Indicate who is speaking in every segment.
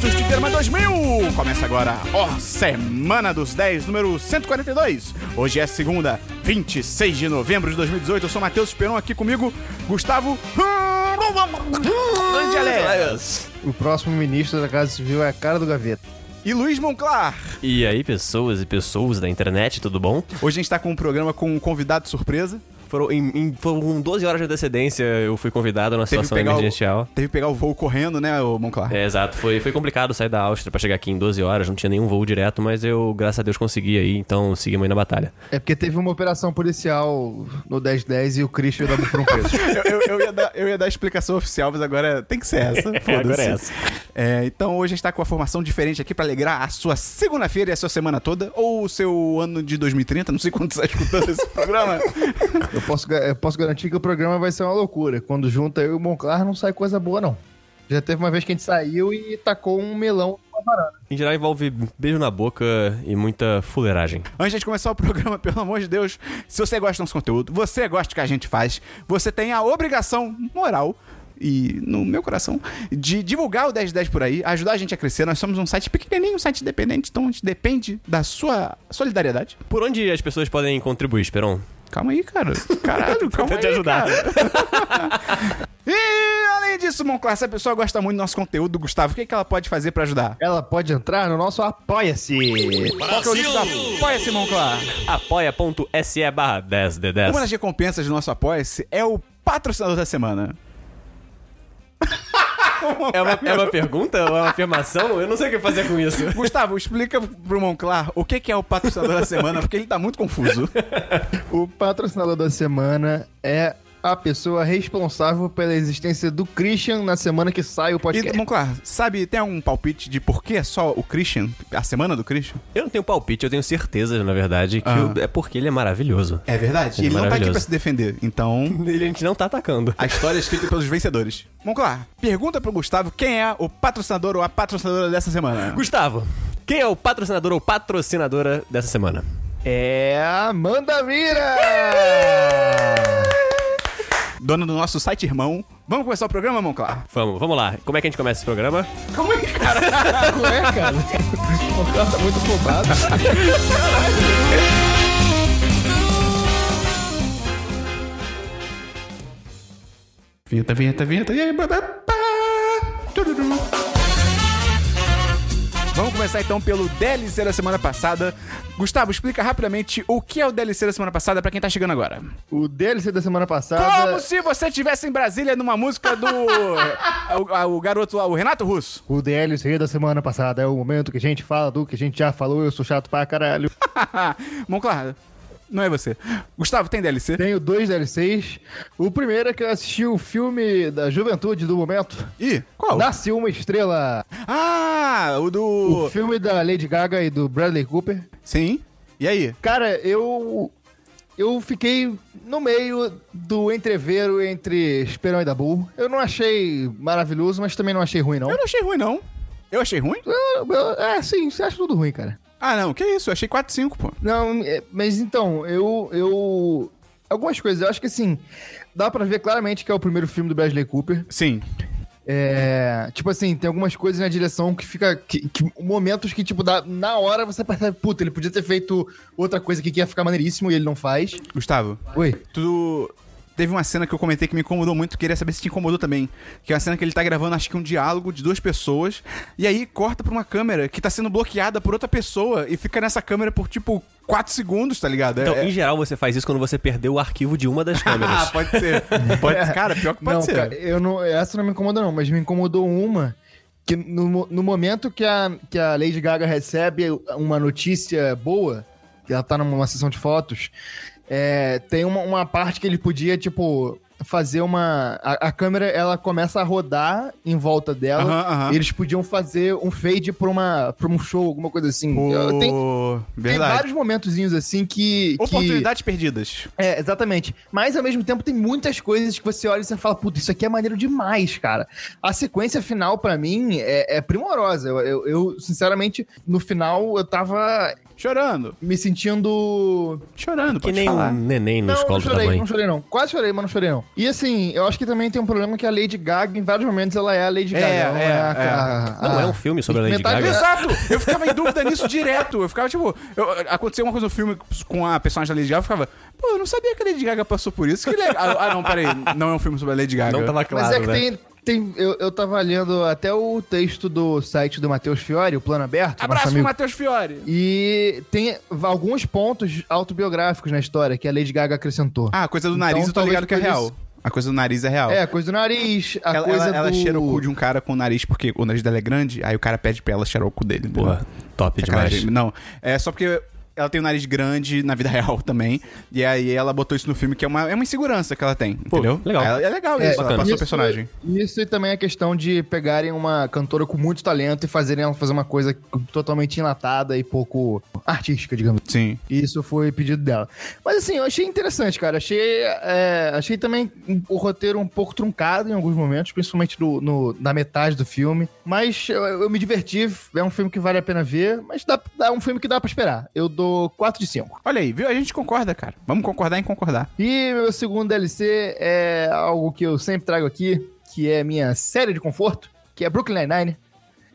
Speaker 1: do Estigama 2000. Começa agora, ó, Semana dos 10, número 142. Hoje é segunda, 26 de novembro de 2018. Eu sou Matheus Esperon, aqui comigo, Gustavo... Angeles.
Speaker 2: O próximo ministro da Casa Civil é a cara do Gaveta.
Speaker 1: E Luiz Monclar.
Speaker 3: E aí, pessoas e pessoas da internet, tudo bom?
Speaker 1: Hoje a gente tá com um programa com um convidado surpresa.
Speaker 3: Foram, em, em, foram com 12 horas de antecedência, eu fui convidado na situação emergencial.
Speaker 1: O, teve que pegar o voo correndo, né, o Monclar?
Speaker 3: É, exato, foi, foi complicado sair da Áustria pra chegar aqui em 12 horas, não tinha nenhum voo direto, mas eu, graças a Deus, consegui aí, então seguimos aí na batalha.
Speaker 2: É porque teve uma operação policial no 1010 e o Christian dava por um preso.
Speaker 1: eu, eu, eu, ia dar, eu ia dar a explicação oficial, mas agora tem que ser essa.
Speaker 3: É, agora é essa.
Speaker 1: É, então hoje a gente tá com uma formação diferente aqui para alegrar a sua segunda-feira e a sua semana toda, ou o seu ano de 2030, não sei quando você está escutando esse programa.
Speaker 2: Eu posso, eu posso garantir que o programa vai ser uma loucura. Quando junta eu e o Monclar, não sai coisa boa, não. Já teve uma vez que a gente saiu e tacou um melão na varanda.
Speaker 3: Em geral envolve beijo na boca e muita fuleiragem.
Speaker 1: Antes de começar o programa, pelo amor de Deus, se você gosta do nosso conteúdo, você gosta do que a gente faz, você tem a obrigação moral e no meu coração, de divulgar o 1010 por aí, ajudar a gente a crescer. Nós somos um site pequenininho, um site independente, então a gente depende da sua solidariedade.
Speaker 3: Por onde as pessoas podem contribuir, Esperon?
Speaker 1: Calma aí, cara. Caralho, calma aí,
Speaker 3: te ajudar.
Speaker 1: cara. e além disso, Monclar, se a pessoa gosta muito do nosso conteúdo, Gustavo, o que, é que ela pode fazer pra ajudar?
Speaker 2: Ela pode entrar no nosso Apoia-se.
Speaker 1: Qual que é o link do Apoia-se, Monclar?
Speaker 3: apoia.se barra 10d10.
Speaker 1: Uma das recompensas do nosso Apoia-se é o patrocinador da semana.
Speaker 3: É uma, é uma pergunta ou é uma afirmação? Eu não sei o que fazer com isso.
Speaker 1: Gustavo, explica pro Monclar o que que é o patrocinador da semana, porque ele tá muito confuso.
Speaker 2: O patrocinador da semana é a pessoa responsável pela existência do Christian na semana que sai o
Speaker 1: E,
Speaker 2: podcast.
Speaker 1: Monclar, sabe, tem algum palpite de por que é só o Christian? A semana do Christian?
Speaker 3: Eu não tenho palpite, eu tenho certeza, na verdade, que
Speaker 1: Ah.
Speaker 3: o- é porque ele é maravilhoso.
Speaker 1: É verdade.
Speaker 3: Ele
Speaker 1: ele não tá aqui
Speaker 3: maravilhoso.
Speaker 1: pra se defender, então...
Speaker 3: Ele a gente não tá atacando.
Speaker 1: A história é escrita pelos vencedores. Monclar, pergunta pro Gustavo quem é o patrocinador ou a patrocinadora dessa semana.
Speaker 3: Gustavo, quem é o patrocinador ou patrocinadora dessa semana?
Speaker 2: É a Amanda Mira!
Speaker 1: Dona do nosso site irmão. Vamos começar o programa, Monclar?
Speaker 3: Vamos, vamos lá. Como é que a gente começa esse programa?
Speaker 1: Calma aí, cara.
Speaker 2: Ué, cara. O cara tá muito roubado.
Speaker 1: Vinheta, vinheta, vinheta. E aí, blá, blá, pá. Tururu. Vamos começar então pelo DLC da semana passada. Gustavo, explica rapidamente o que é o DLC da semana passada pra quem tá chegando agora.
Speaker 2: O DLC da semana passada.
Speaker 1: Como se você estivesse em Brasília numa música do. o, o garoto lá, o Renato Russo.
Speaker 2: O DLC da semana passada é o momento que a gente fala do que a gente já falou, eu sou chato pra caralho.
Speaker 1: Monclar, não é você. Gustavo, tem DLC?
Speaker 2: Tenho dois DLCs. O primeiro é que eu assisti o filme da juventude do momento.
Speaker 1: Ih, qual?
Speaker 2: Nasce uma estrela.
Speaker 1: Ah, o do.
Speaker 2: O filme da Lady Gaga e do Bradley Cooper.
Speaker 1: Sim. E aí?
Speaker 2: Cara, eu. Eu fiquei no meio do entrevero entre Esperão e Dabu. Eu não achei maravilhoso, mas também não achei ruim, não.
Speaker 1: Eu não achei ruim, não. Eu achei ruim?
Speaker 2: Eu- eu- é, sim, você acha tudo ruim, cara.
Speaker 1: Ah, não, que isso? Eu achei 4, 5, pô.
Speaker 2: Não, é, mas então, eu. eu algumas coisas, eu acho que assim. Dá pra ver claramente que é o primeiro filme do Bradley Cooper.
Speaker 1: Sim.
Speaker 2: É, tipo assim, tem algumas coisas na direção que fica. Que, que- momentos que, tipo, dá, na hora você percebe, puta, ele podia ter feito outra coisa aqui que ia ficar maneiríssimo e ele não faz.
Speaker 1: Gustavo,
Speaker 2: Oi.
Speaker 1: tu. Teve uma cena que eu comentei que me incomodou muito, queria saber se te incomodou também. Que é uma cena que ele tá gravando, acho que um diálogo de duas pessoas, e aí corta pra uma câmera que tá sendo bloqueada por outra pessoa e fica nessa câmera por tipo 4 segundos, tá ligado? É-
Speaker 3: Então,
Speaker 1: é-
Speaker 3: em geral, você faz isso quando você perdeu o arquivo de uma das
Speaker 1: Ah,
Speaker 3: câmeras.
Speaker 1: pode ser. Pode, cara, pior que pode
Speaker 2: não,
Speaker 1: ser.
Speaker 2: cara, eu não, essa não me incomodou, não, mas me incomodou uma que no, mo- no momento que a, que a Lady Gaga recebe uma notícia boa, que ela tá numa sessão de fotos, é, tem uma, uma parte que ele podia, tipo, fazer uma. A, a câmera ela começa a rodar em volta dela.
Speaker 1: Aham, aham.
Speaker 2: Eles podiam fazer um fade pra, uma, pra um show, alguma coisa assim.
Speaker 1: Pô,
Speaker 2: Tem, tem
Speaker 1: verdade.
Speaker 2: vários momentozinhos assim que. que-
Speaker 1: Oportunidades perdidas.
Speaker 2: é, exatamente. Mas ao mesmo tempo tem muitas coisas que você olha e você fala, puta, isso aqui é maneiro demais, cara. A sequência final, pra mim, é, é primorosa. Eu, eu- eu, sinceramente, no final eu tava
Speaker 1: Chorando,
Speaker 2: me sentindo.
Speaker 1: chorando,
Speaker 3: que
Speaker 1: pode
Speaker 3: nem
Speaker 1: falar.
Speaker 3: um neném nos
Speaker 2: não, não
Speaker 3: colos da
Speaker 2: chorei,
Speaker 3: mãe.
Speaker 2: não chorei, não. Quase chorei, mas não chorei, não. não. E assim, eu acho que também tem um problema que a Lady Gaga, em vários momentos, ela é a Lady
Speaker 1: É,
Speaker 2: Gaga. ela
Speaker 1: é,
Speaker 2: a-
Speaker 1: é.
Speaker 2: a-
Speaker 3: Não
Speaker 2: a-
Speaker 3: é um filme sobre a Lady
Speaker 2: Ah, metade-
Speaker 3: Gaga.
Speaker 1: Exato! Eu ficava em dúvida nisso direto. Eu ficava, tipo, eu- aconteceu uma coisa no filme com a personagem da Lady Gaga, eu ficava, pô, eu não sabia que a Lady Gaga passou por isso. Que legal. Ah, não, peraí, não é um filme sobre a Lady Gaga.
Speaker 3: Não tava claro,
Speaker 2: Mas é que
Speaker 3: né?
Speaker 2: tem. tem eu, eu tava lendo até o texto do site do Matheus Fiore, o Plano Aberto.
Speaker 1: Abraço
Speaker 2: nosso
Speaker 1: pro
Speaker 2: amigo.
Speaker 1: Matheus Fiore.
Speaker 2: E tem alguns pontos autobiográficos na história que a Lady Gaga acrescentou.
Speaker 1: Ah, a coisa do
Speaker 2: Então,
Speaker 1: nariz eu tô
Speaker 2: talvez
Speaker 1: ligado que é
Speaker 2: por
Speaker 1: real.
Speaker 2: isso.
Speaker 1: A coisa do nariz é real.
Speaker 2: É, a coisa do nariz, a
Speaker 1: ela,
Speaker 2: coisa
Speaker 1: ela, ela
Speaker 2: do...
Speaker 1: cheira o cu de um cara com o nariz, porque o nariz dela é grande, aí o cara pede pra ela cheirar o cu dele. entendeu?
Speaker 3: Porra, top
Speaker 1: Sacanagem.
Speaker 3: demais.
Speaker 1: Não, é só porque ela tem o nariz grande na vida real também. E aí ela botou isso no filme, que é uma, é uma insegurança que ela tem, entendeu?
Speaker 3: legal.
Speaker 1: Ela- é legal isso, ela
Speaker 3: bacana.
Speaker 1: passou o
Speaker 2: Isso-
Speaker 1: personagem.
Speaker 2: Isso e também a questão de pegarem uma cantora com muito talento e fazerem ela fazer uma coisa totalmente enlatada e pouco artística, digamos.
Speaker 1: Sim.
Speaker 2: Isso foi pedido dela. Mas assim, eu achei interessante, cara. Achei, é, achei também o roteiro um pouco truncado em alguns momentos, principalmente do- no- na metade do filme. Mas eu, eu me diverti, é um filme que vale a pena ver, mas dá, dá- é um filme que dá pra esperar. Eu dou 4 de 5.
Speaker 1: Olha aí, viu? A gente concorda, cara. Vamos concordar em concordar.
Speaker 2: E meu segundo DLC é algo que eu sempre trago aqui, que é minha série de conforto, que é Brooklyn Nine-Nine.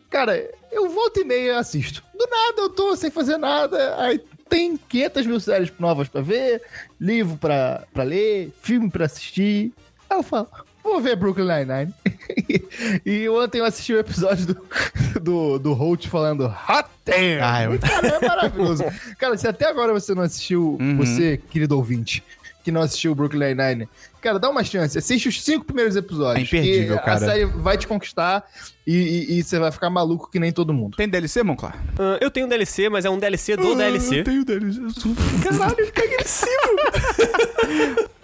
Speaker 2: Cara, eu volto e meia assisto. Do nada eu tô sem fazer nada, aí tem 500 mil séries novas pra ver, livro pra, pra ler, filme pra assistir. Aí eu falo, vou ver Brooklyn Nine-Nine. e ontem eu assisti o episódio do, do, do Holt falando Hot Damn!
Speaker 1: Ah, eu-
Speaker 2: Cara, é maravilhoso. Cara, se até agora você não assistiu,
Speaker 1: Uhum.
Speaker 2: você, querido ouvinte, que não assistiu o Brooklyn Nine-Nine, cara, dá uma chance. Assiste os cinco primeiros episódios.
Speaker 1: É imperdível,
Speaker 2: que
Speaker 1: cara.
Speaker 2: A série vai te conquistar e, e- e você vai ficar maluco que nem todo mundo.
Speaker 1: Tem DLC, Monclar?
Speaker 3: Ah, eu tenho um DLC, mas é um DLC
Speaker 1: Ah,
Speaker 3: do DLC.
Speaker 1: Eu tenho DLC.
Speaker 3: Caralho, que agressivo!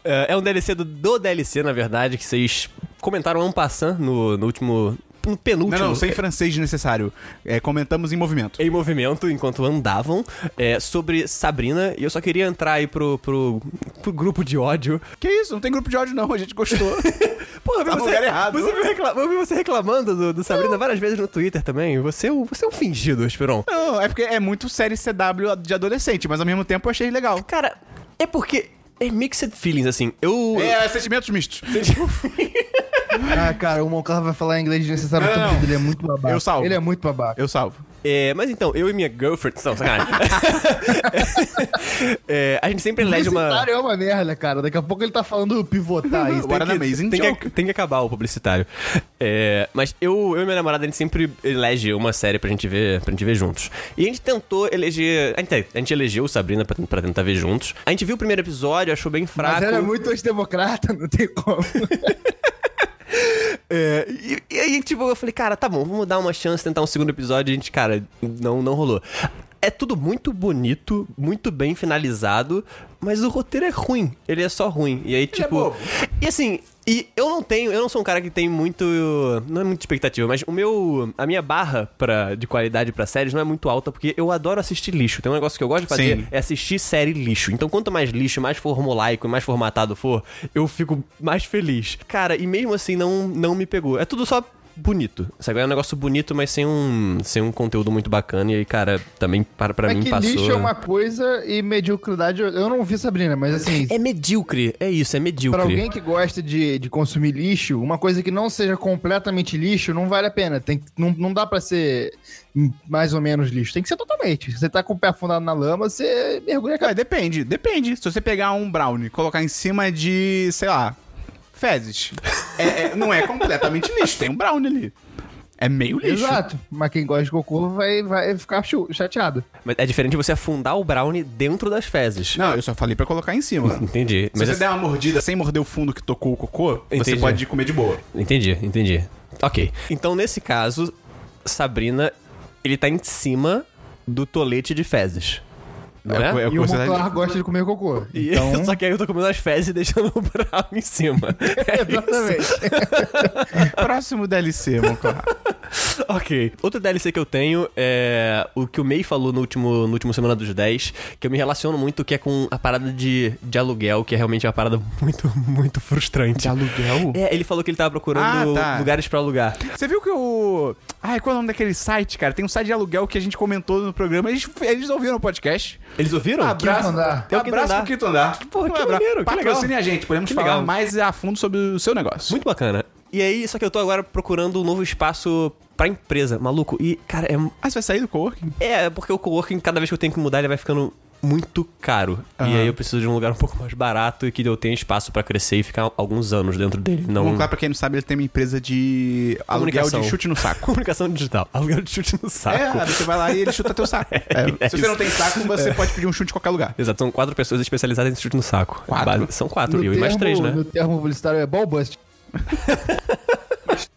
Speaker 3: é é um DLC do, do DLC, na verdade, que vocês comentaram ano passando no, no último. No
Speaker 1: Não,
Speaker 3: penúltimo.
Speaker 1: não, sem francês desnecessário. É, comentamos em movimento.
Speaker 3: Em movimento, enquanto andavam, é, sobre Sabrina, e eu só queria entrar aí pro, pro, pro grupo de ódio.
Speaker 1: Que isso? Não tem grupo de ódio, não. A gente gostou.
Speaker 3: Porra, eu vi
Speaker 1: Tá no lugar errado.
Speaker 3: Você me recla- eu vi você reclamando do, do Sabrina várias vezes no Twitter também. Você, é um- você é um fingido, Esperon.
Speaker 1: não, é porque é muito série CW de adolescente, mas ao mesmo tempo eu achei legal.
Speaker 3: Cara, é porque. É mixed feelings, assim. Eu. um
Speaker 1: É, sentimentos mistos.
Speaker 2: Ah, cara, o Monclar vai falar inglês necessário
Speaker 1: Não, não,
Speaker 2: todo
Speaker 1: não.
Speaker 2: Ele é muito babaca.
Speaker 1: Eu salvo.
Speaker 2: Ele é muito babaca.
Speaker 1: Eu salvo.
Speaker 3: É, mas então, eu e minha girlfriend. Não, sacanagem. É, a gente sempre elege uma.
Speaker 1: tá
Speaker 2: Publicitário é uma merda, cara. Daqui a pouco ele tá falando pivotar isso.
Speaker 1: What an amazing
Speaker 3: Tem
Speaker 1: joke.
Speaker 3: que, tem que acabar o publicitário. É, mas eu, eu e minha namorada, a gente sempre elege uma série pra gente ver, pra gente ver juntos. E a gente tentou eleger. A gente, a gente elegeu Sabrina pra, pra tentar ver juntos. A gente viu o primeiro episódio, achou bem fraco.
Speaker 2: Mas ele é muito antidemocrata, não tem como.
Speaker 3: É, e, e aí, tipo, eu falei, cara, tá bom, vamos dar uma chance, tentar um segundo episódio. A gente, cara, não, não rolou. É tudo muito bonito, muito bem finalizado, mas o roteiro é ruim. Ele é só ruim. E aí, tipo.
Speaker 1: bobo.
Speaker 3: e assim, e eu não tenho, eu não sou um cara que tem muito. Não é muito expectativa, mas o meu. A minha barra pra, de qualidade pra séries não é muito alta, porque eu adoro assistir lixo. Tem um negócio que eu gosto de fazer,
Speaker 1: Sim.
Speaker 3: é assistir série lixo. Então, quanto mais lixo, mais formulaico e mais formatado for, eu fico mais feliz. Cara, e mesmo assim não, não me pegou. É tudo só bonito. Sabe? É um negócio bonito, mas sem um, sem um conteúdo muito bacana. E aí, cara, também para pra
Speaker 2: Mas
Speaker 3: mim
Speaker 2: que
Speaker 3: passou.
Speaker 2: lixo é uma coisa e mediocridade. eu- Eu não vi Sabrina, mas assim.
Speaker 3: É medíocre, é isso, é medíocre.
Speaker 2: Pra alguém que gosta de, de consumir lixo, uma coisa que não seja completamente lixo não vale a pena. Tem, que- não, não dá pra ser mais ou menos lixo. Tem que ser totalmente. Se você tá com o pé afundado na lama, você mergulha a
Speaker 1: Cara,
Speaker 2: cabeça.
Speaker 1: depende, depende. Se você pegar um brownie e colocar em cima de, sei lá, fezes, é- é- não é completamente lixo. Tem um brownie ali. É meio lixo.
Speaker 2: Exato. Mas quem gosta de cocô vai, vai ficar chu- chateado.
Speaker 3: Mas é diferente você afundar o brownie dentro das fezes.
Speaker 1: Não, eu só falei pra colocar em cima.
Speaker 3: Entendi.
Speaker 1: Se
Speaker 3: Mas
Speaker 1: você
Speaker 3: assim-
Speaker 1: der uma mordida sem morder o fundo que tocou o cocô, você
Speaker 3: Entendi.
Speaker 1: pode comer de boa.
Speaker 3: assim, Entendi, entendi. Ok. Então, nesse caso, Sabrina, ele tá em cima do tolete de fezes. Não
Speaker 1: É o que-
Speaker 3: é?
Speaker 1: é o que
Speaker 2: e o
Speaker 1: você tá-
Speaker 2: Monclar gosta de comer cocô.
Speaker 3: E-
Speaker 2: Então,
Speaker 3: Só que aí eu tô comendo as fezes e deixando o brau em cima. É isso.
Speaker 2: exatamente.
Speaker 1: Próximo DLC, Monclar.
Speaker 3: ok. Outro DLC que eu tenho é o que o May falou no último, no último Semana dos 10, que eu me relaciono muito, que é com a parada de, de aluguel, que é realmente uma parada muito, muito frustrante.
Speaker 1: aluguel?
Speaker 3: É, ele falou que ele tava procurando
Speaker 1: Ah, tá.
Speaker 3: lugares pra alugar.
Speaker 1: Você viu que o. Ai, qual é o nome daquele site, cara? Tem um site de aluguel que a gente comentou no programa. Eles, eles ouviram o podcast.
Speaker 3: Eles ouviram?
Speaker 1: Abraço.
Speaker 2: Andar.
Speaker 3: É o Quinto
Speaker 1: abraço
Speaker 3: Andar.
Speaker 1: pro Quinto Andar. Um
Speaker 3: Que porra, que
Speaker 1: abraço.
Speaker 3: maneiro, que
Speaker 1: Patrocine
Speaker 3: legal.
Speaker 1: a gente. Podemos
Speaker 3: Que
Speaker 1: falar
Speaker 3: legal.
Speaker 1: mais a fundo sobre o seu negócio.
Speaker 3: Muito bacana. E aí, só que eu tô agora procurando um novo espaço pra empresa, maluco. E, cara, é,
Speaker 1: Ah, você vai sair do coworking?
Speaker 3: É, porque o coworking, cada vez que eu tenho que mudar, ele vai ficando muito caro. E
Speaker 1: Aham.
Speaker 3: aí eu preciso de um lugar um pouco mais barato e que eu tenha espaço pra crescer e ficar alguns anos dentro dele. Não.
Speaker 1: Vamos lá, pra quem não sabe, ele tem uma empresa de aluguel
Speaker 3: Comunicação.
Speaker 1: de chute no saco.
Speaker 3: Comunicação digital. Aluguel de chute no
Speaker 1: É,
Speaker 3: saco.
Speaker 1: você vai lá e ele chuta teu saco. É,
Speaker 3: é
Speaker 1: se você
Speaker 3: isso.
Speaker 1: não tem saco, você pode pedir um chute em qualquer lugar.
Speaker 3: Exato, são quatro pessoas especializadas em chute no saco.
Speaker 1: Quatro?
Speaker 3: Base- São quatro,
Speaker 2: No
Speaker 3: eu e mais
Speaker 2: termo-
Speaker 3: três, né?
Speaker 2: No termo publicitário é ball bust.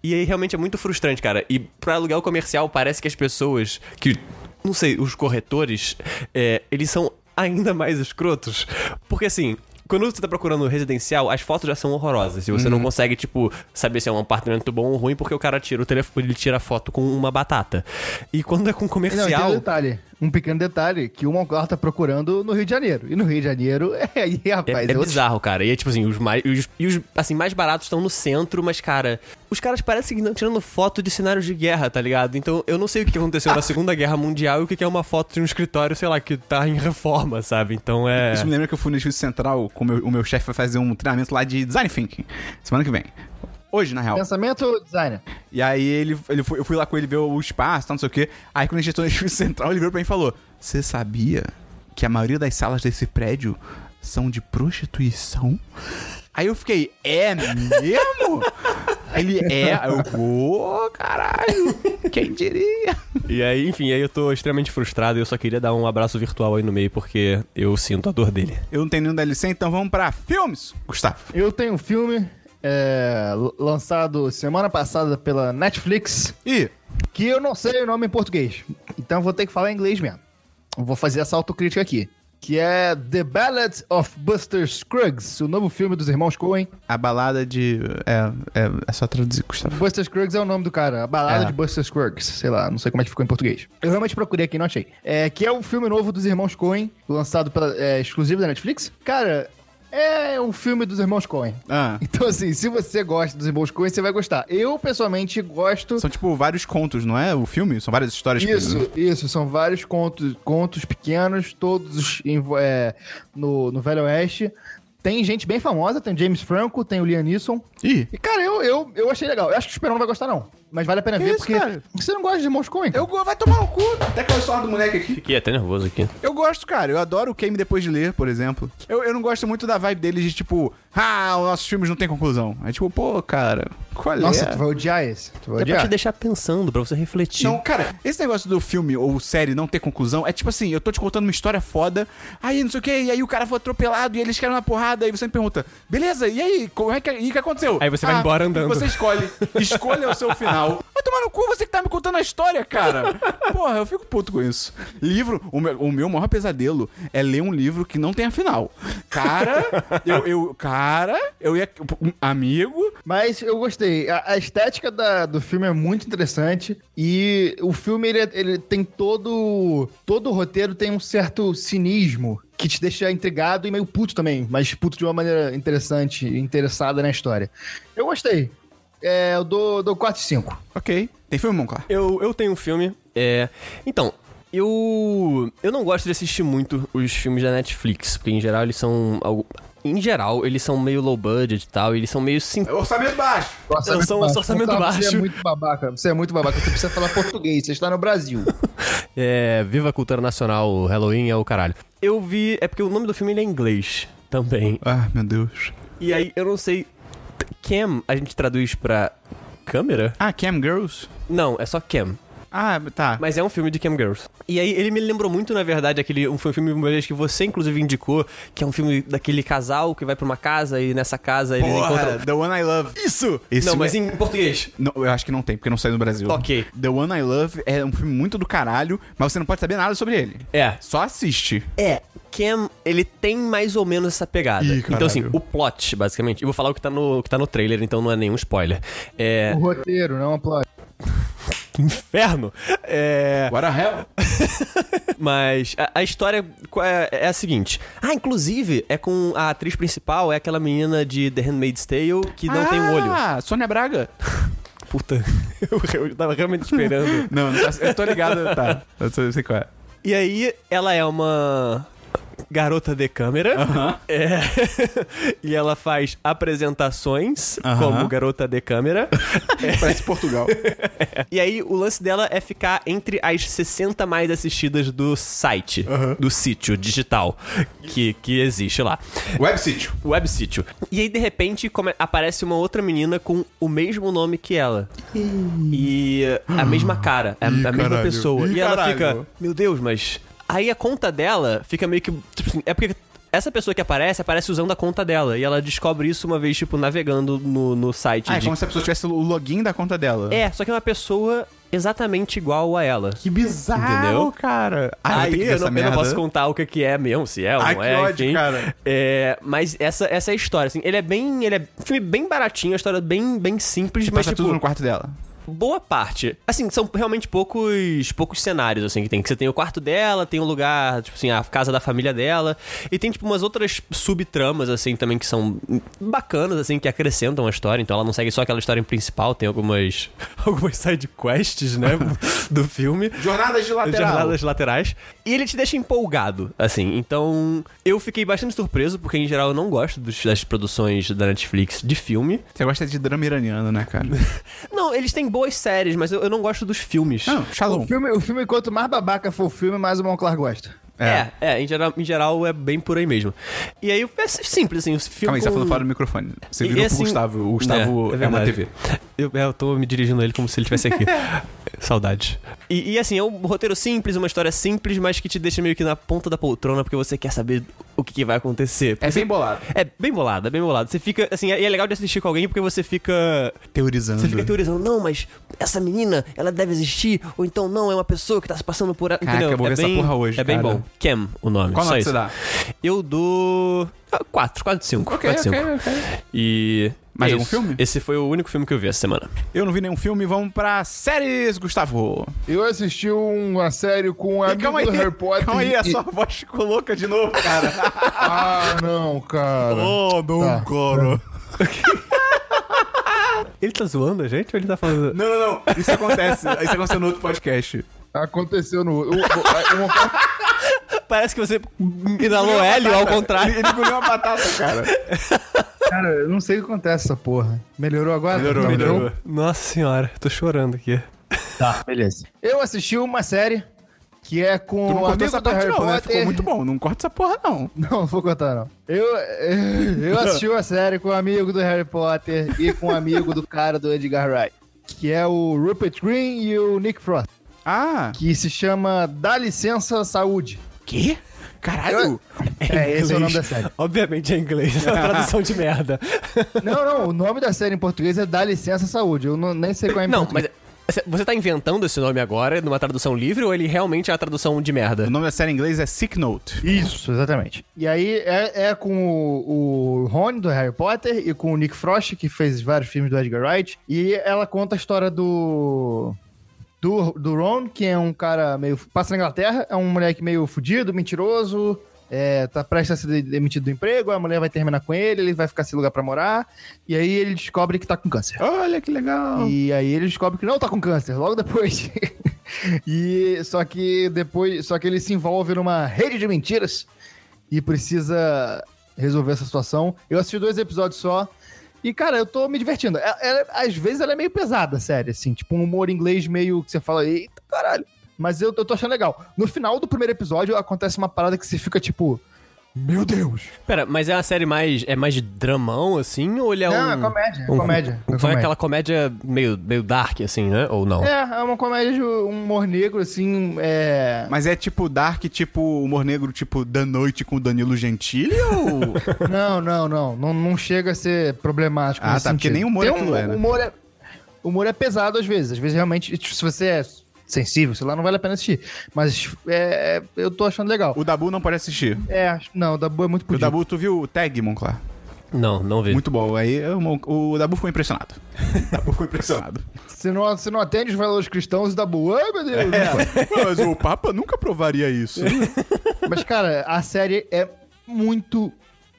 Speaker 3: E aí realmente é muito frustrante, cara. E pra aluguel comercial, parece que as pessoas que. Não sei, os corretores, é, eles são ainda mais escrotos. Porque assim. Quando você tá procurando residencial, as fotos já são horrorosas. E você não consegue, tipo, saber se é um apartamento bom ou ruim, porque o cara tira o telefone, ele tira a foto com uma batata. E quando é com
Speaker 2: Não, tem um
Speaker 3: comercial.
Speaker 2: detalhe. Um pequeno detalhe que o Monclar tá procurando no Rio de Janeiro. E no Rio de Janeiro, é aí,
Speaker 3: É,
Speaker 2: rapaz.
Speaker 3: é
Speaker 2: outro-
Speaker 3: bizarro, cara. E é tipo assim, os mais. E os, e os, assim, mais baratos estão no centro, mas, cara, os caras parecem que estão tirando foto de cenários de guerra, tá ligado? Então eu não sei o que aconteceu na Segunda Guerra Mundial e o que que é uma foto de um escritório, sei lá, que tá em reforma, sabe? Então é.
Speaker 1: Isso me lembra que eu fui no Instituto Central com o meu, o meu chefe vai fazer um treinamento lá de design thinking. Semana que vem. Hoje, na real.
Speaker 2: Pensamento ou designer?
Speaker 1: E aí ele, ele foi- eu fui lá com ele ver o espaço, tal, não sei o quê. Aí quando a gente entrou no edifício central, ele virou pra mim e falou: Você sabia que a maioria das salas desse prédio são de prostituição? Aí eu fiquei, é mesmo? Aí ele é, aí eu, ô, caralho, quem diria?
Speaker 3: E aí, enfim, aí eu tô extremamente frustrado e eu só queria dar um abraço virtual aí no meio, porque eu sinto a dor dele.
Speaker 1: Eu não tenho nenhum DLC, então vamos pra filmes, Gustavo.
Speaker 2: Eu tenho um filme é, l- lançado semana passada pela Netflix
Speaker 1: E
Speaker 2: que eu não sei o nome em português. Então eu vou ter que falar em inglês mesmo. Eu Vou fazer essa autocrítica aqui. Que é The Ballad of Buster Scruggs, o novo filme dos irmãos Coen.
Speaker 1: a balada de. É, é, é só traduzir, Gustavo.
Speaker 2: Buster Scruggs é o nome do cara. A balada
Speaker 1: É.
Speaker 2: de Buster Scruggs. Sei lá, não sei como é que ficou em português. Eu realmente procurei aqui, não achei. É, que é um filme novo dos Irmãos Coen, lançado pela, é, exclusivo da Netflix. Cara, é um filme dos Irmãos Coen.
Speaker 1: Ah,
Speaker 2: Então, assim, se você gosta dos Irmãos Coen, você vai gostar. Eu, pessoalmente, gosto...
Speaker 1: são tipo vários contos, não é? O filme? São várias né? histórias. que-
Speaker 2: Isso, isso. São vários contos, contos pequenos, todos em- é, no, no Velho Oeste. Tem gente bem famosa, tem o James Franco, tem o Liam Neeson.
Speaker 1: Ih,
Speaker 2: E, cara, eu, eu, eu achei legal. Eu acho que o Esperão não vai gostar, não. Mas vale a pena
Speaker 1: Que
Speaker 2: ver,
Speaker 1: isso,
Speaker 2: porque
Speaker 1: cara?
Speaker 2: você não gosta de Irmãos Coen, cara.
Speaker 1: Eu go- vai tomar no cu. Até que eu sou do moleque aqui.
Speaker 3: Fiquei até nervoso aqui.
Speaker 1: Eu gosto, cara. Eu adoro o Came Depois de Ler, por exemplo. Eu, eu não gosto muito da vibe deles de tipo, ah, os nossos filmes não têm conclusão. É tipo, pô, cara, qual
Speaker 2: Nossa,
Speaker 1: é?
Speaker 2: tu vai odiar esse. Tu vai
Speaker 3: É pra te
Speaker 2: odiar.
Speaker 3: deixar pensando, pra você refletir.
Speaker 1: Não, cara, esse negócio do filme ou série não ter conclusão é tipo assim, eu tô te contando uma história foda, aí não sei o que, e aí o cara foi atropelado e eles querem uma porrada, aí você me pergunta, beleza, e aí, como é que, e o que aconteceu? "Ah,
Speaker 3: Aí você vai embora andando.
Speaker 1: Você escolhe, escolha o seu final. Vai tomar no cu você que tá me contando a história, cara. Porra, eu fico puto com isso. Livro, o meu, o meu maior pesadelo é ler um livro que não tenha final. Cara, eu, eu cara, eu ia, um, amigo,
Speaker 2: Mas eu gostei. A, a estética da- do filme é muito interessante. E o filme, ele, é, ele tem todo... Todo o roteiro tem um certo cinismo que te deixa intrigado e meio puto também. Mas puto de uma maneira interessante, interessada na história. Eu gostei. É, eu dou, dou 4 e 5.
Speaker 1: ok. Tem filme, Monclar?
Speaker 3: Eu, eu tenho um filme. É. Então. Eu. Eu não gosto de assistir muito os filmes da Netflix, porque em geral eles são. algo- Em geral, eles são meio low budget e tal, e eles são meio sim.
Speaker 1: Orçamento baixo.
Speaker 3: Eu sou um orçamento
Speaker 2: Você
Speaker 3: baixo.
Speaker 2: é muito babaca. Você é muito babaca. Você precisa falar português. Você está no Brasil.
Speaker 3: É. Viva a cultura nacional, o Halloween é o caralho. Eu vi. É porque o nome do filme ele é em inglês também.
Speaker 1: Ah, meu Deus.
Speaker 3: E aí eu não sei. t- Cam, a gente traduz pra. Câmera?
Speaker 1: Ah, Cam Girls?
Speaker 3: Não, é só Cam.
Speaker 1: Ah, tá.
Speaker 3: Mas é um filme de Cam Girls. E aí ele me lembrou muito, na verdade, aquele um, foi um filme uma vez que você inclusive indicou, que é um filme daquele casal que vai pra uma casa e nessa casa eles encontram.
Speaker 1: The One I Love.
Speaker 3: Isso!
Speaker 1: Esse
Speaker 3: não,
Speaker 1: filme
Speaker 3: mas em português.
Speaker 1: Não, eu acho que não tem, porque não saiu no Brasil.
Speaker 3: Ok.
Speaker 1: The One I Love é um filme muito do caralho, mas você não pode saber nada sobre ele.
Speaker 3: É.
Speaker 1: Só assiste.
Speaker 3: É, Cam, ele tem mais ou menos essa pegada.
Speaker 1: Ih,
Speaker 3: então, assim,
Speaker 1: caralho.
Speaker 3: o plot, basicamente. Eu vou falar o que tá no, o que tá no trailer, então não é nenhum spoiler. É.
Speaker 2: O roteiro, não a plot.
Speaker 3: que inferno. É.
Speaker 1: What a hell?
Speaker 3: Mas a, a história qual é, é a seguinte. Ah, inclusive, é com a atriz principal, é aquela menina de The Handmaid's Tale que não tem um olho.
Speaker 1: Ah, Sônia Braga.
Speaker 3: Puta, eu, eu tava realmente esperando.
Speaker 1: Não, não tá- eu tô ligado, tá. Eu tô- eu sei qual é.
Speaker 3: e aí, ela é uma garota de câmera.
Speaker 1: Aham.
Speaker 3: É. e ela faz apresentações
Speaker 1: Aham.
Speaker 3: como garota de câmera.
Speaker 1: Parece Portugal.
Speaker 3: E aí, o lance dela é ficar entre as 60 mais assistidas do site, do sítio digital que, que existe lá.
Speaker 1: Web Sítio.
Speaker 3: Web sítio. E aí, de repente, come- aparece uma outra menina com o mesmo nome que ela. E a mesma cara, a, a mesma
Speaker 1: caralho.
Speaker 3: pessoa.
Speaker 1: Ih,
Speaker 3: e ela
Speaker 1: caralho.
Speaker 3: fica, meu Deus, mas. Aí a conta dela fica meio que. tipo assim, É porque. Essa pessoa que aparece, aparece usando a conta dela. E ela descobre isso uma vez, tipo, navegando no, no site.
Speaker 1: Ah, é
Speaker 3: de-
Speaker 1: como se a pessoa tivesse o login da conta dela.
Speaker 3: É, só que é uma pessoa exatamente igual a ela.
Speaker 1: Que bizarro,
Speaker 3: Entendeu?
Speaker 1: cara. Ah,
Speaker 3: Aí
Speaker 1: vou ter que ver
Speaker 3: eu não,
Speaker 1: essa
Speaker 3: eu não
Speaker 1: merda.
Speaker 3: posso contar o que que é mesmo, se é ou
Speaker 1: Ai,
Speaker 3: não
Speaker 1: que
Speaker 3: é,
Speaker 1: ódio,
Speaker 3: enfim.
Speaker 1: cara.
Speaker 3: É, mas essa, essa é a história, assim. Ele é bem... Ele é um filme bem baratinho, a história é bem, bem simples, mas,
Speaker 1: Passa
Speaker 3: tipo,
Speaker 1: tudo no quarto dela.
Speaker 3: boa parte. Assim, são realmente poucos poucos cenários, assim, que tem. Que você tem o quarto dela, tem o lugar, tipo assim, a casa da família dela. E tem, tipo, umas outras subtramas, assim, também que são bacanas, assim, que acrescentam a história. Então ela não segue só aquela história principal, tem algumas... Algumas side quests, né, do filme.
Speaker 1: Jornadas de
Speaker 3: Jornadas laterais. E ele te deixa empolgado, assim. Então, eu fiquei bastante surpreso, porque em geral eu não gosto dos- das produções da Netflix de filme.
Speaker 1: Você gosta de drama iraniano, né, cara?
Speaker 3: Não, eles têm boas séries, mas eu, eu não gosto dos filmes.
Speaker 1: Não,
Speaker 2: O
Speaker 1: Shalom.
Speaker 2: filme, o filme, quanto mais babaca for o filme, mais o Monclar gosta.
Speaker 3: É, é, em, geral, em geral é bem por aí mesmo. E aí é simples, assim, os
Speaker 1: Calma
Speaker 3: filmes.
Speaker 1: aí, você tá falando fora do microfone. Você
Speaker 3: E
Speaker 1: virou
Speaker 3: assim-
Speaker 1: pro Gustavo. O Gustavo é, uma
Speaker 3: verdade.
Speaker 1: TV.
Speaker 3: Eu, é, eu tô me dirigindo a ele como se ele estivesse aqui. Saudade. E, e, assim, é um roteiro simples, uma história simples, mas que te deixa meio que na ponta da poltrona, porque você quer saber o que, que vai acontecer.
Speaker 1: É bem bolado.
Speaker 3: É bem bolado, é bem bolado. Você fica, assim, é, e é legal de assistir com alguém porque você fica.
Speaker 1: Teorizando.
Speaker 3: Você fica teorizando, não, mas essa menina, ela deve existir, ou então não, é uma pessoa que tá se passando por. ela",
Speaker 1: Caraca,
Speaker 3: entendeu?
Speaker 1: eu vou
Speaker 3: é
Speaker 1: ver essa
Speaker 3: bem,
Speaker 1: porra hoje,
Speaker 3: É bem
Speaker 1: cara.
Speaker 3: bom. Cam, o nome.
Speaker 1: Qual
Speaker 3: só
Speaker 1: nome que
Speaker 3: isso.
Speaker 1: você dá?
Speaker 3: Eu dou. ah, 4, 4 de 5.
Speaker 1: Ok, ok, ok.
Speaker 3: E.
Speaker 1: Mais
Speaker 3: é
Speaker 1: algum
Speaker 3: isso.
Speaker 1: filme?
Speaker 3: Esse foi o único filme que eu vi essa semana.
Speaker 1: Eu não vi nenhum filme, vamos pra séries, Gustavo.
Speaker 2: Eu assisti um- uma série com a
Speaker 1: E calma aí,
Speaker 2: do Harry Potter.
Speaker 1: calma aí, é a
Speaker 2: e-
Speaker 1: sua voz ficou louca de novo, cara.
Speaker 2: Ah, não, cara.
Speaker 1: oh, não,
Speaker 2: Tá.
Speaker 1: coro.
Speaker 3: Ele tá zoando a gente ou ele tá falando.
Speaker 1: Não, não, não. Isso acontece. Isso aconteceu no outro podcast.
Speaker 2: Aconteceu no. O, o, a- o Monclar-
Speaker 3: Parece que você inalou hélio ao contrário.
Speaker 1: é um Ele, ele engoliu uma batata, cara.
Speaker 2: cara, eu não sei o que acontece essa porra. Melhorou agora?
Speaker 1: Melhorou,
Speaker 2: Não,
Speaker 1: melhorou.
Speaker 3: Nossa senhora, tô chorando aqui.
Speaker 2: Tá, beleza. Eu assisti uma série que é com
Speaker 1: Tu não
Speaker 2: o
Speaker 1: cortou
Speaker 2: amigo
Speaker 1: essa
Speaker 2: do
Speaker 1: parte,
Speaker 2: Harry
Speaker 1: não, né?
Speaker 2: Potter.
Speaker 1: Ficou muito bom. Não corta essa porra, não.
Speaker 2: Não, não vou contar, não. Eu, eu assisti uma série com o amigo do Harry Potter e com o amigo do cara do Edgar Wright, que é o Rupert Green e o Nick Frost,
Speaker 1: Ah.
Speaker 2: que se chama Dá Licença Saúde.
Speaker 1: Quê? Caralho.
Speaker 2: É, esse é o nome da série.
Speaker 3: Obviamente é inglês, é uma tradução de merda.
Speaker 2: Não, não, o nome da série em português é Dá Licença Saúde. Eu não- nem sei qual é em
Speaker 3: Não,
Speaker 2: português.
Speaker 3: mas você tá inventando esse nome agora numa tradução livre ou ele realmente é a tradução de merda?
Speaker 1: O nome da série em inglês é Sick Note.
Speaker 2: Isso, exatamente. E aí é, é com o, o Rony do Harry Potter e com o Nick Frost, que fez vários filmes do Edgar Wright. E ela conta a história do. Do, do Ron, que é um cara meio. Passa na Inglaterra, é um moleque meio fudido, mentiroso, é, tá prestes a ser de- demitido do emprego, a mulher vai terminar com ele, ele vai ficar sem lugar pra morar, e aí ele descobre que tá com câncer.
Speaker 1: Olha que legal.
Speaker 2: E aí ele descobre que não tá com câncer, logo depois. e só que depois, só que ele se envolve numa rede de mentiras e precisa resolver essa situação. Eu assisti dois episódios só. E, cara, eu tô me divertindo. Ela- ela- às vezes ela é meio pesada, sério, assim. Tipo, um humor inglês meio que você fala, eita, caralho. Mas eu, eu tô achando legal. No final do primeiro episódio, acontece uma parada que você fica, tipo... Meu Deus!
Speaker 3: Pera, mas é uma série mais. É mais de dramão, assim? Ou ele é
Speaker 2: Não,
Speaker 3: um.
Speaker 2: é comédia, é
Speaker 3: um-
Speaker 2: comédia, é
Speaker 3: Foi
Speaker 2: comédia.
Speaker 3: aquela comédia meio, meio dark, assim, né? Ou não?
Speaker 2: É, é uma comédia de humor negro, assim, é...
Speaker 1: Mas é tipo Dark, tipo humor negro, tipo Da Noite com o Danilo Gentili ou...
Speaker 2: Não, não, não, não. Não chega a ser problemático.
Speaker 1: Ah,
Speaker 2: nesse
Speaker 1: tá, porque
Speaker 2: sentido.
Speaker 1: nem humor
Speaker 2: Tem
Speaker 1: é aquilo, é, né?
Speaker 2: humor é humor é pesado às vezes. Às vezes realmente, tipo, se você é sensível, sei lá, não vale a pena assistir. Mas é, é, eu tô achando legal.
Speaker 1: o Dabu não pode assistir.
Speaker 2: É, acho- não, o Dabu é muito
Speaker 1: O
Speaker 2: pudido.
Speaker 1: Dabu, tu viu o Tag, Monclar?
Speaker 3: Não, não vi.
Speaker 1: Muito bom. Aí eu- o Dabu ficou impressionado. O Dabu ficou impressionado.
Speaker 2: Se não, se não atende os valores cristãos da boa, ai meu Deus.
Speaker 1: É. Mas o Papa nunca provaria isso.
Speaker 2: Mas, cara, a série é muito,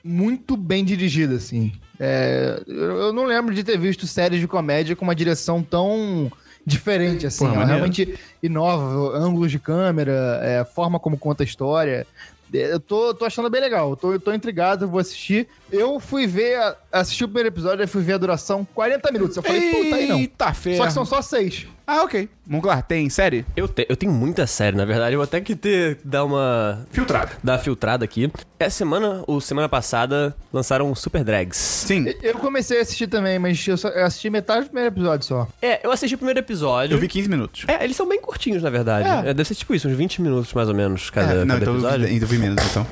Speaker 2: muito bem dirigida, assim. É, eu eu não lembro de ter visto séries de comédia com uma direção tão diferente, assim.
Speaker 1: Porra,
Speaker 2: Ela
Speaker 1: maneiro.
Speaker 2: realmente inova, ângulos de câmera, é, forma como conta a história. É, Eu tô, tô achando bem legal, eu tô, eu tô intrigado, eu vou assistir. Eu fui ver, a- assisti o primeiro episódio, aí fui ver a duração 40 minutos. Eu falei, puta aí não.
Speaker 1: Eita, feio.
Speaker 2: Só que são só seis.
Speaker 1: Ah, ok. Muglar, tem série?
Speaker 3: Eu, te- eu tenho muita série, na verdade. Eu vou até que ter, dar uma.
Speaker 1: Filtrado.
Speaker 3: dar uma filtrada aqui. Essa semana, ou semana passada, lançaram Super Drags.
Speaker 1: Sim.
Speaker 2: Eu comecei a assistir também, mas eu, só- eu assisti metade do primeiro episódio só.
Speaker 3: É, eu assisti o primeiro episódio.
Speaker 1: Eu vi 15 minutos.
Speaker 3: É, eles são bem curtinhos, na verdade.
Speaker 1: É.
Speaker 3: É, deve ser tipo isso, uns 20 minutos mais ou menos cada,
Speaker 1: É, não,
Speaker 3: cada
Speaker 1: então eu
Speaker 3: episódio.
Speaker 1: vi, então eu vi menos, então.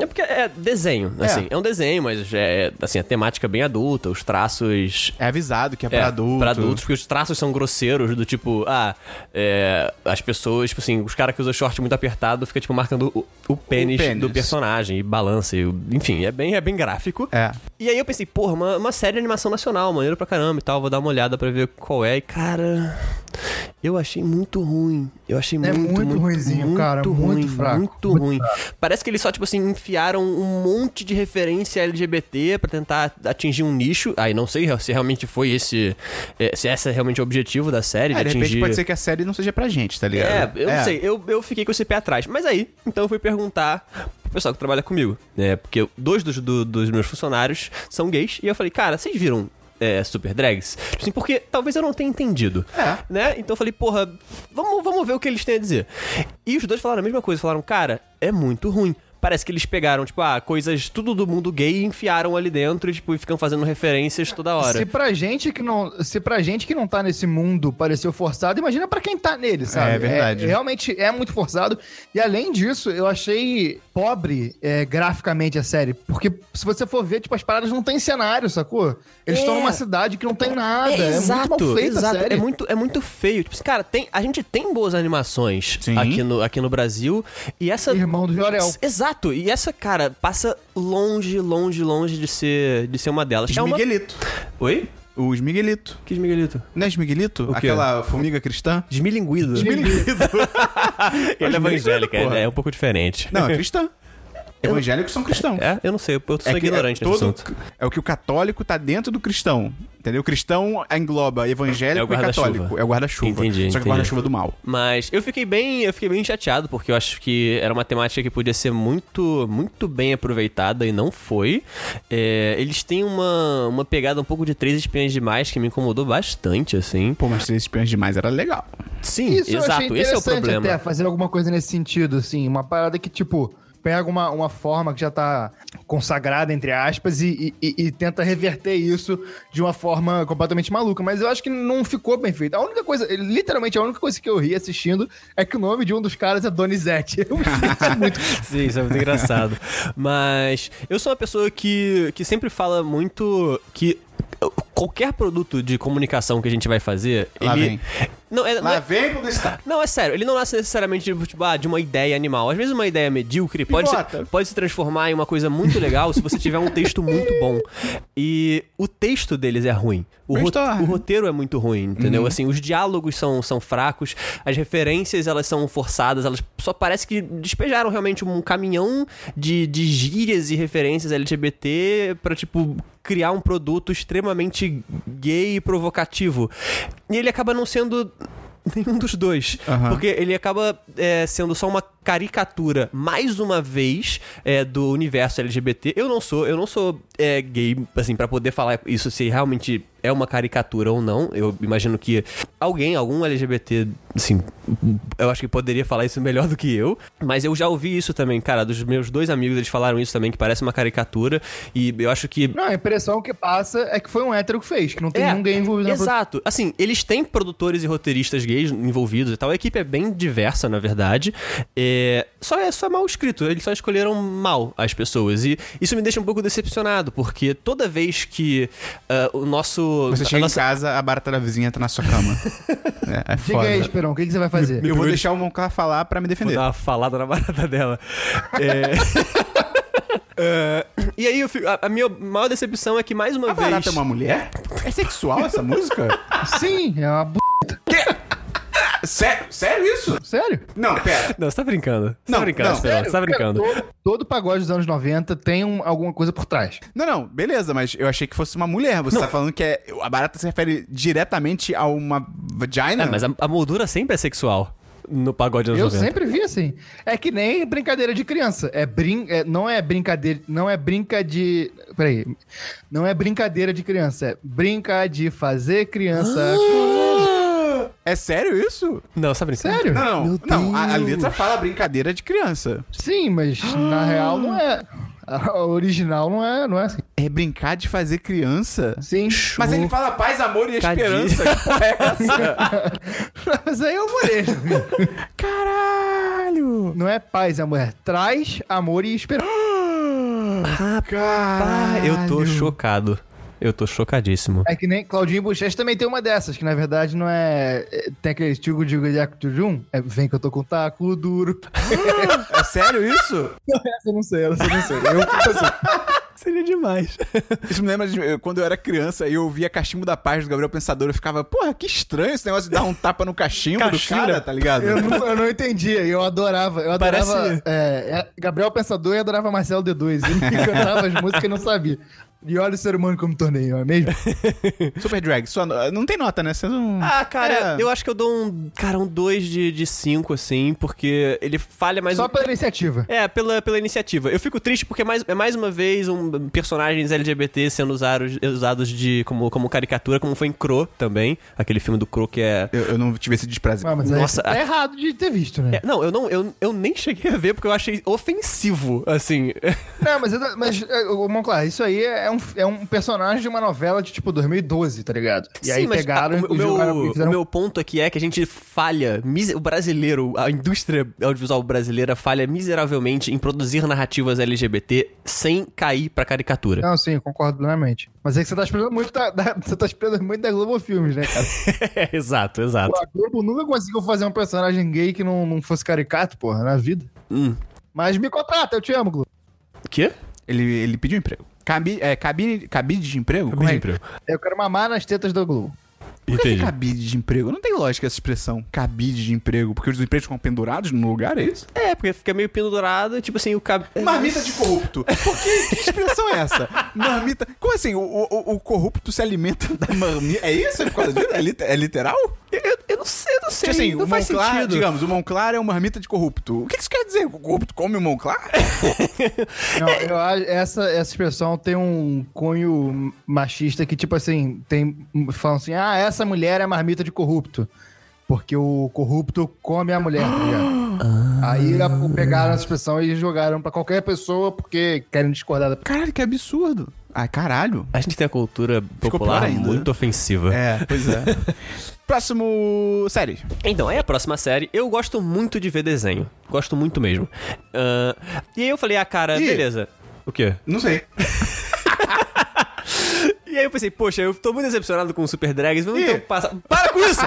Speaker 3: É porque é desenho, assim. É, um desenho, mas é assim, a temática é bem adulta, os traços.
Speaker 1: É avisado que é pra adulto.
Speaker 3: Pra adultos, porque os traços são grosseiros, do tipo, ah, é, as pessoas, tipo assim, os caras que usam short muito apertado fica, tipo, marcando o, o pênis
Speaker 1: pênis.
Speaker 3: do personagem, e balança, e, o- enfim, é bem, é bem gráfico.
Speaker 1: É.
Speaker 3: E aí eu pensei, porra, uma, uma série de animação nacional, maneiro pra caramba e tal, vou dar uma olhada pra ver qual é. E, cara, eu achei muito ruim. Eu achei
Speaker 2: É
Speaker 3: muito,
Speaker 2: muito ruinzinho, cara, muito
Speaker 3: ruim,
Speaker 2: fraco,
Speaker 3: Muito,
Speaker 2: muito
Speaker 3: ruim. Parece que eles só, tipo assim, enfiaram um monte de referência LGBT pra tentar atingir um nicho. Aí não sei se realmente foi esse... eh, Se esse é realmente o objetivo da série,
Speaker 1: É,
Speaker 3: de
Speaker 1: de
Speaker 3: atingir...
Speaker 1: repente pode ser que a série não seja pra gente, tá ligado?
Speaker 3: É, eu não sei, eu, eu fiquei com esse pé atrás. Mas aí, então eu fui perguntar pro pessoal que trabalha comigo, né? Porque eu- dois dos, do- dos meus funcionários são gays, e eu falei, cara, vocês viram é, Super Drags? Tipo assim, porque talvez eu não tenha entendido.
Speaker 1: É.
Speaker 3: Né? Então eu falei, porra, vamos, vamos ver o que eles têm a dizer. E os dois falaram a mesma coisa, falaram, cara, é muito ruim. Parece que eles pegaram, tipo, ah, coisas tudo do mundo gay e enfiaram ali dentro e, tipo, e ficam fazendo referências toda hora.
Speaker 2: Se pra gente que não, se pra gente que não tá nesse mundo pareceu forçado, imagina pra quem tá nele, sabe?
Speaker 1: É verdade.
Speaker 2: realmente é muito forçado. E além disso, eu achei pobre é, graficamente a série, porque se você for ver, tipo as paradas não tem cenário, sacou? Eles
Speaker 3: É.
Speaker 2: estão numa cidade que não tem nada, é, muito mal feita
Speaker 3: exato.
Speaker 2: a série.
Speaker 3: É muito, é muito feio. Tipo, assim, cara, tem, a gente tem boas animações
Speaker 1: Sim.
Speaker 3: aqui no, aqui no Brasil. E essa.
Speaker 2: Irmão do Jorel.
Speaker 3: Exato. E essa, cara, passa longe, longe, longe de ser, de ser uma delas.
Speaker 1: Os
Speaker 3: É uma...
Speaker 1: Miguelito.
Speaker 3: Oi?
Speaker 1: Os Miguelito.
Speaker 3: Que esmigalhito?
Speaker 1: Não é os Miguelito?
Speaker 3: O quê?
Speaker 1: Aquela formiga cristã?
Speaker 3: Desmilinguido. Ela é evangélica,
Speaker 1: porra.
Speaker 3: é, é um pouco diferente.
Speaker 1: Não, é cristã. Evangélicos são cristãos.
Speaker 3: É, eu não sei, eu sou
Speaker 1: que
Speaker 3: ignorante
Speaker 1: é
Speaker 3: nesse
Speaker 1: todo-
Speaker 3: assunto.
Speaker 1: É o que o católico tá dentro do cristão. Entendeu? O cristão engloba
Speaker 3: É o
Speaker 1: evangélico e
Speaker 3: guarda-chuva.
Speaker 1: católico. É o guarda-chuva.
Speaker 3: Entendi,
Speaker 1: Só que
Speaker 3: entendi.
Speaker 1: o guarda-chuva do mal.
Speaker 3: Mas eu fiquei bem, eu fiquei bem chateado porque eu acho que era uma temática que podia ser muito, muito bem aproveitada e não foi. É, eles têm uma, uma pegada um pouco de três espiãs demais que me incomodou bastante, assim.
Speaker 1: Pô, mas três espiões demais era legal.
Speaker 3: Sim,
Speaker 2: Isso eu achei
Speaker 3: exato, esse é o
Speaker 2: interessante
Speaker 3: problema.
Speaker 2: até, fazer alguma coisa nesse sentido, assim, uma parada que, tipo, pega uma, uma forma que já tá consagrada, entre aspas, e, e- e- e tenta reverter isso de uma forma completamente maluca, mas eu acho que não ficou bem feito. A única coisa, literalmente, a única coisa que eu ri assistindo é que o nome de um dos caras é Donizete. Eu ri muito.
Speaker 3: Sim, isso é muito engraçado. Mas eu sou uma pessoa que, que sempre fala muito que qualquer produto de comunicação que a gente vai fazer,
Speaker 1: Lá
Speaker 3: ele
Speaker 1: vem.
Speaker 3: não é, não é-
Speaker 1: Lá vem publicitário.
Speaker 3: Não, é sério, ele não nasce necessariamente tipo, tipo, ah, de uma ideia animal. Às vezes uma ideia medíocre pode se,
Speaker 1: Pivota.
Speaker 3: pode se transformar em uma coisa muito legal se você tiver um texto muito bom. E o texto deles é ruim. O, rote-
Speaker 1: Brainstorm.
Speaker 3: o roteiro é muito ruim, entendeu? Assim, os diálogos são, são fracos, as referências elas são forçadas, elas só parece que despejaram realmente um caminhão de, de gírias e referências LGBT pra, tipo, criar um produto extremamente gay e provocativo. E ele acaba não sendo nenhum dos dois.
Speaker 1: Aham.
Speaker 3: Porque ele acaba é, sendo só uma caricatura, mais uma vez, é, do universo LGBT. Eu não sou, eu não sou é, gay, assim, pra poder falar isso se realmente é uma caricatura ou não. Eu imagino que alguém, algum LGBT, assim, eu acho que poderia falar isso melhor do que eu. Mas eu já ouvi isso também, cara, dos meus dois amigos, eles falaram isso também, que parece uma caricatura. E eu acho que
Speaker 2: Não, a impressão que passa é que foi um hétero que fez, que não tem ninguém envolvido na
Speaker 3: É, Exato. Assim, eles têm produtores e roteiristas gays envolvidos e tal. A equipe é bem diversa, na verdade. É, Só é só é mal escrito. Eles só escolheram mal as pessoas. E isso me deixa um pouco decepcionado, porque toda vez que ah, o nosso.
Speaker 1: Você chega
Speaker 3: a
Speaker 1: em casa, a barata da vizinha entra na sua cama. é, é
Speaker 2: Diga
Speaker 1: foda.
Speaker 2: aí, Esperão, o que, que você vai fazer?
Speaker 1: Eu vou deixar o Moncar falar pra me
Speaker 3: Vou
Speaker 1: defender.
Speaker 3: dar uma falada na barata dela. É. É, e aí eu fico- a, a minha maior decepção é que mais uma
Speaker 1: A
Speaker 3: vez.
Speaker 1: barata é uma mulher? É sexual essa música?
Speaker 2: Sim, é uma b...
Speaker 1: Sério, sério isso?
Speaker 2: Sério.
Speaker 1: Não, pera.
Speaker 3: Não, você tá brincando. Você
Speaker 1: Não,
Speaker 3: tá brincando,
Speaker 1: não.
Speaker 3: Estela, você tá brincando.
Speaker 2: Todo, todo pagode dos anos 90 tem um- alguma coisa por trás.
Speaker 1: Não, não, beleza, mas eu achei que fosse uma mulher. Você tá falando que é, a barata se refere diretamente a uma vagina?
Speaker 3: É, mas a, a moldura sempre é sexual no pagode anos
Speaker 2: Eu
Speaker 3: 90.
Speaker 2: sempre vi assim. É que nem brincadeira de criança. É brin... é- não é brincadeira. Não é brinca de. Peraí. Não é brincadeira de criança. É brinca de fazer criança.
Speaker 1: É sério isso?
Speaker 3: Não, você tá brincando.
Speaker 2: Sério?
Speaker 1: Não, não,
Speaker 2: Meu
Speaker 1: não. A, a
Speaker 2: Deus.
Speaker 1: letra fala brincadeira de criança.
Speaker 2: Sim, mas na real não é. A original não é, não é assim.
Speaker 1: É brincar de fazer criança?
Speaker 2: Sim.
Speaker 1: Mas ele fala paz, amor e
Speaker 3: Cadê?
Speaker 1: esperança. Que porra é essa?
Speaker 2: Mas aí eu morei.
Speaker 1: Caralho!
Speaker 2: Não é paz, amor. É traz amor e esperança.
Speaker 3: Ah,
Speaker 1: Caralho!
Speaker 3: eu tô chocado. Eu tô chocadíssimo.
Speaker 2: É que nem Claudinho Bochecha também tem uma dessas, que na verdade não é. é, Tem aquele estilo de Jum. É, vem que eu tô com taco duro.
Speaker 1: É sério isso?
Speaker 2: Essa eu não sei, essa eu não sei. Eu fico assim.
Speaker 3: Seria demais.
Speaker 1: Isso me lembra de eh, quando eu era criança e eu ouvia Cachimbo da Paz do Gabriel Pensador. Eu ficava, porra, que estranho esse negócio de dar um tapa no cachimbo
Speaker 3: Cachimbo,
Speaker 1: do cara,
Speaker 3: né?
Speaker 1: tá ligado?
Speaker 2: Eu não, eu não entendia, eu adorava. Eu
Speaker 3: Parece-
Speaker 2: adorava é, é, Gabriel Pensador e adorava Marcelo D2. Ele cantava as músicas e não sabia. E olha o ser humano como tornei, não é mesmo?
Speaker 1: Super Drag, sua no- não tem nota, né? Você não...
Speaker 3: Ah, cara,
Speaker 1: É.
Speaker 3: eu acho que eu dou um. Cara, um 2 de 5, de cinco, assim, porque ele falha mais
Speaker 2: Só
Speaker 3: um-
Speaker 2: pela iniciativa.
Speaker 3: É, pela, pela iniciativa. Eu fico triste porque mais, é mais uma vez um, personagens LGBT sendo usados, usados de, como, como caricatura, como foi em Crow também. Aquele filme do Crow que é.
Speaker 1: Eu, eu não tive esse desprazer.
Speaker 2: Ah, mas aí
Speaker 3: Nossa,
Speaker 2: tá errado de ter visto, né?
Speaker 3: é, não, eu não, eu, eu nem cheguei a ver porque eu achei ofensivo, assim.
Speaker 2: Não, mas, eu- mas é, ô, Monclar, isso aí é um, é um personagem de uma novela de tipo 2012, tá ligado? E aí
Speaker 3: mas,
Speaker 2: pegaram
Speaker 3: ah,
Speaker 2: e
Speaker 3: o, meu,
Speaker 2: jogaram e
Speaker 3: o
Speaker 2: fizeram.
Speaker 3: meu ponto aqui é que a gente falha, mise- o brasileiro, a indústria audiovisual brasileira falha miseravelmente em produzir narrativas LGBT sem cair pra caricatura.
Speaker 2: Não, sim, eu concordo plenamente. Mas é que você tá esperando muito da, da- você tá esperando muito da Globo Filmes, né, cara?
Speaker 3: exato, exato.
Speaker 2: Pô, a Globo nunca conseguiu fazer um personagem gay que não, não fosse caricato, porra, na vida.
Speaker 3: Hum.
Speaker 2: Mas me contrata, eu te amo, Globo.
Speaker 3: O quê?
Speaker 1: Ele, ele pediu emprego. Cabi, é, cabine, cabide de emprego? Como é?
Speaker 2: Eu quero mamar nas tetas da Globo.
Speaker 1: Por que que é
Speaker 3: Entendi.
Speaker 1: cabide de emprego? Não tem lógica essa expressão. Cabide de emprego. Porque os empregos ficam pendurados no lugar, é isso?
Speaker 3: É, porque fica meio pendurado, tipo assim, o cabelo.
Speaker 1: É Marmita de corrupto. Por que, que expressão é essa? Marmita. Como assim? O, o- o corrupto se alimenta da marmita. É isso? É por causa disso? É, lit- é literal?
Speaker 3: Eu, eu- eu não sei, eu não sei.
Speaker 1: Tipo assim,
Speaker 3: não
Speaker 1: o
Speaker 3: faz
Speaker 1: Monclar,
Speaker 3: sentido.
Speaker 1: digamos, o Monclar é um marmita de corrupto. O que que isso quer dizer? O corrupto come o Monclar?
Speaker 2: Não, eu acho essa, essa expressão tem um cunho machista que, tipo assim, tem. Falam assim, ah, essa mulher é marmita de corrupto. Porque o corrupto come a mulher, tá ligado? Aí
Speaker 3: Ah.
Speaker 2: a- pegaram essa expressão e jogaram pra qualquer pessoa porque querem discordar da
Speaker 1: Caralho, que absurdo. Ai, caralho.
Speaker 3: A gente tem a cultura
Speaker 1: pior
Speaker 3: popular
Speaker 1: ainda,
Speaker 3: muito ofensiva.
Speaker 1: É, pois é. Próximo série.
Speaker 3: Então, aí a próxima série, eu gosto muito de ver desenho. Gosto muito mesmo. Ahn, e aí eu falei, ah, cara,
Speaker 1: Ih.
Speaker 3: beleza. O quê?
Speaker 1: Não sei.
Speaker 3: E aí eu pensei, poxa, eu tô muito decepcionado com o Super Drags, vamos
Speaker 1: Ih.
Speaker 3: então passar. Para com isso!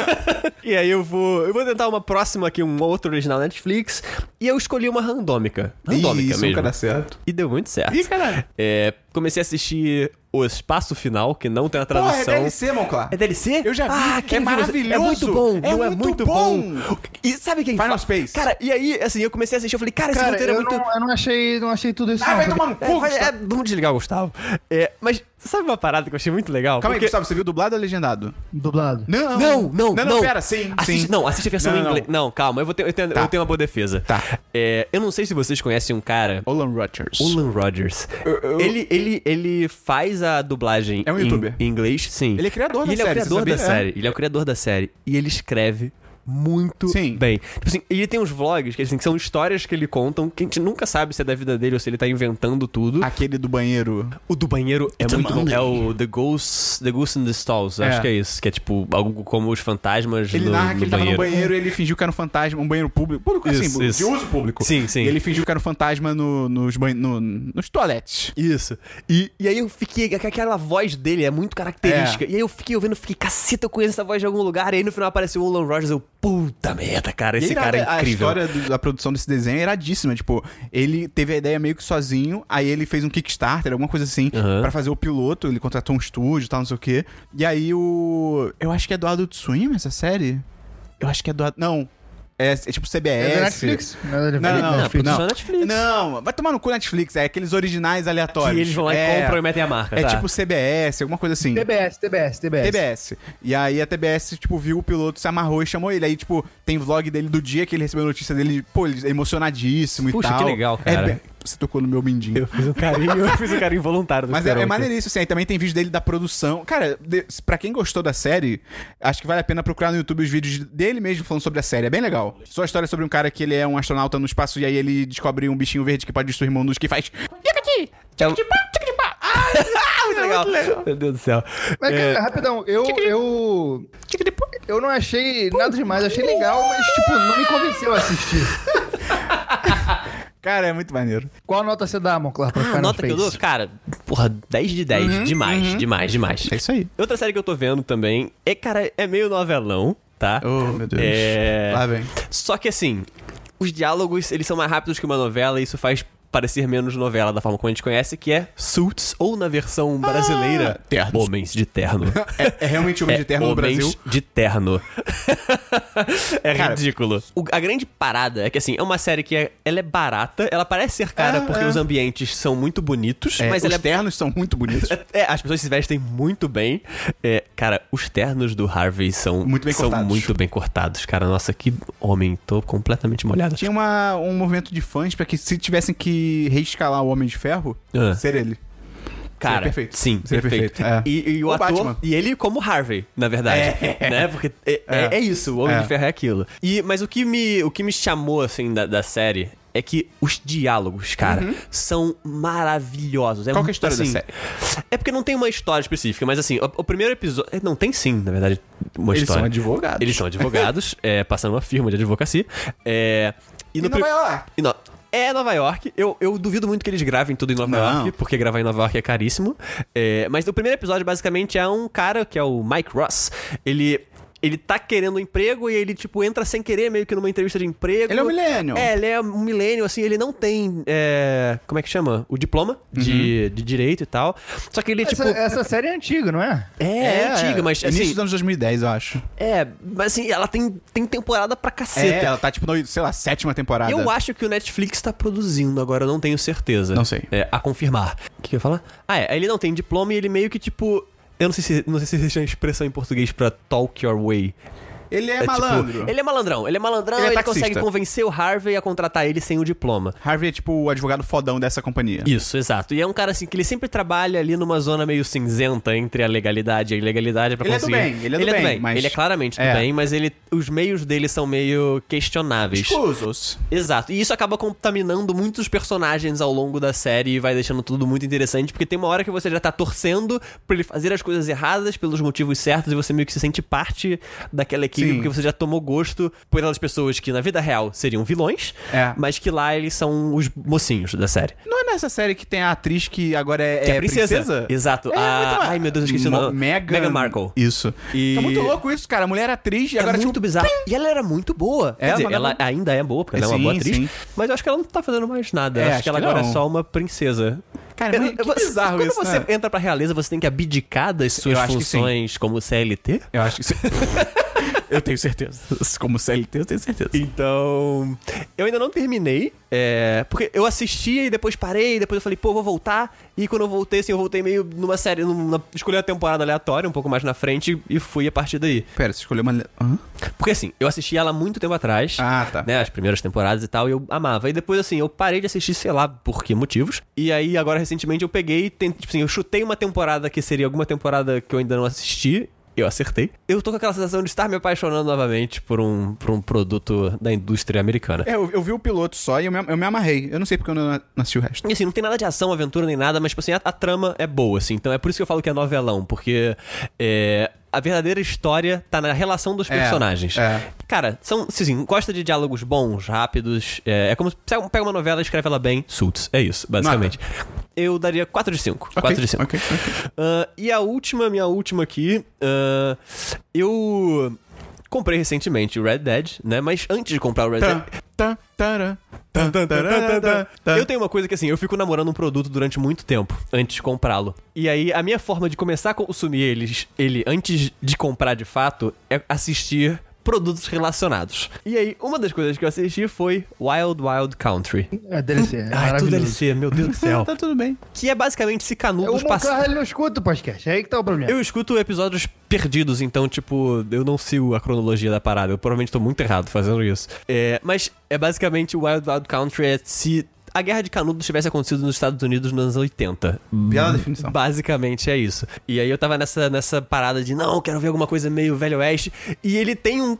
Speaker 3: e aí eu vou. Eu vou tentar uma próxima aqui, um outro original Netflix. E eu escolhi uma randômica. Randômica
Speaker 1: Isso nunca
Speaker 3: mesmo.
Speaker 1: dá certo.
Speaker 3: E deu muito certo.
Speaker 1: Ih, caralho.
Speaker 3: É, comecei a assistir O Espaço Final, que não tem a
Speaker 1: Porra,
Speaker 3: tradução.
Speaker 1: é DLC, Monclar.
Speaker 3: É DLC?
Speaker 1: Eu já vi.
Speaker 3: Ah,
Speaker 1: É
Speaker 3: quem viu?
Speaker 1: maravilhoso.
Speaker 3: É muito bom.
Speaker 1: É
Speaker 3: não é
Speaker 1: muito
Speaker 3: muito
Speaker 1: bom.
Speaker 3: bom. E sabe quem
Speaker 1: Final
Speaker 3: fa-
Speaker 1: Space.
Speaker 3: Cara, e aí, assim, eu comecei a assistir. Eu falei, cara, esse
Speaker 2: Cara,
Speaker 3: roteiro
Speaker 2: eu,
Speaker 3: é muito.
Speaker 2: não, eu não achei, não achei tudo isso.
Speaker 1: Ah,
Speaker 2: não,
Speaker 1: vai
Speaker 2: tá
Speaker 1: tomar no
Speaker 3: É,
Speaker 1: cu,
Speaker 3: vai- é,
Speaker 1: Gustavo.
Speaker 3: vamos desligar o Gustavo. É, mas sabe uma parada que eu achei muito legal?
Speaker 1: Calma aí,
Speaker 3: Porque-
Speaker 1: Gustavo, você viu dublado ou legendado?
Speaker 2: Dublado.
Speaker 1: Não,
Speaker 3: Não, não, não.
Speaker 1: Não, pera, sim,
Speaker 3: assiste,
Speaker 1: sim.
Speaker 3: Não, assiste a versão
Speaker 1: Não,
Speaker 3: em
Speaker 1: não,
Speaker 3: inglês. Não, calma, eu, vou ter, eu, tenho,
Speaker 1: Tá.
Speaker 3: eu tenho uma boa defesa.
Speaker 1: Tá.
Speaker 3: É, eu não sei se vocês conhecem um cara.
Speaker 1: Olan Rogers.
Speaker 3: Olan Rogers.
Speaker 1: Eu- eu-
Speaker 3: Ele, ele, ele faz a dublagem
Speaker 1: É um
Speaker 3: em-
Speaker 1: youtuber.
Speaker 3: em inglês, sim.
Speaker 1: Ele é criador
Speaker 3: E
Speaker 1: da
Speaker 3: ele
Speaker 1: série,
Speaker 3: É o criador
Speaker 1: você
Speaker 3: da
Speaker 1: sabia?
Speaker 3: série. Ele é o criador da série. E ele escreve muito
Speaker 1: Sim.
Speaker 3: bem. Tipo assim, ele tem uns vlogs que, assim, que são histórias que ele contam que a gente nunca sabe se é da vida dele ou se ele tá inventando tudo.
Speaker 1: É. Aquele do banheiro.
Speaker 3: O do banheiro é
Speaker 1: It's a
Speaker 3: muito bom.
Speaker 1: mummy.
Speaker 3: É o The Ghost, The Ghost in the Stalls, acho
Speaker 1: É.
Speaker 3: que é isso. Que é tipo algo como os fantasmas
Speaker 1: Ele
Speaker 3: no,
Speaker 1: narra
Speaker 3: no
Speaker 1: que ele tava
Speaker 3: banheiro.
Speaker 1: no banheiro e ele fingiu que era um fantasma, um banheiro público. Público
Speaker 3: Isso,
Speaker 1: assim, bu- de
Speaker 3: isso.
Speaker 1: uso público.
Speaker 3: Sim, sim.
Speaker 1: E ele fingiu que era um fantasma no- nos, ban... no- nos toaletes.
Speaker 3: Isso. E, e aí eu fiquei. Aquela voz dele é muito característica. E aí eu fiquei ouvindo, fiquei, caceta, eu conheço essa voz de algum lugar. E aí no final apareceu o Olan Rogers, eu, puta merda, cara,
Speaker 1: E
Speaker 3: esse
Speaker 1: é irado,
Speaker 3: cara é
Speaker 1: A
Speaker 3: incrível.
Speaker 1: história do- da produção desse desenho é iradíssima. Tipo, ele teve a ideia meio que sozinho, aí ele fez um Kickstarter, alguma coisa assim,
Speaker 3: Aham.
Speaker 1: pra fazer o piloto. Ele contratou um estúdio e tal, não sei o quê. E aí o. Eu acho que é do Adult Swim essa série? Eu acho que é do. Ad- Não. É, é tipo CBS.
Speaker 2: É da Netflix. Não, é da
Speaker 1: Não, não,
Speaker 2: Netflix.
Speaker 1: não.
Speaker 3: Produção é Netflix.
Speaker 1: Não, vai tomar no cu Netflix. É aqueles originais
Speaker 3: Que
Speaker 1: aleatórios.
Speaker 3: eles vão lá
Speaker 1: é,
Speaker 3: e compram e metem a marca.
Speaker 1: É
Speaker 3: tá.
Speaker 1: tipo CBS, alguma coisa assim.
Speaker 2: TBS, TBS, TBS.
Speaker 1: TBS. E aí a TBS, tipo, viu o piloto, se amarrou e chamou ele. Aí, tipo, tem vlog dele do dia que ele recebeu a notícia dele, pô, ele é emocionadíssimo
Speaker 3: Puxa,
Speaker 1: e tal.
Speaker 3: que legal, cara.
Speaker 1: É, be- você tocou no meu mindinho.
Speaker 3: Eu fiz um carinho, eu fiz um carinho voluntário do
Speaker 1: Mas é, é
Speaker 3: Esperon aqui.
Speaker 1: maneiríssimo, assim. Aí também tem vídeo dele da produção. Cara, de, pra quem gostou da série, acho que vale a pena procurar no YouTube os vídeos dele mesmo falando sobre a série. É bem legal. Só a história sobre um cara que ele é um astronauta no espaço e aí ele descobre um bichinho verde que pode destruir mundos que faz. Ticati! Ticatipá! Ticatipá! Ah,
Speaker 3: Muito legal. Meu Deus do céu.
Speaker 2: Mas,
Speaker 3: É,
Speaker 2: cara, rapidão, eu, eu,
Speaker 1: ticatipá!
Speaker 2: eu não achei nada demais, achei legal, mas, tipo, não me convenceu a assistir.
Speaker 1: Cara, é muito maneiro.
Speaker 2: Qual nota você dá, Monclar, pra
Speaker 3: a
Speaker 2: Final
Speaker 3: Ah, nota que eu dou,
Speaker 2: Face?
Speaker 3: cara, porra, 10 de 10. demais, demais, demais.
Speaker 1: Uhum, É isso aí.
Speaker 3: Outra série que eu tô vendo também é, cara, é meio novelão, tá?
Speaker 1: Oh, meu Deus.
Speaker 3: É...
Speaker 1: Lá vem.
Speaker 3: Só que assim, os diálogos, eles são mais rápidos que uma novela e isso faz parecer menos novela da forma como a gente conhece, que é Suits, ou na versão brasileira,
Speaker 1: ternos.
Speaker 3: Ah, Homens de Terno.
Speaker 1: É, é realmente homem
Speaker 3: É,
Speaker 1: de terno no
Speaker 3: homens
Speaker 1: Brasil.
Speaker 3: de terno. é
Speaker 1: Cara,
Speaker 3: ridículo. O- a grande parada é que, assim, é uma série que é, ela é barata, ela parece ser cara
Speaker 1: É,
Speaker 3: porque
Speaker 1: é.
Speaker 3: os ambientes são muito bonitos,
Speaker 1: É,
Speaker 3: mas
Speaker 1: os
Speaker 3: ela Ah, é
Speaker 1: ternos são muito bonitos.
Speaker 3: é, as pessoas se vestem muito bem. É, cara, os ternos do Harvey são
Speaker 1: Muito bem
Speaker 3: são
Speaker 1: cortados.
Speaker 3: muito bem cortados. Cara, nossa, que homem. Tô completamente molhado.
Speaker 1: Tinha uma- um movimento de fãs pra que se tivessem que reescalar o Homem de Ferro,
Speaker 3: Ah.
Speaker 1: ser ele.
Speaker 3: Cara,
Speaker 1: seria perfeito.
Speaker 3: sim,
Speaker 1: Seria
Speaker 3: perfeito.
Speaker 1: perfeito, é.
Speaker 3: E, e o
Speaker 1: Ou
Speaker 3: ator,
Speaker 1: Batman.
Speaker 3: e ele como Harvey, na verdade, né? Porque é, é-
Speaker 1: É.
Speaker 3: é isso, o Homem
Speaker 1: É.
Speaker 3: de Ferro é aquilo. E, mas o que me, o que me chamou, assim, da, da série é que os diálogos, cara, são maravilhosos. É
Speaker 1: Uhum. Qual que é a
Speaker 3: muito,
Speaker 1: história da
Speaker 3: assim,
Speaker 1: série?
Speaker 3: É porque não tem uma história específica, mas assim, o, o primeiro episódio... Não, tem sim, na verdade, uma
Speaker 1: Eles
Speaker 3: história.
Speaker 1: são advogados.
Speaker 3: Eles são advogados, é, passando uma firma de advocacia. É, e
Speaker 1: E
Speaker 3: no
Speaker 1: não
Speaker 3: pri-
Speaker 1: vai lá.
Speaker 3: e no- É Nova York. Eu, eu duvido muito que eles gravem tudo em Nova
Speaker 1: Não.
Speaker 3: York, porque gravar em Nova York é caríssimo. É, mas o primeiro episódio, basicamente, é um cara que é o Mike Ross. Ele. Ele tá querendo um emprego e ele, tipo, entra sem querer, meio que numa entrevista de emprego.
Speaker 1: Ele é um millennial.
Speaker 3: É, ele é um milênio, assim, ele não tem. é, como é que chama? O diploma
Speaker 1: Uhum.
Speaker 3: de, de direito e tal. Só que ele,
Speaker 2: Essa,
Speaker 3: tipo.
Speaker 2: essa série é antiga, não é?
Speaker 3: É, é, antiga, mas
Speaker 1: Início
Speaker 3: assim.
Speaker 1: dos anos 2010, eu acho.
Speaker 3: É, mas assim, ela tem, tem temporada pra
Speaker 1: É,
Speaker 3: caceta.
Speaker 1: ela é tá tipo, na, sei lá, sétima temporada.
Speaker 3: Eu acho que o Netflix tá produzindo agora, eu não tenho certeza.
Speaker 1: Não sei.
Speaker 3: É, a confirmar. O que, que eu ia falar? Ah, é. Ele não tem diploma e ele meio que tipo. Eu não sei se, não sei se existe uma expressão em português pra talk your way.
Speaker 1: Ele é,
Speaker 3: tipo,
Speaker 1: malandro.
Speaker 3: ele é malandrão, ele é malandrão,
Speaker 1: Ele é
Speaker 3: ele,
Speaker 1: taxista.
Speaker 3: consegue convencer o Harvey a contratar ele sem o diploma.
Speaker 1: Harvey é tipo o advogado fodão dessa companhia.
Speaker 3: Isso, exato. E é um cara assim que ele sempre trabalha ali numa zona meio cinzenta entre a legalidade e a ilegalidade pra
Speaker 1: Ele é do
Speaker 3: conseguir.
Speaker 1: bem, ele é do bem, mas-
Speaker 3: Ele é claramente do
Speaker 1: É.
Speaker 3: bem, mas ele, os meios dele são meio questionáveis.
Speaker 1: Tipo, Escusos.
Speaker 3: Exato. E isso acaba contaminando muitos personagens ao longo da série e vai deixando tudo muito interessante, porque tem uma hora que você já tá torcendo pra ele fazer as coisas erradas pelos motivos certos e você meio que se sente parte daquela equipe,
Speaker 1: Sim.
Speaker 3: porque você já tomou gosto por aquelas pessoas que na vida real seriam vilões,
Speaker 1: É.
Speaker 3: mas que lá eles são os mocinhos da série.
Speaker 1: Não é nessa série que tem a atriz que agora é,
Speaker 3: Que é a princesa. Exato. A-
Speaker 1: muito ma-
Speaker 3: ai, meu Deus, eu esqueci o
Speaker 1: Mo-
Speaker 3: nome.
Speaker 1: Meghan...
Speaker 3: Meghan Markle.
Speaker 1: Isso.
Speaker 3: E-
Speaker 1: É muito louco isso, cara. A mulher é atriz e agora,
Speaker 3: é muito
Speaker 1: tipo,
Speaker 3: bizarro. E ela era muito boa. Quer
Speaker 1: Ela
Speaker 3: dizer,
Speaker 1: mandava
Speaker 3: ela ainda é boa, porque ela é uma
Speaker 1: Sim,
Speaker 3: boa atriz.
Speaker 1: sim.
Speaker 3: Mas eu acho que ela não tá fazendo mais nada.
Speaker 1: É,
Speaker 3: Eu acho,
Speaker 1: acho
Speaker 3: que ela
Speaker 1: que
Speaker 3: agora
Speaker 1: não.
Speaker 3: é só uma princesa.
Speaker 1: tipo, Cara,
Speaker 3: É
Speaker 1: mas que bizarro
Speaker 3: quando
Speaker 1: isso,
Speaker 3: você
Speaker 1: né?
Speaker 3: entra pra realeza, você tem que abdicar das suas
Speaker 1: Eu acho que
Speaker 3: funções como CLT?
Speaker 1: Eu acho que sim. eu tenho certeza. Como CLT, eu tenho certeza.
Speaker 3: Então, eu ainda não terminei, é, porque eu assisti e depois parei, e depois eu falei, pô, vou voltar. E quando eu voltei, assim, eu voltei meio numa série, numa, escolhi uma temporada aleatória, um pouco mais na frente, e fui a partir daí.
Speaker 1: Pera, você escolheu uma. le- Hã?
Speaker 3: Porque assim, eu assisti ela há muito tempo atrás.
Speaker 1: Ah, tá.
Speaker 3: Né, as primeiras temporadas e tal, e eu amava. E depois, assim, eu parei de assistir, sei lá por que motivos. E aí, agora, recentemente, eu peguei, e tent- tipo assim, eu chutei uma temporada que seria alguma temporada que eu ainda não assisti. Eu acertei. Eu tô com aquela sensação de estar me apaixonando novamente por um, por um produto da indústria americana.
Speaker 1: É, eu, eu vi o piloto só e eu me, eu me amarrei. Eu não sei porque eu não, não assisti o resto.
Speaker 3: E assim, não tem nada de ação, aventura nem nada, mas, tipo assim, a, a trama é boa, assim. Então é por isso que eu falo que é novelão, porque é, a verdadeira história tá na relação dos personagens.
Speaker 1: é.
Speaker 3: Cara, são, assim, gosta de diálogos bons, rápidos. É, é como se pega pega uma novela e escreve ela bem, suits. É isso, basicamente. Eu daria 4 de 5. 4 de 5.
Speaker 1: Ok, ok.
Speaker 3: Ah, e a última, minha última aqui. ah, eu comprei recentemente o Red Dead, né? Mas antes de comprar o Red Dead,
Speaker 1: Tan, tan, tarã, tan, tan, tarã, tan, tan.
Speaker 3: eu tenho uma coisa que assim, eu fico namorando um produto durante muito tempo antes de comprá-lo. E aí a minha forma de começar a consumir eles, ele antes de comprar de fato é assistir produtos relacionados. E aí uma das coisas que eu assisti foi Wild Wild Country.
Speaker 2: É DLC, é
Speaker 3: Ai, Ah, tudo
Speaker 2: maravilhoso.
Speaker 3: DLC, meu Deus do céu. É
Speaker 1: Tá tudo bem.
Speaker 3: que é basicamente esse
Speaker 2: O
Speaker 3: canudos
Speaker 2: Mocarra,
Speaker 3: passando
Speaker 2: ele não escuta o podcast, é aí que tá o problema.
Speaker 3: eu escuto episódios perdidos, então, tipo, eu não sigo a cronologia da parada. Eu provavelmente tô muito errado fazendo isso. É, mas é basicamente o Wild Wild Country é se a guerra de canudos tivesse acontecido nos Estados Unidos nos anos 80.
Speaker 1: Bela definição.
Speaker 3: Basicamente é isso. E aí eu tava nessa, nessa parada de, não, quero ver alguma coisa meio Velho Oeste. E ele tem um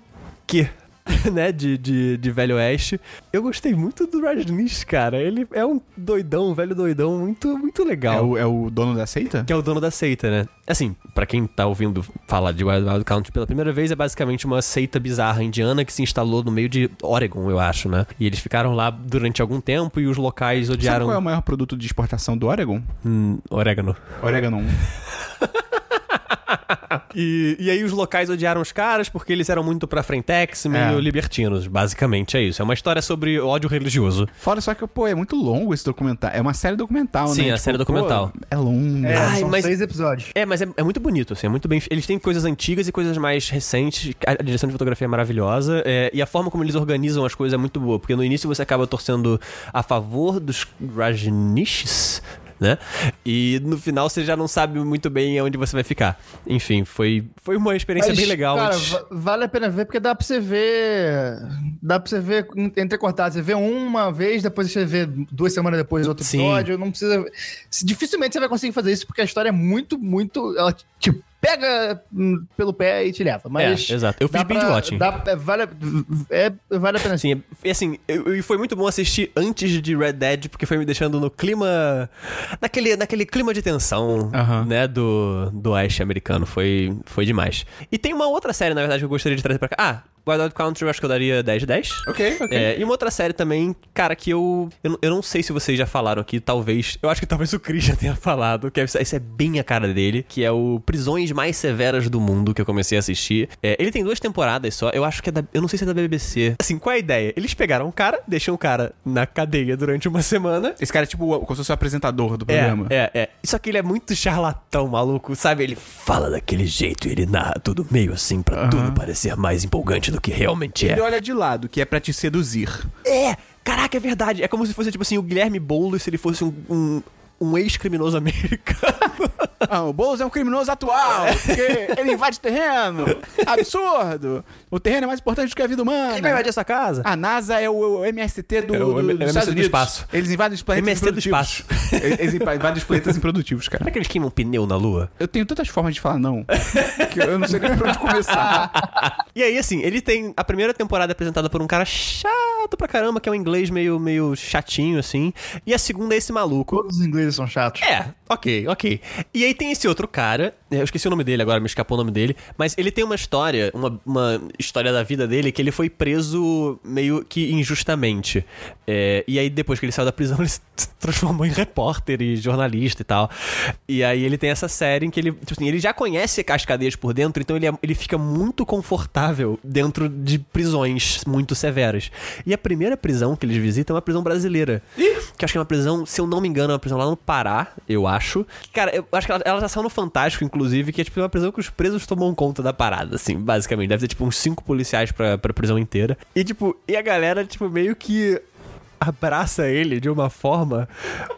Speaker 3: quê? né, de, de, de Velho Oeste. Eu gostei muito do Rajneesh, cara. Ele é um doidão, um velho doidão, muito, muito legal.
Speaker 1: É o, é o dono da seita?
Speaker 3: Que é o dono da seita, né? Assim, pra quem tá ouvindo falar de Wild Wild Country pela primeira vez, é basicamente uma seita bizarra indiana que se instalou no meio de Oregon, eu acho, né? E eles ficaram lá durante algum tempo e os locais
Speaker 1: Sabe
Speaker 3: odiaram.
Speaker 1: qual é o maior produto de exportação do Oregon?
Speaker 3: Hum, orégano.
Speaker 1: Orégano.
Speaker 3: E, e aí os locais odiaram os caras porque eles eram muito pra frentex, meio
Speaker 1: É.
Speaker 3: libertinos. Basicamente é isso. É uma história sobre ódio religioso.
Speaker 1: Fora só que, pô, é muito longo esse documentário. É uma série documental,
Speaker 3: Sim,
Speaker 1: né?
Speaker 3: é série documental.
Speaker 1: pô, é longo.
Speaker 2: É,
Speaker 3: Ai,
Speaker 2: são
Speaker 3: mas-
Speaker 2: seis episódios.
Speaker 3: É, mas é, é muito bonito, assim, é muito bem. Eles têm coisas antigas e coisas mais recentes. A a direção de fotografia é maravilhosa. é, e a forma como eles organizam as coisas é muito boa. Porque no início você acaba torcendo a favor dos Rajnishs, né? E no final você já não sabe muito bem onde você vai ficar. Enfim, foi, foi uma experiência
Speaker 2: Mas,
Speaker 3: é bem legal.
Speaker 2: Cara,
Speaker 3: Antes-
Speaker 2: va- vale a pena ver porque dá pra você ver. Dá pra você ver entrecortado. Você vê uma vez, depois você vê duas semanas depois outro
Speaker 3: Sim.
Speaker 2: episódio. Não precisa. se- Dificilmente você vai conseguir fazer isso porque a história é muito, muito. Ela te- te pega hum, pelo pé e te leva. Mas.
Speaker 3: É, exato. Eu fiz
Speaker 2: dá pra-
Speaker 3: binge watching.
Speaker 2: dá- é, vale, a- é, vale a pena sim.
Speaker 3: Assim, é- e assim, eu- e foi muito bom assistir antes de Red Dead, porque foi me deixando no clima. Naquele, naquele clima de tensão,
Speaker 1: Aham.
Speaker 3: né? Do, do oeste americano. Foi, foi demais. E tem uma outra série, na verdade, que eu gostaria de trazer pra cá. Ah, Wild Out Country, eu acho que eu daria 10 de 10.
Speaker 1: Ok, ok.
Speaker 3: É, e uma outra série também, cara, que eu, eu. não- Eu não sei se vocês já falaram aqui, talvez. Eu acho que talvez o Chris já tenha falado, que isso é bem a cara dele, que é o Prisões Mais Severas do Mundo, que eu comecei a assistir. É, ele tem duas temporadas só, eu acho que é da. Eu não sei se é da BBC. Assim, qual é a ideia? Eles pegaram um cara, deixam o cara na cadeia durante uma semana.
Speaker 1: Esse cara é tipo o- como se fosse o apresentador do
Speaker 3: É,
Speaker 1: programa.
Speaker 3: é, é. Só que ele é muito charlatão, maluco, sabe? Ele fala daquele jeito e ele narra tudo meio assim pra tudo parecer mais empolgante do que realmente é.
Speaker 1: Ele olha de lado, que é pra te seduzir.
Speaker 3: É! Caraca, é verdade. É como se fosse, tipo assim, o Guilherme Boulos se ele fosse um, um, um ex-criminoso americano.
Speaker 1: Ah, o Boulos é um criminoso atual, porque ele invade terreno. Absurdo. O terreno é mais importante do que a vida
Speaker 3: Ele vai
Speaker 1: humana.
Speaker 3: invadir essa casa.
Speaker 1: A NASA é o, o MST do,
Speaker 3: É o
Speaker 1: do- dos
Speaker 3: M- MST do
Speaker 1: Estados Unidos.
Speaker 3: espaço.
Speaker 1: Eles invadem os planetas
Speaker 3: MST do
Speaker 1: improdutivos.
Speaker 3: espaço.
Speaker 1: Eles invadem os planetas improdutivos, cara.
Speaker 3: Será que eles queimam um pneu na lua?
Speaker 1: Eu tenho tantas formas de falar não, que eu não sei nem pra onde começar.
Speaker 3: E aí, assim, ele tem a primeira temporada apresentada por um cara chato pra caramba, que é um inglês meio, meio chatinho, assim. E a segunda é esse maluco.
Speaker 2: Todos os ingleses são chatos.
Speaker 3: É, ok, ok. E aí tem esse outro cara, eu esqueci o nome dele agora, me escapou o nome dele, mas ele tem uma história, uma, uma história da vida dele que ele foi preso meio que injustamente. É, e aí depois que ele saiu da prisão, ele se transformou em repórter e jornalista e tal. E aí ele tem essa série em que ele, tipo assim, ele já conhece as cadeias por dentro, então ele, é- ele fica muito confortável dentro de prisões muito severas. E a primeira prisão que eles visitam é uma prisão brasileira. Que eu acho que é uma prisão, se eu não me engano, é uma prisão lá no Pará, eu acho. Que, Cara, eu acho que ela, ela já saiu no Fantástico, inclusive, que é tipo uma prisão que os presos tomam conta da parada, assim, basicamente. Deve ter tipo uns cinco policiais pra, pra prisão inteira. E tipo, e a galera, tipo, meio que abraça ele de uma forma,